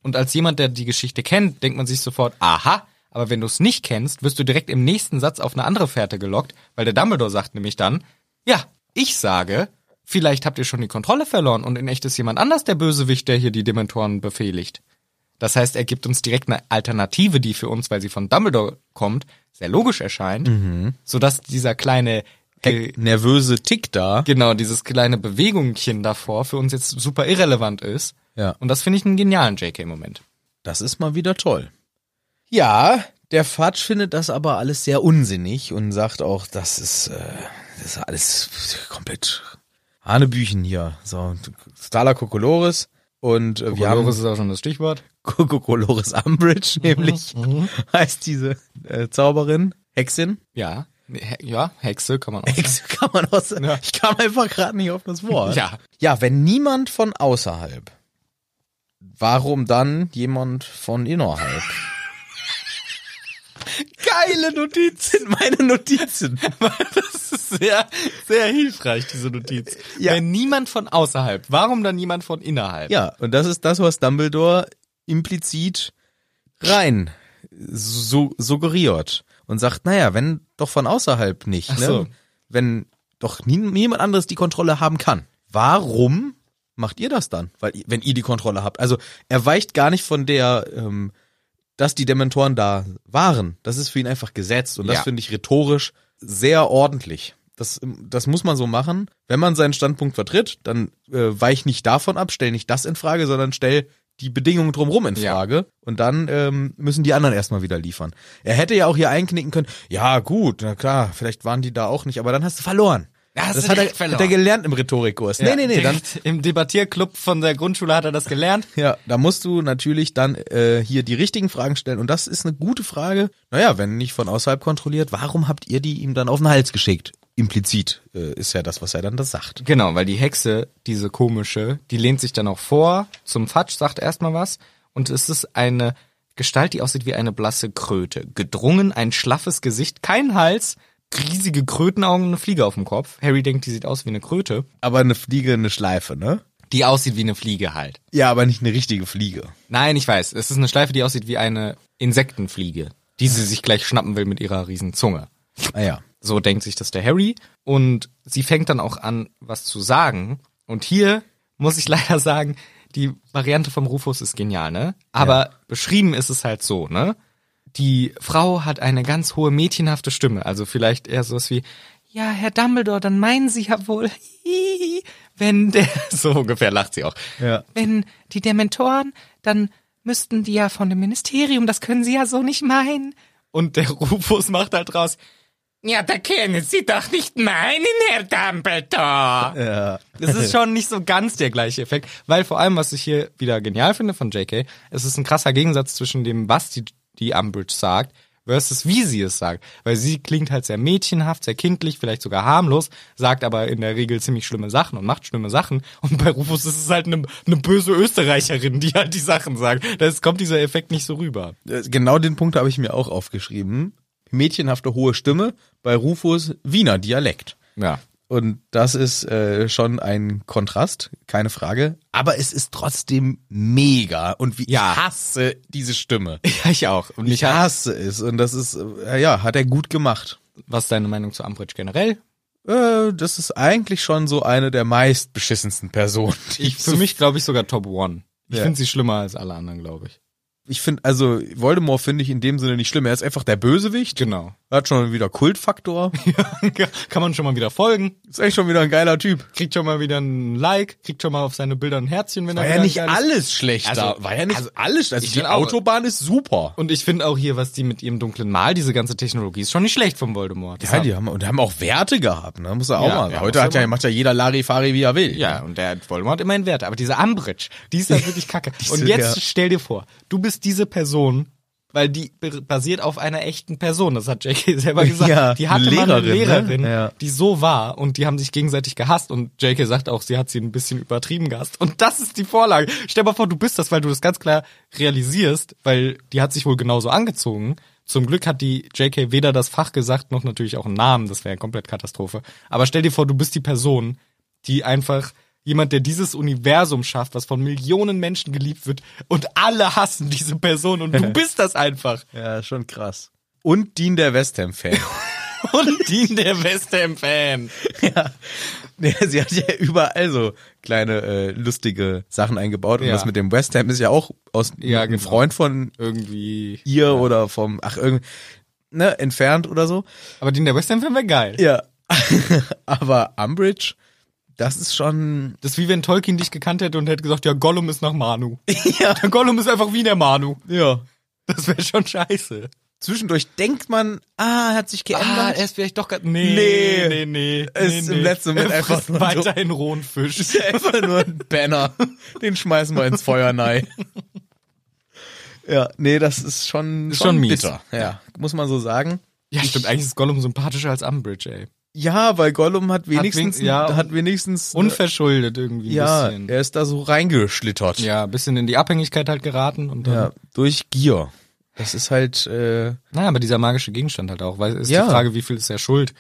[SPEAKER 2] Und als jemand, der die Geschichte kennt, denkt man sich sofort, aha. Aber wenn du es nicht kennst, wirst du direkt im nächsten Satz auf eine andere Fährte gelockt, weil der Dumbledore sagt nämlich dann, ja, ich sage, vielleicht habt ihr schon die Kontrolle verloren und in echt ist jemand anders der Bösewicht, der hier die Dementoren befehligt. Das heißt, er gibt uns direkt eine Alternative, die für uns, weil sie von Dumbledore kommt, sehr logisch erscheint, sodass dieser kleine, ge
[SPEAKER 1] Nervöse Tick da.
[SPEAKER 2] genau, dieses kleine Bewegungchen davor für uns jetzt super irrelevant ist.
[SPEAKER 1] Ja.
[SPEAKER 2] Und das finde ich einen genialen JK-Moment.
[SPEAKER 1] Das ist mal wieder toll. Ja, der Fatsch findet das aber alles sehr unsinnig und sagt auch, das ist, äh, das ist alles komplett Hanebüchen hier. So, Stala Kokolores und äh, wir haben
[SPEAKER 2] ist auch schon das Stichwort.
[SPEAKER 1] Kokolores Umbridge,
[SPEAKER 2] Mhm,
[SPEAKER 1] nämlich heißt diese äh, Zauberin, Hexin.
[SPEAKER 2] Ja. Nee, He ja, Hexe kann man auch.
[SPEAKER 1] Hexe kann man aus.
[SPEAKER 2] Ja.
[SPEAKER 1] Ich kam einfach gerade nicht auf das Wort.
[SPEAKER 2] Ja.
[SPEAKER 1] Ja, wenn niemand von außerhalb, warum dann jemand von innerhalb?
[SPEAKER 2] Geile Notiz!
[SPEAKER 1] sind meine Notizen.
[SPEAKER 2] Das ist sehr, sehr hilfreich, diese Notiz.
[SPEAKER 1] Ja.
[SPEAKER 2] Wenn niemand von außerhalb, warum dann niemand von innerhalb?
[SPEAKER 1] Ja, und das ist das, was Dumbledore implizit rein su suggeriert und sagt, naja, wenn doch von außerhalb nicht,
[SPEAKER 2] Ach
[SPEAKER 1] ne?
[SPEAKER 2] so.
[SPEAKER 1] wenn doch nie, niemand anderes die Kontrolle haben kann. Warum macht ihr das dann? Weil ihr- wenn ihr die Kontrolle habt, also er weicht gar nicht von der, ähm, dass die Dementoren da waren. Das ist für ihn einfach gesetzt und das
[SPEAKER 2] Ja.
[SPEAKER 1] finde ich rhetorisch sehr ordentlich. Das, das muss man so machen. Wenn man seinen Standpunkt vertritt, dann äh, weich nicht davon ab, stell nicht das in Frage, sondern stell die Bedingungen drumherum in
[SPEAKER 2] Ja.
[SPEAKER 1] Frage. Und dann ähm, müssen die anderen erstmal wieder liefern. Er hätte ja auch hier einknicken können, ja gut, na klar, vielleicht waren die da auch nicht, aber dann hast du verloren.
[SPEAKER 2] Da hast
[SPEAKER 1] das
[SPEAKER 2] du
[SPEAKER 1] hat, er,
[SPEAKER 2] direkt verloren.
[SPEAKER 1] hat er gelernt im Rhetorikkurs.
[SPEAKER 2] Ja,
[SPEAKER 1] nee, nee, nee, dann,
[SPEAKER 2] direkt Im Debattierclub von der Grundschule hat er das gelernt.
[SPEAKER 1] ja, da musst du natürlich dann äh, hier die richtigen Fragen stellen. Und das ist eine gute Frage. Naja, wenn nicht von außerhalb kontrolliert, warum habt ihr die ihm dann auf den Hals geschickt? Implizit äh, ist ja das, was er dann da sagt.
[SPEAKER 2] Genau, weil die Hexe, diese komische, die lehnt sich dann auch vor zum Fatsch, sagt erstmal was. Und es ist eine Gestalt, die aussieht wie eine blasse Kröte. Gedrungen, ein schlaffes Gesicht, kein Hals, riesige Krötenaugen, eine Fliege auf dem Kopf. Harry denkt, die sieht aus wie eine Kröte.
[SPEAKER 1] Aber eine Fliege, eine Schleife, ne?
[SPEAKER 2] Die aussieht wie eine Fliege halt.
[SPEAKER 1] Ja, aber nicht eine richtige Fliege.
[SPEAKER 2] Nein, ich weiß. Es ist eine Schleife, die aussieht wie eine Insektenfliege, die sie sich gleich schnappen will mit ihrer riesen Zunge.
[SPEAKER 1] Naja.
[SPEAKER 2] So denkt sich das der Harry. Und sie fängt dann auch an, was zu sagen. Und hier muss ich leider sagen, die Variante vom Rufus ist genial, ne? Aber beschrieben ist es halt so, ne? Die Frau hat eine ganz hohe mädchenhafte Stimme. Also vielleicht eher sowas wie, ja, Herr Dumbledore, dann meinen Sie ja wohl, hihi, wenn der, so ungefähr lacht sie auch.
[SPEAKER 1] Ja.
[SPEAKER 2] Wenn die Dementoren, dann müssten die ja von dem Ministerium, das können sie ja so nicht meinen. Und der Rufus macht halt raus, ja, da können Sie doch nicht meinen, Herr Dumbledore.
[SPEAKER 1] Ja.
[SPEAKER 2] Das ist schon nicht so ganz der gleiche Effekt, weil vor allem, was ich hier wieder genial finde von JK, es ist ein krasser Gegensatz zwischen dem, was die, die Umbridge sagt, versus wie sie es sagt. Weil sie klingt halt sehr mädchenhaft, sehr kindlich, vielleicht sogar harmlos, sagt aber in der Regel ziemlich schlimme Sachen und macht schlimme Sachen. Und bei Rufus ist es halt eine, eine böse Österreicherin, die halt die Sachen sagt. Da kommt dieser Effekt nicht so rüber.
[SPEAKER 1] Äh, Genau den Punkt habe ich mir auch aufgeschrieben. Mädchenhafte hohe Stimme, bei Rufus Wiener Dialekt.
[SPEAKER 2] Ja.
[SPEAKER 1] Und das ist äh, schon ein Kontrast, keine Frage. Aber es ist trotzdem mega. Und wie
[SPEAKER 2] Ja.
[SPEAKER 1] ich hasse diese Stimme.
[SPEAKER 2] Ja, ich auch. Und
[SPEAKER 1] Ich hasse es. Und das ist, äh, ja, hat er gut gemacht.
[SPEAKER 2] was ist deine Meinung zu Umbridge generell?
[SPEAKER 1] Äh, das ist eigentlich schon so eine der meist beschissensten Personen. die
[SPEAKER 2] Ich, für
[SPEAKER 1] so-
[SPEAKER 2] mich glaube ich sogar Top One. Ich
[SPEAKER 1] Ja.
[SPEAKER 2] finde sie schlimmer als alle anderen, glaube ich.
[SPEAKER 1] ich finde, also Voldemort finde ich in dem Sinne nicht schlimm. Er ist einfach der Bösewicht.
[SPEAKER 2] Genau.
[SPEAKER 1] Er hat schon wieder Kultfaktor.
[SPEAKER 2] Kann man schon mal wieder folgen.
[SPEAKER 1] Ist echt schon wieder ein geiler Typ.
[SPEAKER 2] Kriegt schon mal wieder ein Like. Kriegt schon mal auf seine Bilder ein Herzchen, wenn
[SPEAKER 1] War
[SPEAKER 2] er
[SPEAKER 1] ja
[SPEAKER 2] wieder
[SPEAKER 1] nicht
[SPEAKER 2] ein geiles-
[SPEAKER 1] alles schlecht
[SPEAKER 2] Also-
[SPEAKER 1] da. War ja nicht alles. Also
[SPEAKER 2] ich
[SPEAKER 1] die
[SPEAKER 2] find auch-
[SPEAKER 1] Autobahn ist super.
[SPEAKER 2] Und ich finde auch hier, was die mit ihrem dunklen Mal, diese ganze Technologie, ist schon nicht schlecht vom Voldemort. Das
[SPEAKER 1] Ja,
[SPEAKER 2] haben-
[SPEAKER 1] die haben, und haben auch Werte gehabt, ne? Muss er auch
[SPEAKER 2] Ja,
[SPEAKER 1] mal.
[SPEAKER 2] ja,
[SPEAKER 1] Heute
[SPEAKER 2] muss
[SPEAKER 1] hat
[SPEAKER 2] er
[SPEAKER 1] ja,
[SPEAKER 2] mal.
[SPEAKER 1] macht ja jeder Larifari, wie er will.
[SPEAKER 2] Ja, und der hat Voldemort immerhin Werte. Aber diese Ambridge, die ist ja wirklich kacke. und jetzt
[SPEAKER 1] ja.
[SPEAKER 2] stell dir vor, du bist diese Person, weil die be- basiert auf einer echten Person. Das hat J.K. selber gesagt.
[SPEAKER 1] Ja,
[SPEAKER 2] die hatte
[SPEAKER 1] eine
[SPEAKER 2] mal eine
[SPEAKER 1] Lehrerin, ne?
[SPEAKER 2] Lehrerin,
[SPEAKER 1] Ja.
[SPEAKER 2] die so war und die haben sich gegenseitig gehasst. Und J.K. sagt auch, sie hat sie ein bisschen übertrieben gehasst. Und das ist die Vorlage. Stell dir mal vor, du bist das, weil du das ganz klar realisierst, weil die hat sich wohl genauso angezogen. Zum Glück hat die JK weder das Fach gesagt, noch natürlich auch einen Namen. Das wäre ja komplett Katastrophe. Aber stell dir vor, du bist die Person, die einfach jemand, der dieses Universum schafft, was von Millionen Menschen geliebt wird und alle hassen diese Person und du bist das einfach.
[SPEAKER 1] Ja, schon krass. Und Dean der West Ham-Fan.
[SPEAKER 2] Und Dean der West Ham Fan.
[SPEAKER 1] Ja, sie hat ja überall so kleine äh, lustige Sachen eingebaut. Und
[SPEAKER 2] Ja.
[SPEAKER 1] das mit dem West Ham ist ja auch aus
[SPEAKER 2] Ja,
[SPEAKER 1] ein
[SPEAKER 2] genau.
[SPEAKER 1] Freund von
[SPEAKER 2] Irgendwie.
[SPEAKER 1] ihr oder vom, ach, irgend, ne, entfernt oder so.
[SPEAKER 2] Aber Dean der West Ham Fan wäre geil.
[SPEAKER 1] Ja. Aber Umbridge, das ist schon.
[SPEAKER 2] Das ist wie wenn Tolkien dich gekannt hätte und hätte gesagt, ja, Gollum ist nach Manu. Ja. Der Gollum ist einfach wie der Manu.
[SPEAKER 1] Ja.
[SPEAKER 2] Das wäre schon scheiße.
[SPEAKER 1] Zwischendurch denkt man, ah, er hat sich geändert.
[SPEAKER 2] ist vielleicht doch gerade...
[SPEAKER 1] Nee.
[SPEAKER 2] Nee, nee, nee.
[SPEAKER 1] Er ist im letzten Moment
[SPEAKER 2] er
[SPEAKER 1] einfach
[SPEAKER 2] frisst
[SPEAKER 1] nur
[SPEAKER 2] weiterhin rohen Fisch.
[SPEAKER 1] ist einfach nur ein Banner. Den schmeißen wir ins Feuer, nein. Ja, nee, das ist schon,
[SPEAKER 2] Ist schon mies.
[SPEAKER 1] bitter. Ja, muss man so sagen.
[SPEAKER 2] Ja, stimmt. Eigentlich ist Gollum sympathischer als Umbridge, ey.
[SPEAKER 1] Ja, weil Gollum hat wenigstens,
[SPEAKER 2] wen- ja,
[SPEAKER 1] hat wenigstens,
[SPEAKER 2] Unverschuldet irgendwie ein
[SPEAKER 1] ja,
[SPEAKER 2] bisschen.
[SPEAKER 1] er ist da so reingeschlittert.
[SPEAKER 2] Ja, ein bisschen in die Abhängigkeit halt geraten und dann.
[SPEAKER 1] Ja, durch Gier. Das ist halt, äh,
[SPEAKER 2] Naja, aber dieser magische Gegenstand halt auch, weil es ist
[SPEAKER 1] Ja.
[SPEAKER 2] die Frage, wie viel ist er schuld?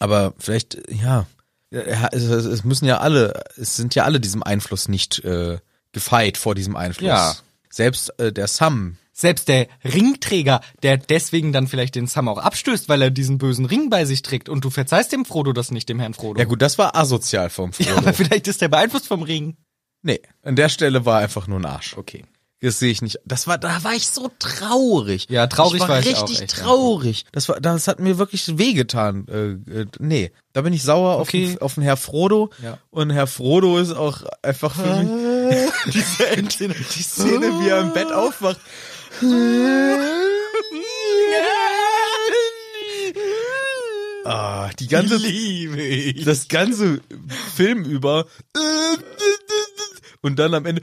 [SPEAKER 1] aber vielleicht, ja, Ja, es, es es müssen ja alle, es sind ja alle diesem Einfluss nicht äh, gefeit vor diesem Einfluss.
[SPEAKER 2] Ja.
[SPEAKER 1] Selbst äh, der Sam.
[SPEAKER 2] Selbst der Ringträger, der deswegen dann vielleicht den Sam auch abstößt, weil er diesen bösen Ring bei sich trägt und du verzeihst dem Frodo das nicht, dem Herrn Frodo.
[SPEAKER 1] Ja gut, das war asozial vom Frodo.
[SPEAKER 2] Ja, aber vielleicht ist der beeinflusst vom Ring.
[SPEAKER 1] Nee, an der Stelle war einfach nur ein Arsch.
[SPEAKER 2] Okay.
[SPEAKER 1] Das sehe ich nicht. Das war, da war ich so traurig.
[SPEAKER 2] Ja, traurig
[SPEAKER 1] ich war,
[SPEAKER 2] war ich
[SPEAKER 1] richtig
[SPEAKER 2] auch echt, ja.
[SPEAKER 1] traurig. Das war, das hat mir wirklich wehgetan. Äh, äh, nee, da bin ich sauer
[SPEAKER 2] Okay.
[SPEAKER 1] auf, den, auf den Herr Frodo.
[SPEAKER 2] Ja.
[SPEAKER 1] Und Herr Frodo ist auch einfach für mich diese Szene, die Szene, wie er im Bett aufwacht. Ah, die ganze
[SPEAKER 2] Liebe ich.
[SPEAKER 1] das ganze Film über und dann am Ende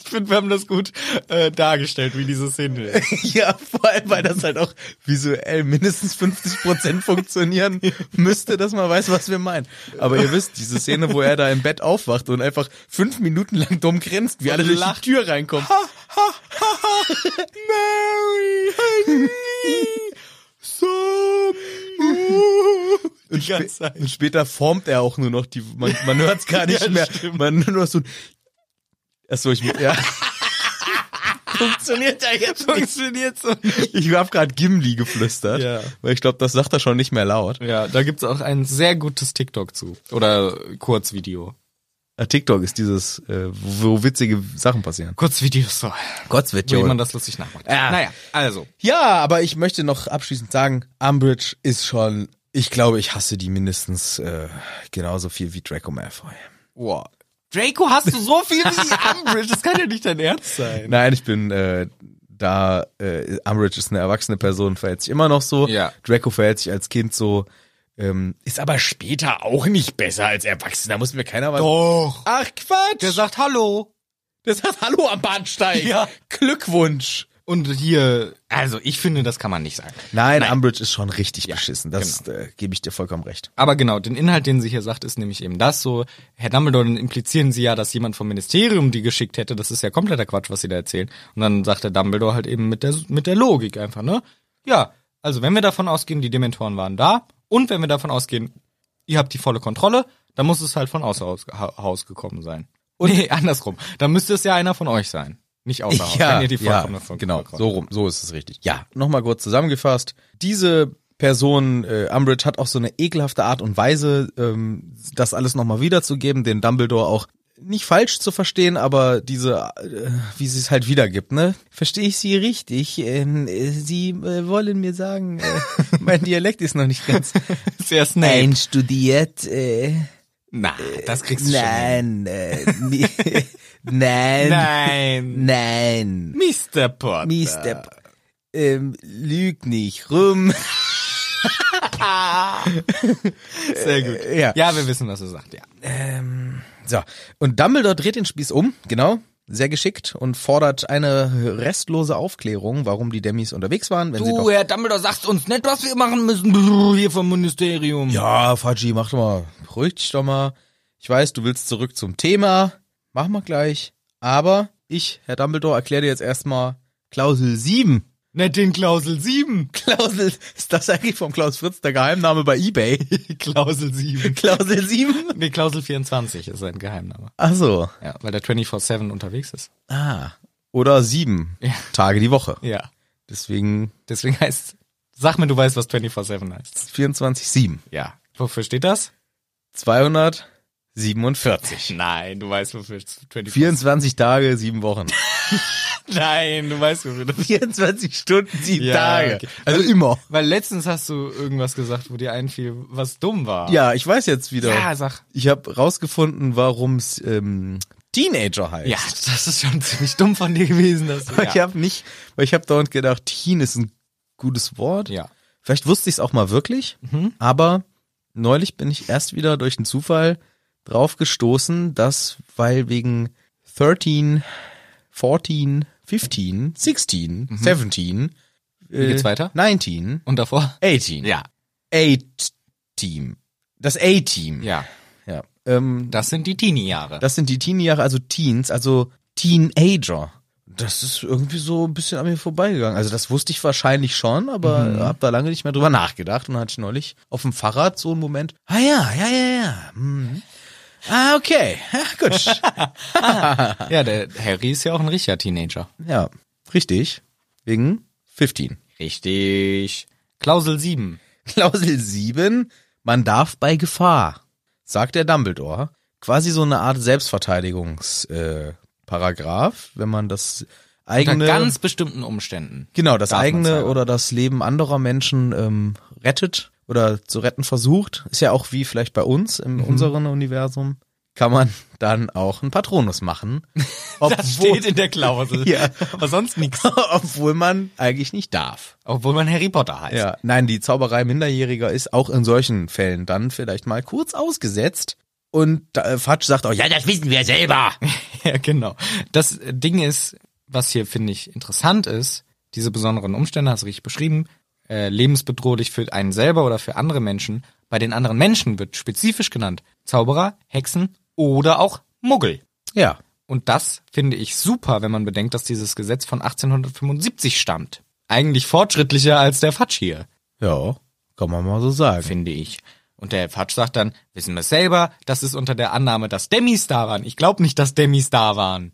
[SPEAKER 2] Ich finde, wir haben das gut äh, dargestellt, wie diese Szene ist.
[SPEAKER 1] ja vor allem weil das halt auch visuell mindestens 50 Prozent funktionieren müsste dass man weiß was wir meinen aber ihr wisst diese Szene wo er da im Bett aufwacht und einfach fünf Minuten lang dumm grinst wie alle durch die
[SPEAKER 2] lacht.
[SPEAKER 1] Tür reinkommen
[SPEAKER 2] Mary,
[SPEAKER 1] und,
[SPEAKER 2] Die ganze
[SPEAKER 1] spä-
[SPEAKER 2] Zeit.
[SPEAKER 1] und später formt er auch nur noch die man, man hört es gar nicht
[SPEAKER 2] Ja,
[SPEAKER 1] mehr
[SPEAKER 2] stimmt.
[SPEAKER 1] man nur noch so ein Achso, ich ja funktioniert ja jetzt
[SPEAKER 2] Funktioniert so.
[SPEAKER 1] Ich habe gerade Gimli geflüstert,
[SPEAKER 2] Ja.
[SPEAKER 1] weil ich glaube, das sagt er schon nicht mehr laut.
[SPEAKER 2] Ja, da gibt's auch ein sehr gutes TikTok zu. Oder Kurzvideo.
[SPEAKER 1] Ah, TikTok ist dieses, äh, wo witzige Sachen passieren.
[SPEAKER 2] Kurzvideos, so.
[SPEAKER 1] Oh Gott wird
[SPEAKER 2] Wie man das lustig nachmacht.
[SPEAKER 1] Ja.
[SPEAKER 2] Naja, also.
[SPEAKER 1] Ja, aber ich möchte noch abschließend sagen, Umbridge ist schon, ich glaube, ich hasse die mindestens äh, genauso viel wie Draco Malfoy.
[SPEAKER 2] Wow. Draco, hast du so viel wie die Umbridge? Das kann ja nicht dein Ernst sein.
[SPEAKER 1] Nein, ich bin äh, da, äh, Umbridge ist eine erwachsene Person, verhält sich immer noch so.
[SPEAKER 2] Ja.
[SPEAKER 1] Draco verhält sich als Kind so. Ähm, ist aber später auch nicht besser als Erwachsener, muss mir keiner was...
[SPEAKER 2] Doch.
[SPEAKER 1] Ach Quatsch!
[SPEAKER 2] Der sagt Hallo.
[SPEAKER 1] Der sagt Hallo am Bahnsteig.
[SPEAKER 2] Ja.
[SPEAKER 1] Glückwunsch.
[SPEAKER 2] Und hier, also ich finde, das kann man nicht sagen.
[SPEAKER 1] Nein, Umbridge ist schon richtig beschissen. Das
[SPEAKER 2] Das,
[SPEAKER 1] äh, gebe ich dir vollkommen recht.
[SPEAKER 2] Aber genau, den Inhalt, den sie hier sagt, ist nämlich eben das so. Herr Dumbledore, dann implizieren sie ja, dass jemand vom Ministerium die geschickt hätte. Das ist ja kompletter Quatsch, was sie da erzählen. Und dann sagt der Dumbledore halt eben mit der, mit der Logik einfach, ne? Ja, also wenn wir davon ausgehen, die Dementoren waren da und wenn wir davon ausgehen, ihr habt die volle Kontrolle, dann muss es halt von außer Haus, Ha- Haus gekommen sein. Und nee, andersrum. Dann müsste es ja einer von euch sein. Nicht außer Haus, wenn ihr die vollkommene Vollkommenheit
[SPEAKER 1] genau.
[SPEAKER 2] bekommt.
[SPEAKER 1] So rum, so ist es richtig. Ja, nochmal kurz zusammengefasst. Diese Person, äh, Umbridge, hat auch so eine ekelhafte Art und Weise, ähm, das alles nochmal wiederzugeben, den Dumbledore auch nicht falsch zu verstehen, aber diese, äh, wie sie es halt wiedergibt, ne? Verstehe ich sie richtig? Ähm, äh, sie äh, wollen mir sagen, äh, mein Dialekt ist noch nicht ganz
[SPEAKER 2] Sehr Snape.
[SPEAKER 1] einstudiert. Äh,
[SPEAKER 2] Na, das kriegst du schon. hin.
[SPEAKER 1] nein, äh, nie- nein,
[SPEAKER 2] Nein.
[SPEAKER 1] nein.
[SPEAKER 2] Mr. Potter.
[SPEAKER 1] Mr. P- Ähm, lüg nicht rum.
[SPEAKER 2] Sehr gut.
[SPEAKER 1] Äh, ja.
[SPEAKER 2] ja, wir wissen, was er sagt, ja.
[SPEAKER 1] So, und Dumbledore dreht den Spieß um, genau, sehr geschickt und fordert eine restlose Aufklärung, warum die Demis unterwegs waren, wenn sie doch...
[SPEAKER 2] Herr Dumbledore, sagst uns nicht, was wir machen müssen brr, hier vom Ministerium. Ja.
[SPEAKER 1] Ja, Faji, mach doch mal, beruhig dich doch mal. Ich weiß, du willst zurück zum Thema, machen wir gleich. Aber ich, Herr Dumbledore, erkläre dir jetzt erstmal Klausel 7.
[SPEAKER 2] Nicht den Klausel 7.
[SPEAKER 1] Klausel, ist das eigentlich vom Klaus Fritz der Geheimname bei Ebay?
[SPEAKER 2] Klausel 7.
[SPEAKER 1] Klausel 7?
[SPEAKER 2] Nee, Klausel 24 ist sein Geheimname.
[SPEAKER 1] Ach so,
[SPEAKER 2] Ja, weil der 24-7 unterwegs ist.
[SPEAKER 1] ah, oder sieben Tage die Woche.
[SPEAKER 2] Ja.
[SPEAKER 1] Deswegen
[SPEAKER 2] Deswegen heißt, sag mir, du weißt, was 24-7 heißt.
[SPEAKER 1] 24-7.
[SPEAKER 2] Ja. Wofür steht das?
[SPEAKER 1] 247.
[SPEAKER 2] Nein, du weißt, wofür 24.
[SPEAKER 1] 24 Tage, sieben Wochen.
[SPEAKER 2] Nein, du weißt, wofür das
[SPEAKER 1] 24 Stunden, sieben
[SPEAKER 2] Ja,
[SPEAKER 1] Tage.
[SPEAKER 2] okay.
[SPEAKER 1] Also immer.
[SPEAKER 2] Weil letztens hast du irgendwas gesagt, wo dir einfiel, was dumm war.
[SPEAKER 1] Ja, ich weiß jetzt wieder.
[SPEAKER 2] Ja, sag.
[SPEAKER 1] Ich habe rausgefunden, warum's ähm, Teenager heißt.
[SPEAKER 2] Ja, das ist schon ziemlich dumm von dir gewesen. Dass du,
[SPEAKER 1] Ich habe nicht, weil ich habe dauernd gedacht, Teen ist ein gutes Wort.
[SPEAKER 2] Ja.
[SPEAKER 1] Vielleicht wusste ich es auch mal wirklich,
[SPEAKER 2] Mhm.
[SPEAKER 1] aber neulich bin ich erst wieder durch einen Zufall drauf gestoßen, dass, weil wegen 13, 14, 15, 16, 17, äh,
[SPEAKER 2] Mhm. geht's weiter?
[SPEAKER 1] 19,
[SPEAKER 2] Und davor?
[SPEAKER 1] 18.
[SPEAKER 2] Ja.
[SPEAKER 1] Eight Team. Das A-Team.
[SPEAKER 2] Ja.
[SPEAKER 1] ja. Ähm,
[SPEAKER 2] Das sind die Teenie-Jahre.
[SPEAKER 1] das sind die Teenie-Jahre, also Teens, also Teenager. Das ist irgendwie so ein bisschen an mir vorbeigegangen. Also das wusste ich wahrscheinlich schon, aber hab da lange nicht mehr drüber nachgedacht und hatte ich neulich auf dem Fahrrad so einen Moment. Ah ja, ja, ja, ja. Mhm. Ah, okay. Ja, gut.
[SPEAKER 2] Ja, der Harry ist ja auch ein richtiger Teenager.
[SPEAKER 1] ja, richtig. Wegen 15.
[SPEAKER 2] Richtig. Klausel 7.
[SPEAKER 1] Klausel 7, man darf bei Gefahr, sagt der Dumbledore. Quasi so eine Art Selbstverteidigungsparagraf, äh, Paragraph, wenn man das eigene,
[SPEAKER 2] Unter ganz bestimmten Umständen.
[SPEAKER 1] genau, das
[SPEAKER 2] darf man's
[SPEAKER 1] eigene
[SPEAKER 2] sagen.
[SPEAKER 1] oder das Leben anderer Menschen ähm, rettet oder zu retten versucht, ist ja auch wie vielleicht bei uns
[SPEAKER 2] Mhm.
[SPEAKER 1] in unserem Universum, kann man dann auch einen Patronus machen. Obwohl,
[SPEAKER 2] in der Klausel.
[SPEAKER 1] Ja.
[SPEAKER 2] Aber sonst nichts.
[SPEAKER 1] obwohl man eigentlich nicht darf.
[SPEAKER 2] Obwohl man Harry Potter heißt.
[SPEAKER 1] Ja, nein, die Zauberei Minderjähriger ist auch in solchen Fällen dann vielleicht mal kurz ausgesetzt. Und äh, Fatsch sagt auch, ja, das wissen wir selber.
[SPEAKER 2] Ja, genau. Das äh, Ding ist, was hier finde ich interessant ist, diese besonderen Umstände, hast du richtig beschrieben, äh, lebensbedrohlich für einen selber oder für andere Menschen. Bei den anderen Menschen wird spezifisch genannt Zauberer, Hexen oder auch Muggel.
[SPEAKER 1] Ja,
[SPEAKER 2] Und das finde ich super, wenn man bedenkt, dass dieses Gesetz von 1875 stammt. Eigentlich fortschrittlicher als der Fatsch hier,
[SPEAKER 1] ja, kann man mal so sagen.
[SPEAKER 2] finde ich. Und der Fatsch sagt dann, wissen wir es selber, das ist unter der Annahme, dass Demis da waren. Ich glaube nicht, dass Demis da waren.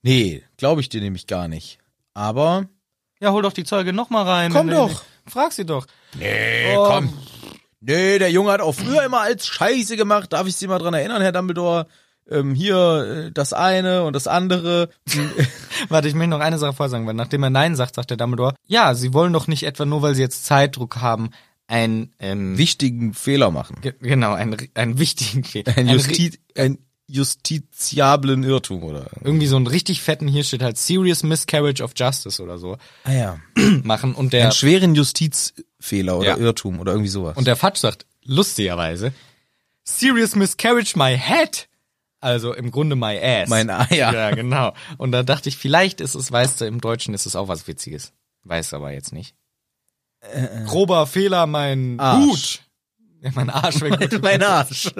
[SPEAKER 1] Nee, glaube ich dir nämlich gar nicht. Aber
[SPEAKER 2] Ja, hol doch die Zeuge noch mal rein.
[SPEAKER 1] Komm
[SPEAKER 2] Wenn du-
[SPEAKER 1] doch.
[SPEAKER 2] Frag sie doch.
[SPEAKER 1] nee, komm. Ähm, Nee, der Junge hat auch früher immer als Scheiße gemacht. Darf ich Sie mal dran erinnern, Herr Dumbledore? Ähm, hier äh, das eine und das andere.
[SPEAKER 2] Warte, ich möchte noch eine Sache vorsagen, weil nachdem er Nein sagt, sagt der Dumbledore, ja, sie wollen doch nicht etwa nur, weil sie jetzt Zeitdruck haben, einen, ähm,
[SPEAKER 1] Wichtigen Fehler machen.
[SPEAKER 2] ge- genau, einen, einen wichtigen Fehler.
[SPEAKER 1] Ein,
[SPEAKER 2] Einen
[SPEAKER 1] Justi
[SPEAKER 2] ri-
[SPEAKER 1] ein justiziablen Irrtum, oder?
[SPEAKER 2] irgendwie so einen richtig fetten, hier steht halt Serious Miscarriage of Justice oder so,
[SPEAKER 1] Ah ja.
[SPEAKER 2] machen und der,
[SPEAKER 1] einen schweren Justizfehler oder
[SPEAKER 2] Ja.
[SPEAKER 1] Irrtum oder irgendwie sowas.
[SPEAKER 2] und der Fatsch sagt, lustigerweise, Serious Miscarriage my head! Also im Grunde my ass.
[SPEAKER 1] mein ah, ja.
[SPEAKER 2] Ja, genau. Und da dachte ich, vielleicht ist es, weißt du, im Deutschen ist es auch was Witziges. Weiß aber jetzt nicht. Grober Fehler, mein
[SPEAKER 1] Äh, Arsch.
[SPEAKER 2] Hut. Ja, mein Arsch wäre gut.
[SPEAKER 1] Halt mein Arsch.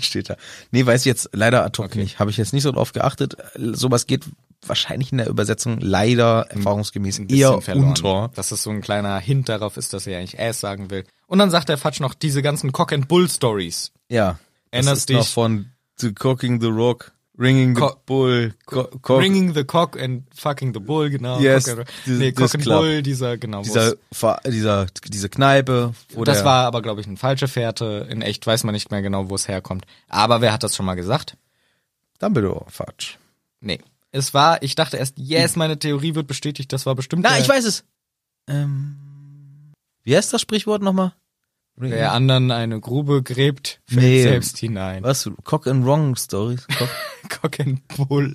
[SPEAKER 1] Steht da. Nee, weiß ich jetzt leider ad hoc nicht. Habe ich jetzt nicht so drauf geachtet. Sowas geht wahrscheinlich in der Übersetzung leider erfahrungsgemäß
[SPEAKER 2] Ein bisschen
[SPEAKER 1] eher unter.
[SPEAKER 2] Dass es so ein kleiner Hint darauf ist, dass er eigentlich Ass sagen will. Und dann sagt der Fatsch noch diese ganzen Cock and Bull Stories.
[SPEAKER 1] Ja. das
[SPEAKER 2] Erinnerst
[SPEAKER 1] ist noch
[SPEAKER 2] dich?
[SPEAKER 1] von The Cocking the Rock, Ringing the
[SPEAKER 2] Co-
[SPEAKER 1] Bull, Co Cock,
[SPEAKER 2] Bringing the Cock and fucking the Bull, genau.
[SPEAKER 1] Yes,
[SPEAKER 2] cock and,
[SPEAKER 1] this-
[SPEAKER 2] nee, Cock
[SPEAKER 1] this
[SPEAKER 2] and
[SPEAKER 1] club.
[SPEAKER 2] Bull, dieser, genau. wo
[SPEAKER 1] dieser,
[SPEAKER 2] es-
[SPEAKER 1] Ver- dieser, diese Kneipe. Wo
[SPEAKER 2] das
[SPEAKER 1] der,
[SPEAKER 2] war aber, glaube ich, ein falscher Fährte. In echt weiß man nicht mehr genau, wo es herkommt. Aber wer hat das schon mal gesagt?
[SPEAKER 1] Dumbledore, Fatsch.
[SPEAKER 2] Nee. Es war, ich dachte erst, yes, meine Theorie wird bestätigt, das war bestimmt.
[SPEAKER 1] Hm. Na,
[SPEAKER 2] der-
[SPEAKER 1] ich weiß es. Ähm, wie heißt das Sprichwort nochmal?
[SPEAKER 2] Wer anderen eine Grube gräbt, fällt
[SPEAKER 1] Nee.
[SPEAKER 2] selbst hinein.
[SPEAKER 1] Was? Cock and Wrong Stories? Cock
[SPEAKER 2] Cock and Bull.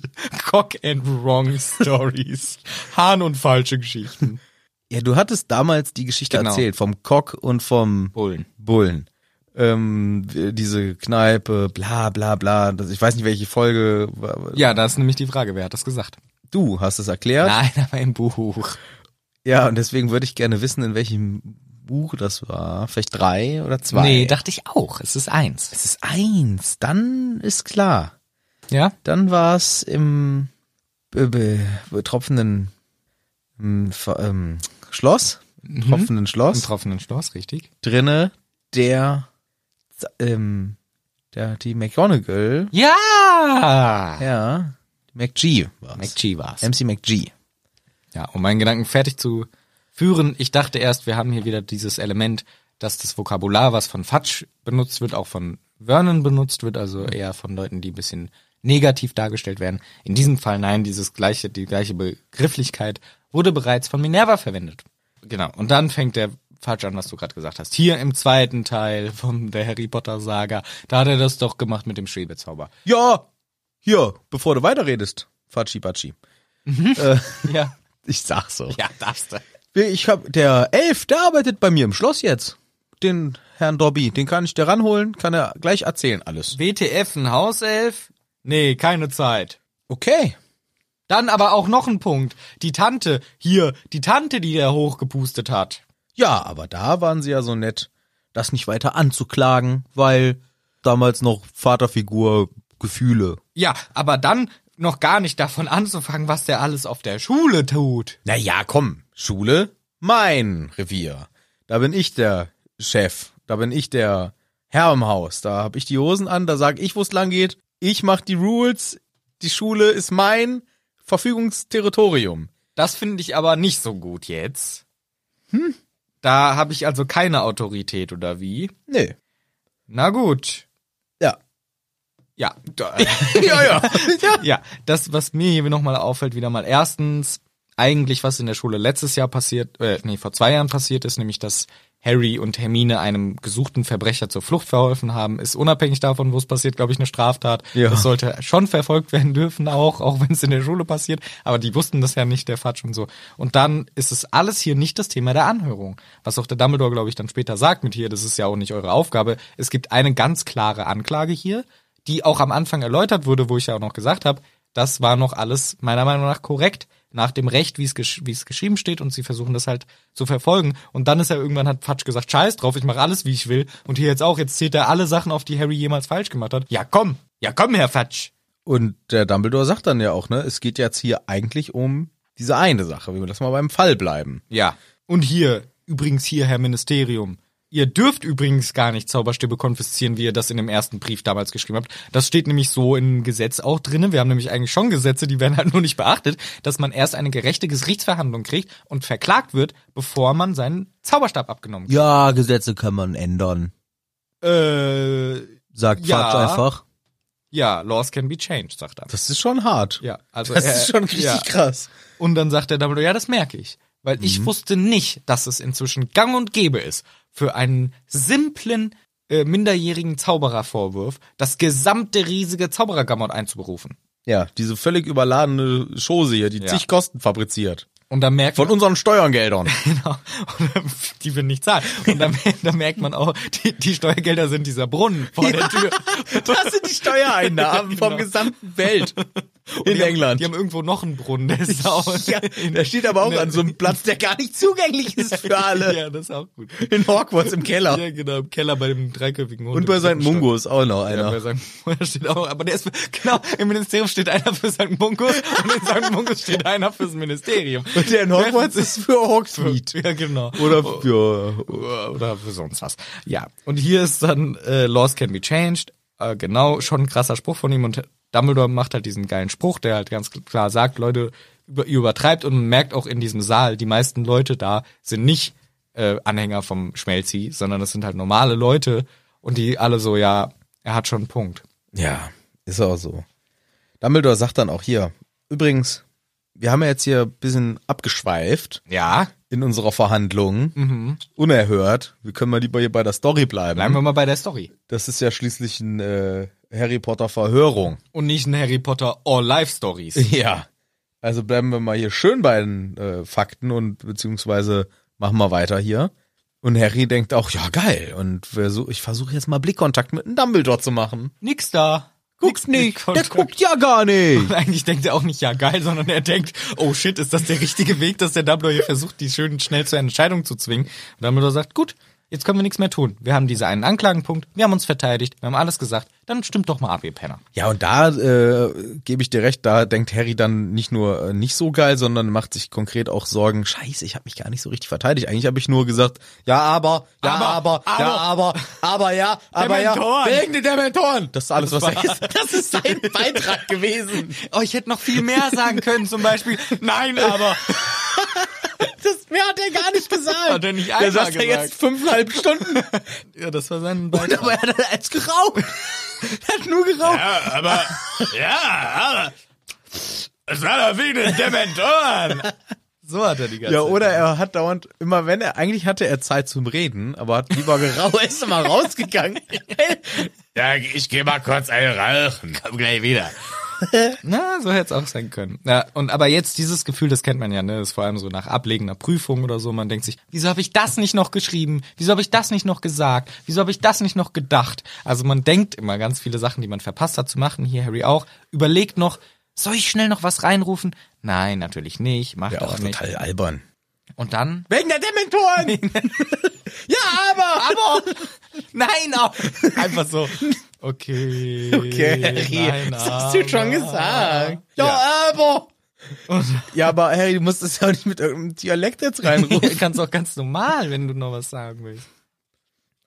[SPEAKER 2] Cock and Wrong Stories. Hahn und falsche Geschichten.
[SPEAKER 1] ja, du hattest damals die Geschichte
[SPEAKER 2] Genau.
[SPEAKER 1] erzählt vom Cock und vom
[SPEAKER 2] Bullen.
[SPEAKER 1] Bullen. Ähm, diese Kneipe, bla bla bla. Das, ich weiß nicht, welche Folge. war-
[SPEAKER 2] Ja, da ist nämlich die Frage, wer hat das gesagt?
[SPEAKER 1] Du hast es erklärt.
[SPEAKER 2] Nein, aber im Buch.
[SPEAKER 1] Ja, und deswegen würde ich gerne wissen, in welchem Buch das war. Vielleicht drei oder zwei.
[SPEAKER 2] Nee, dachte ich auch. Es ist eins.
[SPEAKER 1] es ist eins. Dann ist klar.
[SPEAKER 2] Ja?
[SPEAKER 1] Dann war es im be- be- betropfenen ähm, Ver- ähm, Schloss, tropfenden
[SPEAKER 2] Im
[SPEAKER 1] Schloss,
[SPEAKER 2] tropfenden Schloss, richtig?
[SPEAKER 1] drinne der, ähm, der die McGonagall,
[SPEAKER 2] Ja!
[SPEAKER 1] ja, McG war's.
[SPEAKER 2] McG war's.
[SPEAKER 1] MC McG.
[SPEAKER 2] Ja, um meinen Gedanken fertig zu führen, ich dachte erst, wir haben hier wieder dieses Element, dass das Vokabular, was von Fatsch benutzt wird, auch von Vernon benutzt wird, also eher von Leuten, die ein bisschen negativ dargestellt werden. In diesem Fall nein, dieses gleiche, die gleiche Begrifflichkeit wurde bereits von Minerva verwendet. Genau. Und dann fängt der Fatsch an, was du gerade gesagt hast. Hier im zweiten Teil von der Harry Potter Saga, da hat er das doch gemacht mit dem Schwebezauber.
[SPEAKER 1] Ja, hier, bevor du weiterredest, Fatschi Batschi. Äh,
[SPEAKER 2] Ja.
[SPEAKER 1] ich sag so.
[SPEAKER 2] Ja, darfst du.
[SPEAKER 1] Ich hab, der Elf, der arbeitet bei mir im Schloss jetzt. Den Herrn Dobby, den kann ich dir ranholen, kann er gleich erzählen alles.
[SPEAKER 2] WTF, ein Hauself? Nee, keine Zeit.
[SPEAKER 1] Okay.
[SPEAKER 2] Dann aber auch noch ein Punkt. Die Tante, hier, die Tante, die der hochgepustet hat.
[SPEAKER 1] Ja, aber da waren sie ja so nett, das nicht weiter anzuklagen, weil damals noch Vaterfigur Gefühle.
[SPEAKER 2] Ja, aber dann noch gar nicht davon anzufangen, was der alles auf der Schule tut.
[SPEAKER 1] Naja, komm, Schule, mein Revier. Da bin ich der Chef, da bin ich der Herr im Haus, da hab ich die Hosen an, da sag ich, wo es lang geht. Ich mach die Rules, die Schule ist mein Verfügungsterritorium.
[SPEAKER 2] Das finde ich aber nicht so gut jetzt. Hm? Da habe ich also keine Autorität, oder wie?
[SPEAKER 1] Nee.
[SPEAKER 2] Na gut.
[SPEAKER 1] Ja.
[SPEAKER 2] Ja. da-
[SPEAKER 1] ja, ja.
[SPEAKER 2] ja, das, was mir hier nochmal auffällt, wieder mal erstens, eigentlich, was in der Schule letztes Jahr passiert, äh, nee, vor zwei Jahren passiert ist, nämlich, dass Harry und Hermine einem gesuchten Verbrecher zur Flucht verholfen haben, ist unabhängig davon, wo es passiert, glaube ich, eine Straftat.
[SPEAKER 1] Ja.
[SPEAKER 2] Das sollte schon verfolgt werden dürfen, auch, auch wenn es in der Schule passiert. Aber die wussten das ja nicht, der Fatsch und so. Und dann ist es alles hier nicht das Thema der Anhörung. Was auch der Dumbledore, glaube ich, dann später sagt mit hier, das ist ja auch nicht eure Aufgabe. Es gibt eine ganz klare Anklage hier, die auch am Anfang erläutert wurde, wo ich ja auch noch gesagt habe, das war noch alles meiner Meinung nach korrekt nach dem Recht, wie es gesch wie es geschrieben steht und sie versuchen das halt zu verfolgen und dann ist er irgendwann hat Fatsch gesagt, scheiß drauf, ich mache alles, wie ich will und hier jetzt auch, jetzt zählt er alle Sachen auf, die Harry jemals falsch gemacht hat. Ja, komm. Ja, komm, Herr Fatsch.
[SPEAKER 1] Und der Dumbledore sagt dann ja auch, ne, es geht jetzt hier eigentlich um diese eine Sache, wenn wir das mal beim Fall bleiben.
[SPEAKER 2] Ja. Und hier, übrigens hier, Herr Ministerium. Ihr dürft übrigens gar nicht Zauberstäbe konfiszieren, wie ihr das in dem ersten Brief damals geschrieben habt. Das steht nämlich so im Gesetz auch drinne. Wir haben nämlich eigentlich schon Gesetze, die werden halt nur nicht beachtet, dass man erst eine gerechte Gerichtsverhandlung kriegt und verklagt wird, bevor man seinen Zauberstab abgenommen kriegt.
[SPEAKER 1] Ja, Gesetze kann man ändern,
[SPEAKER 2] Äh,
[SPEAKER 1] sagt
[SPEAKER 2] Ja.
[SPEAKER 1] Fatsch einfach.
[SPEAKER 2] ja, laws can be changed, sagt er.
[SPEAKER 1] Das ist schon hart.
[SPEAKER 2] Ja, also
[SPEAKER 1] Das
[SPEAKER 2] er-
[SPEAKER 1] ist schon richtig
[SPEAKER 2] ja.
[SPEAKER 1] krass.
[SPEAKER 2] Und dann sagt der Dumbledore, ja, das merke ich. Weil
[SPEAKER 1] Mhm.
[SPEAKER 2] ich wusste nicht, dass es inzwischen gang und gäbe ist, für einen simplen, äh, minderjährigen Zauberervorwurf das gesamte riesige Zauberergamot einzuberufen.
[SPEAKER 1] Ja, diese völlig überladene Chose hier, die
[SPEAKER 2] Ja.
[SPEAKER 1] zig Kosten fabriziert.
[SPEAKER 2] Und dann merkt
[SPEAKER 1] Von unseren Steuergeldern.
[SPEAKER 2] Genau. Und dann, die wir nicht zahlen. Und dann, dann merkt man auch, die, die Steuergelder sind dieser Brunnen vor der Tür.
[SPEAKER 1] Das sind die Steuereinnahmen vom gesamten Welt in
[SPEAKER 2] genau. die Haben,
[SPEAKER 1] England.
[SPEAKER 2] die haben irgendwo noch einen Brunnen, der ist auch.
[SPEAKER 1] ja, der steht aber auch an so einem Platz, der gar nicht zugänglich ist für alle.
[SPEAKER 2] Ja, das ist auch gut.
[SPEAKER 1] In Hogwarts im Keller.
[SPEAKER 2] Ja, genau, im Keller bei dem dreiköpfigen Hund.
[SPEAKER 1] Und bei
[SPEAKER 2] im
[SPEAKER 1] St.
[SPEAKER 2] dritten Stock.
[SPEAKER 1] Mungo ist auch noch einer.
[SPEAKER 2] Ja, bei St. Mungo steht auch, aber der ist, für- genau, im Ministerium steht einer für St. Mungo und in St. Mungo steht einer fürs Ministerium.
[SPEAKER 1] Und der in Hogwarts ist für Hogsmeade.
[SPEAKER 2] Ja, genau.
[SPEAKER 1] Oder für...
[SPEAKER 2] Oder für sonst was. Ja. Und hier ist dann, äh, Laws can be changed. Äh, genau, schon ein krasser Spruch von ihm und Dumbledore macht halt diesen geilen Spruch, der halt ganz klar sagt, Leute, über, ihr übertreibt und man merkt auch in diesem Saal, die meisten Leute da sind nicht äh, Anhänger vom Schmelzi, sondern das sind halt normale Leute und die alle so, ja, er hat schon einen Punkt.
[SPEAKER 1] Ja, ist auch so. Dumbledore sagt dann auch hier, übrigens, wir haben ja jetzt hier ein bisschen abgeschweift
[SPEAKER 2] Ja.
[SPEAKER 1] in unserer Verhandlung. Unerhört. Wir können mal lieber hier bei der Story bleiben.
[SPEAKER 2] Mhm. Bleiben wir mal bei der Story.
[SPEAKER 1] Das ist ja schließlich ein äh, Harry Potter Verhörung.
[SPEAKER 2] Und nicht ein Harry Potter All-Life-Stories.
[SPEAKER 1] Ja. Also bleiben wir mal hier schön bei den äh, Fakten und beziehungsweise machen wir weiter hier. Und Harry denkt auch, ja geil. Und versuch, ich versuche jetzt mal Blickkontakt mit einem Dumbledore zu machen.
[SPEAKER 2] Nix da.
[SPEAKER 1] Guckt nicht, der
[SPEAKER 2] Blickkontakt.
[SPEAKER 1] guckt ja gar nicht.
[SPEAKER 2] Eigentlich denkt er auch nicht, ja geil, sondern er denkt, oh shit, ist das der richtige Weg, dass der Dumbledore hier versucht, die schön schnell zur Entscheidung zu zwingen. Und Dumbledore sagt, gut, jetzt können wir nichts mehr tun. Wir haben diese einen Anklagenpunkt, wir haben uns verteidigt, wir haben alles gesagt, dann stimmt doch mal ab, ihr Penner.
[SPEAKER 1] Ja, und da äh, gebe ich dir recht, da denkt Harry dann nicht nur äh, nicht so geil, sondern macht sich konkret auch Sorgen, scheiße, ich habe mich gar nicht so richtig verteidigt. Eigentlich habe ich nur gesagt, ja, aber, ja, aber,
[SPEAKER 2] Aber,
[SPEAKER 1] ja, aber, aber, ja, aber, ja,
[SPEAKER 2] Dementoren.
[SPEAKER 1] wegen der Dementoren. Das ist alles, was er ist.
[SPEAKER 2] Das ist sein Beitrag gewesen. Oh, ich hätte noch viel mehr sagen können, zum Beispiel, nein, aber.
[SPEAKER 1] Das mehr hat er gar nicht gesagt.
[SPEAKER 2] Hat er nicht einmal
[SPEAKER 1] Der sagt ja
[SPEAKER 2] gesagt.
[SPEAKER 1] jetzt fünfeinhalb Stunden.
[SPEAKER 2] Ja, das war sein
[SPEAKER 1] aber er hat als geraubt. er hat nur geraubt.
[SPEAKER 2] Ja, aber, ja, aber, es war doch wegen den Dementoren. So hat er die ganze
[SPEAKER 1] Ja, oder er hat dauernd, immer wenn er, eigentlich hatte er Zeit zum Reden, aber hat lieber geraucht, ist immer rausgegangen.
[SPEAKER 2] Ja, ich gehe mal kurz einen rauchen. Komm gleich wieder. Na, so hätte es auch sein können. Ja, und aber jetzt dieses Gefühl, das kennt man ja, ne? Das ist vor allem so nach ablegender Prüfung oder so. Man denkt sich, wieso habe ich das nicht noch geschrieben? Wieso habe ich das nicht noch gesagt? Wieso habe ich das nicht noch gedacht? Also man denkt immer ganz viele Sachen, die man verpasst hat zu machen. Hier Harry auch. Überlegt noch, soll ich schnell noch was reinrufen? Nein, natürlich nicht. Macht
[SPEAKER 1] Ja,
[SPEAKER 2] auch
[SPEAKER 1] auch
[SPEAKER 2] nicht.
[SPEAKER 1] total albern.
[SPEAKER 2] Und dann?
[SPEAKER 1] Wegen der Dementoren! ja, aber!
[SPEAKER 2] Aber! Nein, auch! Einfach so. Okay. nein, aber.
[SPEAKER 1] gesagt. Ja, aber! Ja, aber Harry, du musst es ja auch nicht mit irgendeinem Dialekt jetzt
[SPEAKER 2] Du
[SPEAKER 1] reinrufen.
[SPEAKER 2] kannst auch ganz normal, wenn du noch was sagen willst.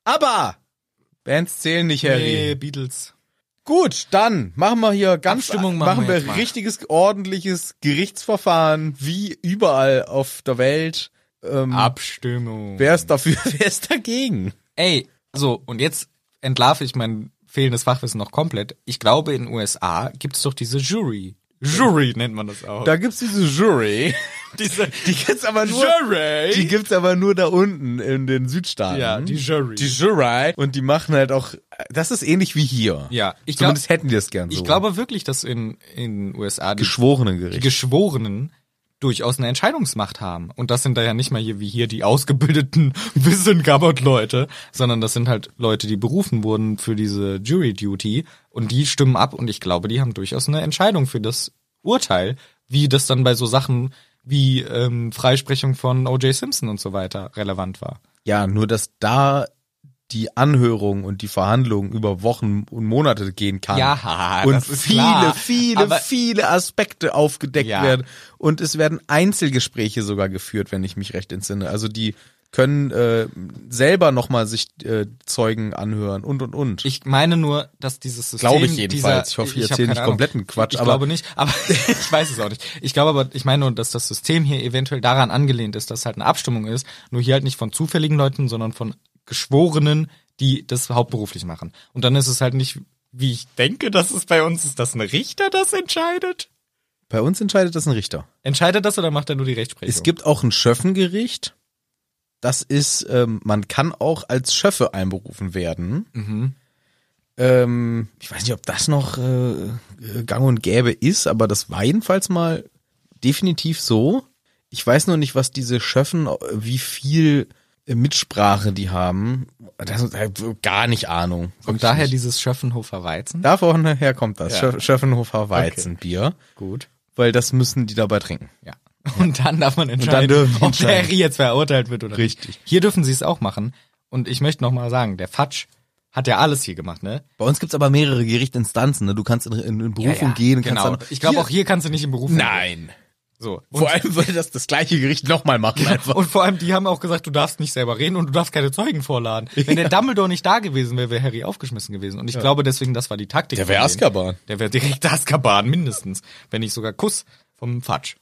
[SPEAKER 1] aber! Bands zählen nicht, Harry.
[SPEAKER 2] Nee, Beatles.
[SPEAKER 1] Gut, dann machen wir hier ganz,
[SPEAKER 2] Abstimmung machen
[SPEAKER 1] machen
[SPEAKER 2] wir
[SPEAKER 1] wir,
[SPEAKER 2] jetzt mal.
[SPEAKER 1] richtiges, ordentliches Gerichtsverfahren, wie überall auf der Welt. Ähm,
[SPEAKER 2] Hm. Abstimmung.
[SPEAKER 1] Wer ist dafür, wer ist dagegen?
[SPEAKER 2] Ey, so, und jetzt entlarve ich mein fehlendes Fachwissen noch komplett. Ich glaube, in den USA gibt es doch diese Jury. Jury nennt man das auch.
[SPEAKER 1] Da gibt's diese Jury.
[SPEAKER 2] diese
[SPEAKER 1] Die gibt's aber nur,
[SPEAKER 2] Jury.
[SPEAKER 1] die gibt's aber nur da unten in den Südstaaten.
[SPEAKER 2] ja, die Jury.
[SPEAKER 1] Die Jury. Und die machen halt auch, das ist ähnlich wie hier.
[SPEAKER 2] ja, ich, glaub,
[SPEAKER 1] Zumindest hätten die es gern so.
[SPEAKER 2] ich glaube wirklich, dass in in den USA die die
[SPEAKER 1] Geschworenengericht.
[SPEAKER 2] Geschworenen durchaus eine Entscheidungsmacht haben. Und das sind da ja nicht mal hier wie hier die ausgebildeten Wissenschaft-Leute, sondern das sind halt Leute, die berufen wurden für diese Jury-Duty und die stimmen ab und ich glaube, die haben durchaus eine Entscheidung für das Urteil, wie das dann bei so Sachen wie ähm, Freisprechung von O.J. Simpson und so weiter relevant war.
[SPEAKER 1] ja, nur dass da die Anhörung und die Verhandlungen über Wochen und Monate gehen kann.
[SPEAKER 2] Ja,
[SPEAKER 1] und
[SPEAKER 2] das ist
[SPEAKER 1] viele,
[SPEAKER 2] klar.
[SPEAKER 1] viele,
[SPEAKER 2] Aber-
[SPEAKER 1] viele Aspekte aufgedeckt
[SPEAKER 2] Ja.
[SPEAKER 1] werden. Und es werden Einzelgespräche sogar geführt, wenn ich mich recht entsinne. Also die können äh, selber nochmal sich äh, Zeugen anhören und und und.
[SPEAKER 2] Ich meine nur, dass dieses System.
[SPEAKER 1] Glaube ich jedenfalls.
[SPEAKER 2] Dieser,
[SPEAKER 1] Ich hoffe, ich
[SPEAKER 2] hab
[SPEAKER 1] erzähle
[SPEAKER 2] keine
[SPEAKER 1] nicht kompletten
[SPEAKER 2] Ahnung.
[SPEAKER 1] Quatsch,
[SPEAKER 2] Ich
[SPEAKER 1] aber-
[SPEAKER 2] glaube nicht, aber ich weiß es auch nicht. Ich glaube aber, ich meine nur, dass das System hier eventuell daran angelehnt ist, dass es halt eine Abstimmung ist, nur hier halt nicht von zufälligen Leuten, sondern von Geschworenen, die das hauptberuflich machen. Und dann ist es halt nicht, wie ich denke, dass es bei uns ist, dass ein Richter das entscheidet.
[SPEAKER 1] Bei uns entscheidet das ein Richter.
[SPEAKER 2] Entscheidet das oder macht er nur die Rechtsprechung?
[SPEAKER 1] Es gibt auch ein Schöffengericht. Das ist, ähm, man kann auch als Schöffe einberufen werden.
[SPEAKER 2] Mhm.
[SPEAKER 1] Ähm, ich weiß nicht, ob das noch äh, äh, gang und gäbe ist, aber das war jedenfalls mal definitiv so. Ich weiß nur nicht, was diese Schöffen, äh, wie viel äh, Mitsprache die haben. Das äh, gar nicht Ahnung.
[SPEAKER 2] Und daher dieses Schöffenhofer Weizen.
[SPEAKER 1] Davon her kommt das.
[SPEAKER 2] Ja.
[SPEAKER 1] Schö- Schöffenhofer Weizenbier.
[SPEAKER 2] Gut.
[SPEAKER 1] Weil das müssen die dabei trinken.
[SPEAKER 2] Ja. Und dann darf man entscheiden,
[SPEAKER 1] dürfen die
[SPEAKER 2] ob
[SPEAKER 1] entscheiden.
[SPEAKER 2] Harry jetzt verurteilt wird oder nicht.
[SPEAKER 1] Richtig.
[SPEAKER 2] Hier dürfen sie es auch machen. Und ich möchte nochmal sagen, der Fatsch hat ja alles hier gemacht, ne?
[SPEAKER 1] Bei uns gibt's aber mehrere Gerichtsinstanzen. Ne? Du kannst in, in, in Berufung gehen. Kannst
[SPEAKER 2] Genau.
[SPEAKER 1] dann-
[SPEAKER 2] Ich glaube, auch hier kannst du nicht in Berufung gehen.
[SPEAKER 1] Nein.
[SPEAKER 2] So. Und,
[SPEAKER 1] Vor allem, weil das das gleiche Gericht nochmal machen einfach.
[SPEAKER 2] und vor allem, die haben auch gesagt, du darfst nicht selber reden und du darfst keine Zeugen vorladen. Wenn der Dumbledore nicht da gewesen wäre, wäre Harry aufgeschmissen gewesen. Und ich glaube deswegen, das war die Taktik.
[SPEAKER 1] Der wäre
[SPEAKER 2] von denen.
[SPEAKER 1] Azkaban.
[SPEAKER 2] Der wäre direkt Azkaban, mindestens. Wenn nicht sogar Kuss vom Fatsch.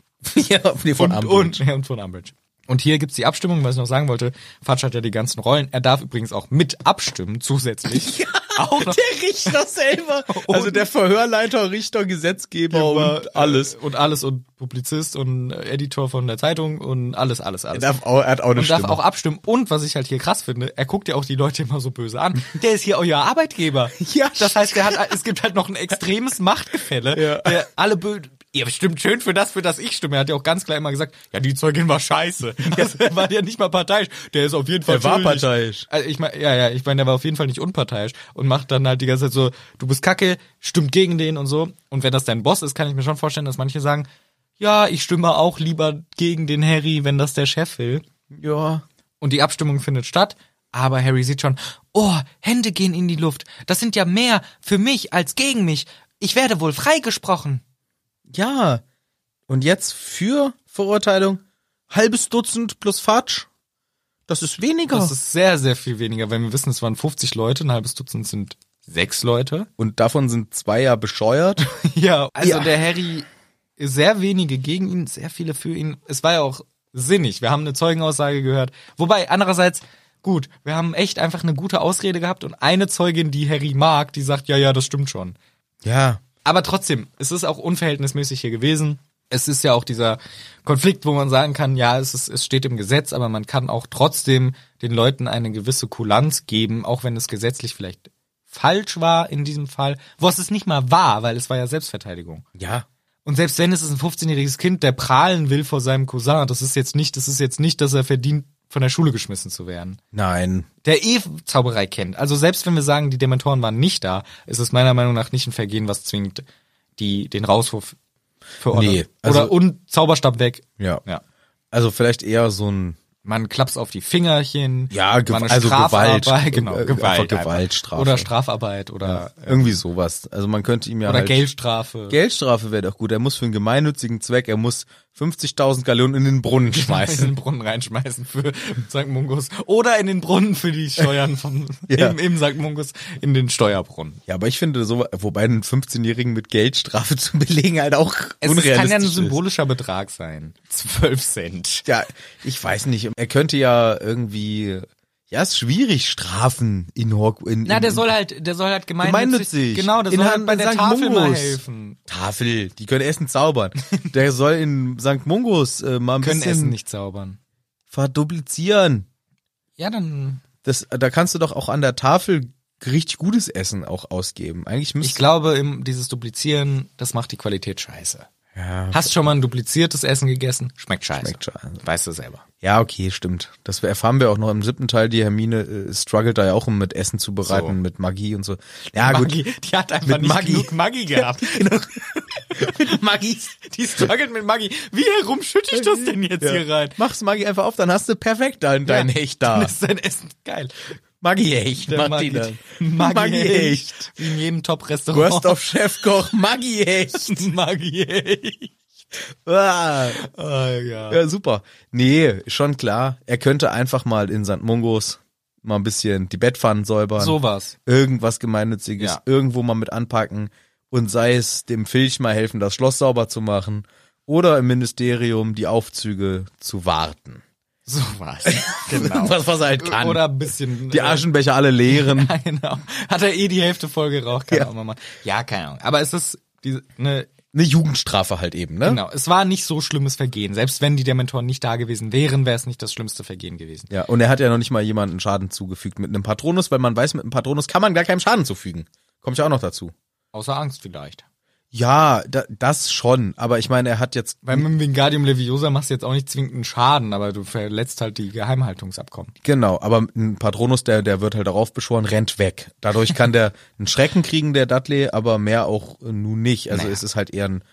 [SPEAKER 1] ja, nee, von
[SPEAKER 2] und,
[SPEAKER 1] Umbridge.
[SPEAKER 2] und, ja, und von Umbridge. Und hier gibt's die Abstimmung, was ich noch sagen wollte. Fatsch hat ja die ganzen Rollen. Er darf übrigens auch mit abstimmen zusätzlich. auch noch.
[SPEAKER 1] Der Richter selber. Also der Verhörleiter, Richter, Gesetzgeber und alles.
[SPEAKER 2] Äh, Und alles und Publizist und äh, Editor von der Zeitung und alles, alles, alles.
[SPEAKER 1] Er, darf auch, er hat auch eine
[SPEAKER 2] und darf
[SPEAKER 1] Stimme.
[SPEAKER 2] auch abstimmen. Und was ich halt hier krass finde, er guckt ja auch die Leute immer so böse an. Der ist hier euer Arbeitgeber.
[SPEAKER 1] Ja,
[SPEAKER 2] Das heißt, der hat, es gibt halt noch ein extremes Machtgefälle.
[SPEAKER 1] Ja.
[SPEAKER 2] Der alle bö Ihr stimmt schön für das, für das ich stimme. Er hat ja auch ganz klar immer gesagt, ja, die Zeugin war scheiße. Also, er war ja nicht mal parteiisch. Der ist auf jeden Fall
[SPEAKER 1] Der war
[SPEAKER 2] schuldig.
[SPEAKER 1] parteiisch.
[SPEAKER 2] Also ich meine, ja, ja, ich meine, der war auf jeden Fall nicht unparteiisch und macht dann halt die ganze Zeit so, du bist kacke, stimmt gegen den und so. Und wenn das dein Boss ist, kann ich mir schon vorstellen, dass manche sagen, ja, ich stimme auch lieber gegen den Harry, wenn das der Chef will.
[SPEAKER 1] ja.
[SPEAKER 2] Und die Abstimmung findet statt, aber Harry sieht schon, oh, Hände gehen in die Luft. Das sind ja mehr für mich als gegen mich. Ich werde wohl freigesprochen.
[SPEAKER 1] Ja. Und jetzt für Verurteilung halbes Dutzend plus Fatsch. Das ist weniger.
[SPEAKER 2] Das ist sehr, sehr viel weniger, wenn wir wissen, es waren 50 Leute, ein halbes Dutzend sind sechs Leute.
[SPEAKER 1] und davon sind zwei ja bescheuert.
[SPEAKER 2] Ja, also
[SPEAKER 1] Ja.
[SPEAKER 2] der Harry, sehr wenige gegen ihn, sehr viele für ihn. Es war ja auch sinnig. Wir haben eine Zeugenaussage gehört. Wobei, andererseits, gut, wir haben echt einfach eine gute Ausrede gehabt und eine Zeugin, die Harry mag, die sagt, ja, ja, das stimmt schon.
[SPEAKER 1] ja.
[SPEAKER 2] Aber trotzdem, es ist auch unverhältnismäßig hier gewesen. Es ist ja auch dieser Konflikt, wo man sagen kann, ja, es, ist, es steht im Gesetz, aber man kann auch trotzdem den Leuten eine gewisse Kulanz geben, auch wenn es gesetzlich vielleicht falsch war in diesem Fall, was es nicht mal war, weil es war ja Selbstverteidigung.
[SPEAKER 1] Ja.
[SPEAKER 2] Und selbst wenn es ist ein 15-jähriges Kind, der prahlen will vor seinem Cousin, das ist jetzt nicht, das ist jetzt nicht, dass er verdient, von der Schule geschmissen zu werden
[SPEAKER 1] Nein.
[SPEAKER 2] der eh Zauberei kennt. Also selbst wenn wir sagen, die Dementoren waren nicht da, ist es meiner Meinung nach nicht ein Vergehen, was zwingt, die den Rauswurf verordnet.
[SPEAKER 1] Nee, also-
[SPEAKER 2] Oder und Zauberstab weg.
[SPEAKER 1] Ja.
[SPEAKER 2] Ja.
[SPEAKER 1] Also vielleicht eher so ein
[SPEAKER 2] Man klappt auf die Fingerchen.
[SPEAKER 1] Ja, Ge
[SPEAKER 2] man eine
[SPEAKER 1] also
[SPEAKER 2] Strafarbeit,
[SPEAKER 1] Gewalt.
[SPEAKER 2] Genau,
[SPEAKER 1] Äh, äh,
[SPEAKER 2] Gewalt.
[SPEAKER 1] einfach
[SPEAKER 2] einfach.
[SPEAKER 1] Gewaltstrafe.
[SPEAKER 2] Oder Strafarbeit oder,
[SPEAKER 1] irgendwie sowas. Also man könnte ihm ja
[SPEAKER 2] oder
[SPEAKER 1] halt
[SPEAKER 2] Geldstrafe.
[SPEAKER 1] Geldstrafe wäre doch gut. Er muss für einen gemeinnützigen Zweck, er muss 50.000 Gallonen in den Brunnen
[SPEAKER 2] In
[SPEAKER 1] schmeißen.
[SPEAKER 2] den Brunnen reinschmeißen für St. Mungus. Oder in den Brunnen für die Steuern vom,
[SPEAKER 1] Ja.
[SPEAKER 2] im, im St. Mungus, in den Steuerbrunnen.
[SPEAKER 1] ja, aber ich finde so, wobei einen 15-Jährigen mit Geldstrafe zu belegen halt auch
[SPEAKER 2] Es
[SPEAKER 1] unrealistisch
[SPEAKER 2] kann ja ein
[SPEAKER 1] ist.
[SPEAKER 2] symbolischer Betrag sein. 12 Cent.
[SPEAKER 1] Ja, ich weiß nicht. Er könnte ja irgendwie, ja, ist schwierig, Strafen in Hawk. In,
[SPEAKER 2] Na,
[SPEAKER 1] in,
[SPEAKER 2] der soll halt, der soll halt
[SPEAKER 1] Gemeinnützig.
[SPEAKER 2] gemeinnützig. Genau, der
[SPEAKER 1] In
[SPEAKER 2] soll
[SPEAKER 1] Hand-
[SPEAKER 2] halt bei
[SPEAKER 1] in
[SPEAKER 2] der
[SPEAKER 1] St.
[SPEAKER 2] Tafel mal
[SPEAKER 1] Mungos.
[SPEAKER 2] helfen.
[SPEAKER 1] Tafel, die können Essen zaubern. Der soll in St. Mungos äh, mal ein
[SPEAKER 2] Können
[SPEAKER 1] bisschen
[SPEAKER 2] Essen nicht zaubern.
[SPEAKER 1] verduplizieren.
[SPEAKER 2] Ja, dann.
[SPEAKER 1] Das, da kannst du doch auch an der Tafel richtig gutes Essen auch ausgeben. Eigentlich
[SPEAKER 2] Ich
[SPEAKER 1] müsste
[SPEAKER 2] glaube, im, dieses Duplizieren, das macht die Qualität scheiße.
[SPEAKER 1] ja,
[SPEAKER 2] Hast schon mal ein dupliziertes Essen gegessen? Schmeckt scheiße.
[SPEAKER 1] schmeckt schon.
[SPEAKER 2] Weißt du selber.
[SPEAKER 1] ja, okay, stimmt. Das erfahren wir auch noch im siebten Teil. Die Hermine äh, struggelt da ja auch um mit Essen zubereiten,
[SPEAKER 2] So.
[SPEAKER 1] mit Magie und so. Ja,
[SPEAKER 2] Maggi, die hat einfach
[SPEAKER 1] Mit
[SPEAKER 2] nicht
[SPEAKER 1] Maggi.
[SPEAKER 2] genug Ah, Maggi genau. gehabt.
[SPEAKER 1] gut. Magie.
[SPEAKER 2] Die struggelt mit Maggi. Wie herum schütte ich das denn jetzt
[SPEAKER 1] Ja.
[SPEAKER 2] hier rein?
[SPEAKER 1] Mach's Magie einfach auf, dann hast du perfekt dein, dein Hecht da.
[SPEAKER 2] Dann ist dein Essen geil.
[SPEAKER 1] Maggi-Hecht,
[SPEAKER 2] Der
[SPEAKER 1] macht die dann.
[SPEAKER 2] Maggi-Hecht.
[SPEAKER 1] Maggi-Hecht.
[SPEAKER 2] Wie in jedem Top-Restaurant.
[SPEAKER 1] Worst of Chefkoch,
[SPEAKER 2] Oh.
[SPEAKER 1] Maggi-Hecht.
[SPEAKER 2] Maggi-Hecht.
[SPEAKER 1] Ah.
[SPEAKER 2] Ah, ja.
[SPEAKER 1] Ja, super. Nee, schon klar. Er könnte einfach mal in St. Mungos mal ein bisschen die Bettpfannen säubern.
[SPEAKER 2] Sowas.
[SPEAKER 1] Irgendwas Gemeinnütziges,
[SPEAKER 2] Ja.
[SPEAKER 1] irgendwo mal mit anpacken. Und sei es dem Filch mal helfen, das Schloss sauber zu machen. Oder im Ministerium die Aufzüge zu warten.
[SPEAKER 2] Sowas. Genau.
[SPEAKER 1] Was, was er halt kann.
[SPEAKER 2] Oder ein bisschen.
[SPEAKER 1] die Aschenbecher alle leeren.
[SPEAKER 2] Äh, genau. Hat er eh die Hälfte voll geraucht, kann
[SPEAKER 1] Ja.
[SPEAKER 2] er auch mal machen. Ja, keine Ahnung. Aber es ist diese, ne,
[SPEAKER 1] Eine Jugendstrafe halt eben, ne?
[SPEAKER 2] genau. Es war nicht so schlimmes Vergehen. Selbst wenn die Dementoren nicht da gewesen wären, wäre es nicht das schlimmste Vergehen gewesen.
[SPEAKER 1] Ja, und er hat ja noch nicht mal jemanden Schaden zugefügt mit einem Patronus, weil man weiß, mit einem Patronus kann man gar keinem Schaden zufügen. Komme ich auch noch dazu.
[SPEAKER 2] Außer Angst vielleicht.
[SPEAKER 1] Ja, da, das schon. Aber ich meine, er hat jetzt.
[SPEAKER 2] Weil mit dem Wingardium Leviosa machst du jetzt auch nicht zwingend einen Schaden, aber du verletzt halt die Geheimhaltungsabkommen.
[SPEAKER 1] Genau, aber ein Patronus, der, der wird halt darauf beschworen, rennt weg. Dadurch kann der einen Schrecken kriegen, der Dudley, aber mehr auch äh, nun nicht. Also
[SPEAKER 2] Naja.
[SPEAKER 1] es ist halt eher ein,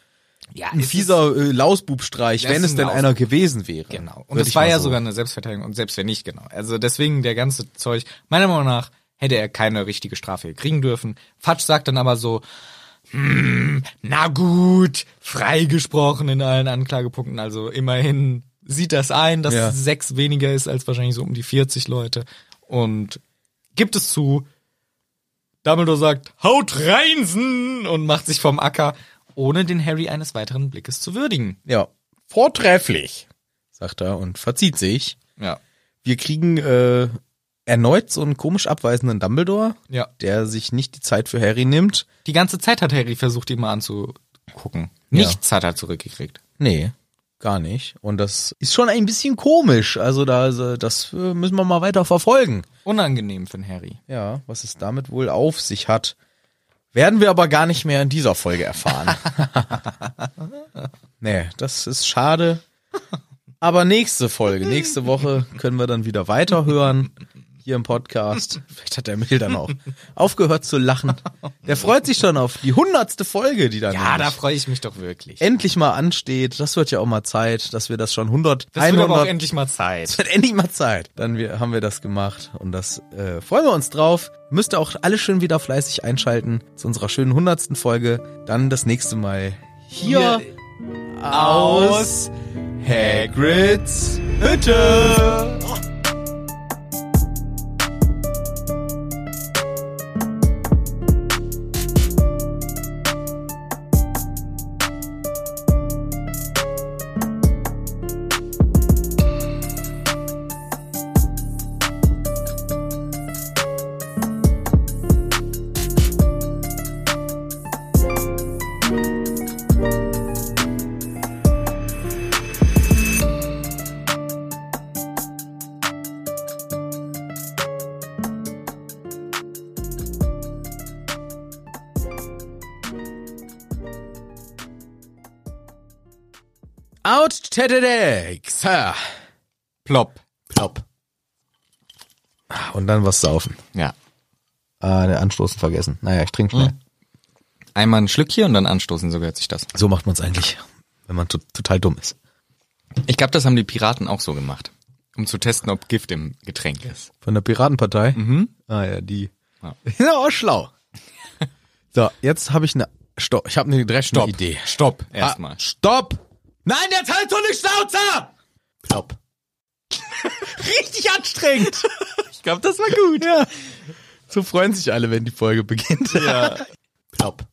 [SPEAKER 2] Ja,
[SPEAKER 1] ein fieser äh, Lausbubstreich,
[SPEAKER 2] Das ist
[SPEAKER 1] wenn es
[SPEAKER 2] ein
[SPEAKER 1] denn
[SPEAKER 2] Lausbub.
[SPEAKER 1] einer gewesen wäre.
[SPEAKER 2] Genau. Und
[SPEAKER 1] Würd
[SPEAKER 2] es
[SPEAKER 1] ich
[SPEAKER 2] war
[SPEAKER 1] mal
[SPEAKER 2] ja
[SPEAKER 1] so-
[SPEAKER 2] sogar eine Selbstverteidigung und selbst wenn nicht, genau. Also deswegen der ganze Zeug, meiner Meinung nach hätte er keine richtige Strafe kriegen dürfen. Fatsch sagt dann aber so, hm, na gut, freigesprochen in allen Anklagepunkten, also immerhin sieht das ein, dass
[SPEAKER 1] Ja.
[SPEAKER 2] es sechs weniger ist als wahrscheinlich so um die 40 Leute und gibt es zu, Dumbledore sagt, haut reinsen und macht sich vom Acker, ohne den Harry eines weiteren Blickes zu würdigen.
[SPEAKER 1] Ja. Vortrefflich, sagt er und verzieht sich.
[SPEAKER 2] Ja.
[SPEAKER 1] Wir kriegen äh, erneut so einen komisch abweisenden Dumbledore,
[SPEAKER 2] Ja.
[SPEAKER 1] der sich nicht die Zeit für Harry nimmt.
[SPEAKER 2] Die ganze Zeit hat Harry versucht, ihn mal anzugucken.
[SPEAKER 1] Ja.
[SPEAKER 2] Nichts hat er zurückgekriegt.
[SPEAKER 1] Nee, gar nicht. Und das ist schon ein bisschen komisch. Also da, das äh, müssen wir mal weiter verfolgen.
[SPEAKER 2] Unangenehm für den Harry.
[SPEAKER 1] Ja, was es damit wohl auf sich hat, werden wir aber gar nicht mehr in dieser Folge erfahren. nee, das ist schade. Aber nächste Folge, nächste Woche können wir dann wieder weiterhören hier im Podcast. Vielleicht hat der Mill dann auch aufgehört zu lachen. Der freut sich schon auf die hundertste Folge, die dann
[SPEAKER 2] Ja, da
[SPEAKER 1] nämlich
[SPEAKER 2] freue ich mich doch wirklich.
[SPEAKER 1] endlich mal ansteht. Das wird ja auch mal Zeit, dass wir das schon 100,
[SPEAKER 2] Das wird aber auch
[SPEAKER 1] 100
[SPEAKER 2] endlich mal Zeit.
[SPEAKER 1] wird endlich mal Zeit. Dann wir, haben wir das gemacht und das äh, freuen wir uns drauf. Müsst ihr auch alle schön wieder fleißig einschalten zu unserer schönen 100. Folge. Dann das nächste Mal hier aus Hagrids Hütte. Out Tedex.
[SPEAKER 2] Plopp. Plopp.
[SPEAKER 1] Und dann was saufen.
[SPEAKER 2] Ja.
[SPEAKER 1] Ah, der Anstoßen vergessen. Naja, ich trinke schnell.
[SPEAKER 2] Einmal ein Schlückchen und dann anstoßen, so gehört sich das.
[SPEAKER 1] So macht man es eigentlich, wenn man to total dumm ist.
[SPEAKER 2] Ich glaube, das haben die Piraten auch so gemacht. Um zu testen, ob Gift im Getränk ist.
[SPEAKER 1] Von der Piratenpartei? Mhm. Ah ja, die.
[SPEAKER 2] Ja.
[SPEAKER 1] Ja, auch schlau. So, jetzt habe ich eine. Stopp, ich habe eine direkt
[SPEAKER 2] Stopp.
[SPEAKER 1] Eine Idee.
[SPEAKER 2] Stopp. Erstmal.
[SPEAKER 1] Ah, stopp! Nein, jetzt halt so eine Schnauze! Plopp. Richtig anstrengend.
[SPEAKER 2] Ich glaube, das war gut.
[SPEAKER 1] ja. So freuen sich alle, wenn die Folge beginnt.
[SPEAKER 2] Ja.
[SPEAKER 1] Plopp.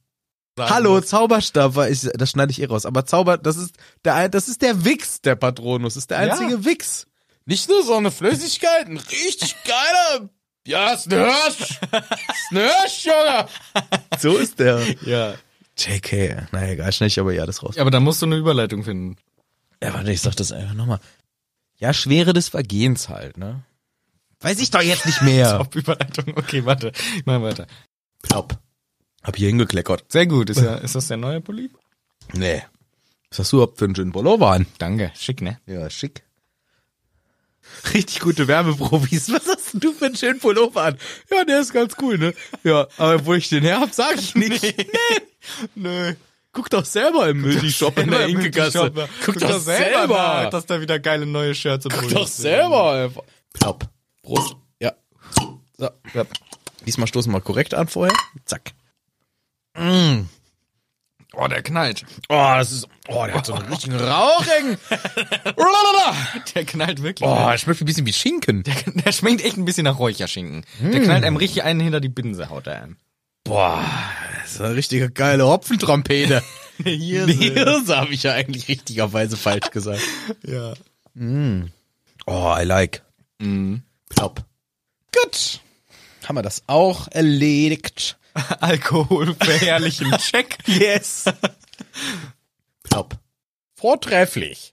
[SPEAKER 1] Hallo,
[SPEAKER 2] Muss.
[SPEAKER 1] Zauberstab war ich, das schneide ich eh raus. Aber Zauber, das ist der, ein- das ist der Wichs, der Patronus, ist der
[SPEAKER 2] Ja.
[SPEAKER 1] einzige Wichs. Nicht nur so eine Flüssigkeit, ein richtig geiler, ja, ist ein Hirsch, ist ein Hirsch, Junge. So ist der.
[SPEAKER 2] Ja.
[SPEAKER 1] JK, naja, egal, schneide ich aber ja das raus.
[SPEAKER 2] Aber da musst du eine Überleitung finden.
[SPEAKER 1] Ja, warte, ich sag das einfach nochmal. Ja, Schwere des Vergehens halt, ne? Weiß ich doch jetzt nicht mehr.
[SPEAKER 2] Ob Überleitung. Okay, warte. Ich mach weiter.
[SPEAKER 1] Plopp. Hab hier hingekleckert.
[SPEAKER 2] Sehr gut. Ist, ja, ist das der neue Pulli?
[SPEAKER 1] Nee. Was hast du überhaupt für einen Gin Bolovan?
[SPEAKER 2] Danke. Schick, ne?
[SPEAKER 1] Ja, schick. Richtig gute Werbeprofis. Was hast denn du für einen schönen Pullover an? Ja, der ist ganz cool, ne? Ja, aber wo ich den her hab, sag ich nicht. Nee.
[SPEAKER 2] Nö.
[SPEAKER 1] Guck doch selber im Multishop in der Inke-Kasse.
[SPEAKER 2] Guck,
[SPEAKER 1] Guck doch selber.
[SPEAKER 2] nach, dass da wieder geile neue Shirts und
[SPEAKER 1] Guck doch selber einfach. Plopp. Prost. Ja. So.
[SPEAKER 2] Ja.
[SPEAKER 1] Diesmal stoßen wir korrekt an vorher. Zack.
[SPEAKER 2] Oh, der knallt.
[SPEAKER 1] Oh, das ist. Oh, der hat so einen richtigen Rauchigen. Lalalala.
[SPEAKER 2] Der knallt wirklich.
[SPEAKER 1] oh, das schmeckt ein bisschen wie Schinken.
[SPEAKER 2] Der schmeckt echt ein bisschen nach Räucherschinken.
[SPEAKER 1] Hm.
[SPEAKER 2] Der knallt einem richtig einen hinter die Binse, haut er einem.
[SPEAKER 1] Boah, das ist eine richtige geile Hopfentrompete.
[SPEAKER 2] Eine Hirse.
[SPEAKER 1] Hirse habe ich ja eigentlich richtigerweise falsch gesagt.
[SPEAKER 2] Ja.
[SPEAKER 1] Oh, I like. Plopp. Mm. Gut. Haben wir das auch erledigt?
[SPEAKER 2] Alkoholverherrlichen Check.
[SPEAKER 1] Yes. Plopp. Vortrefflich.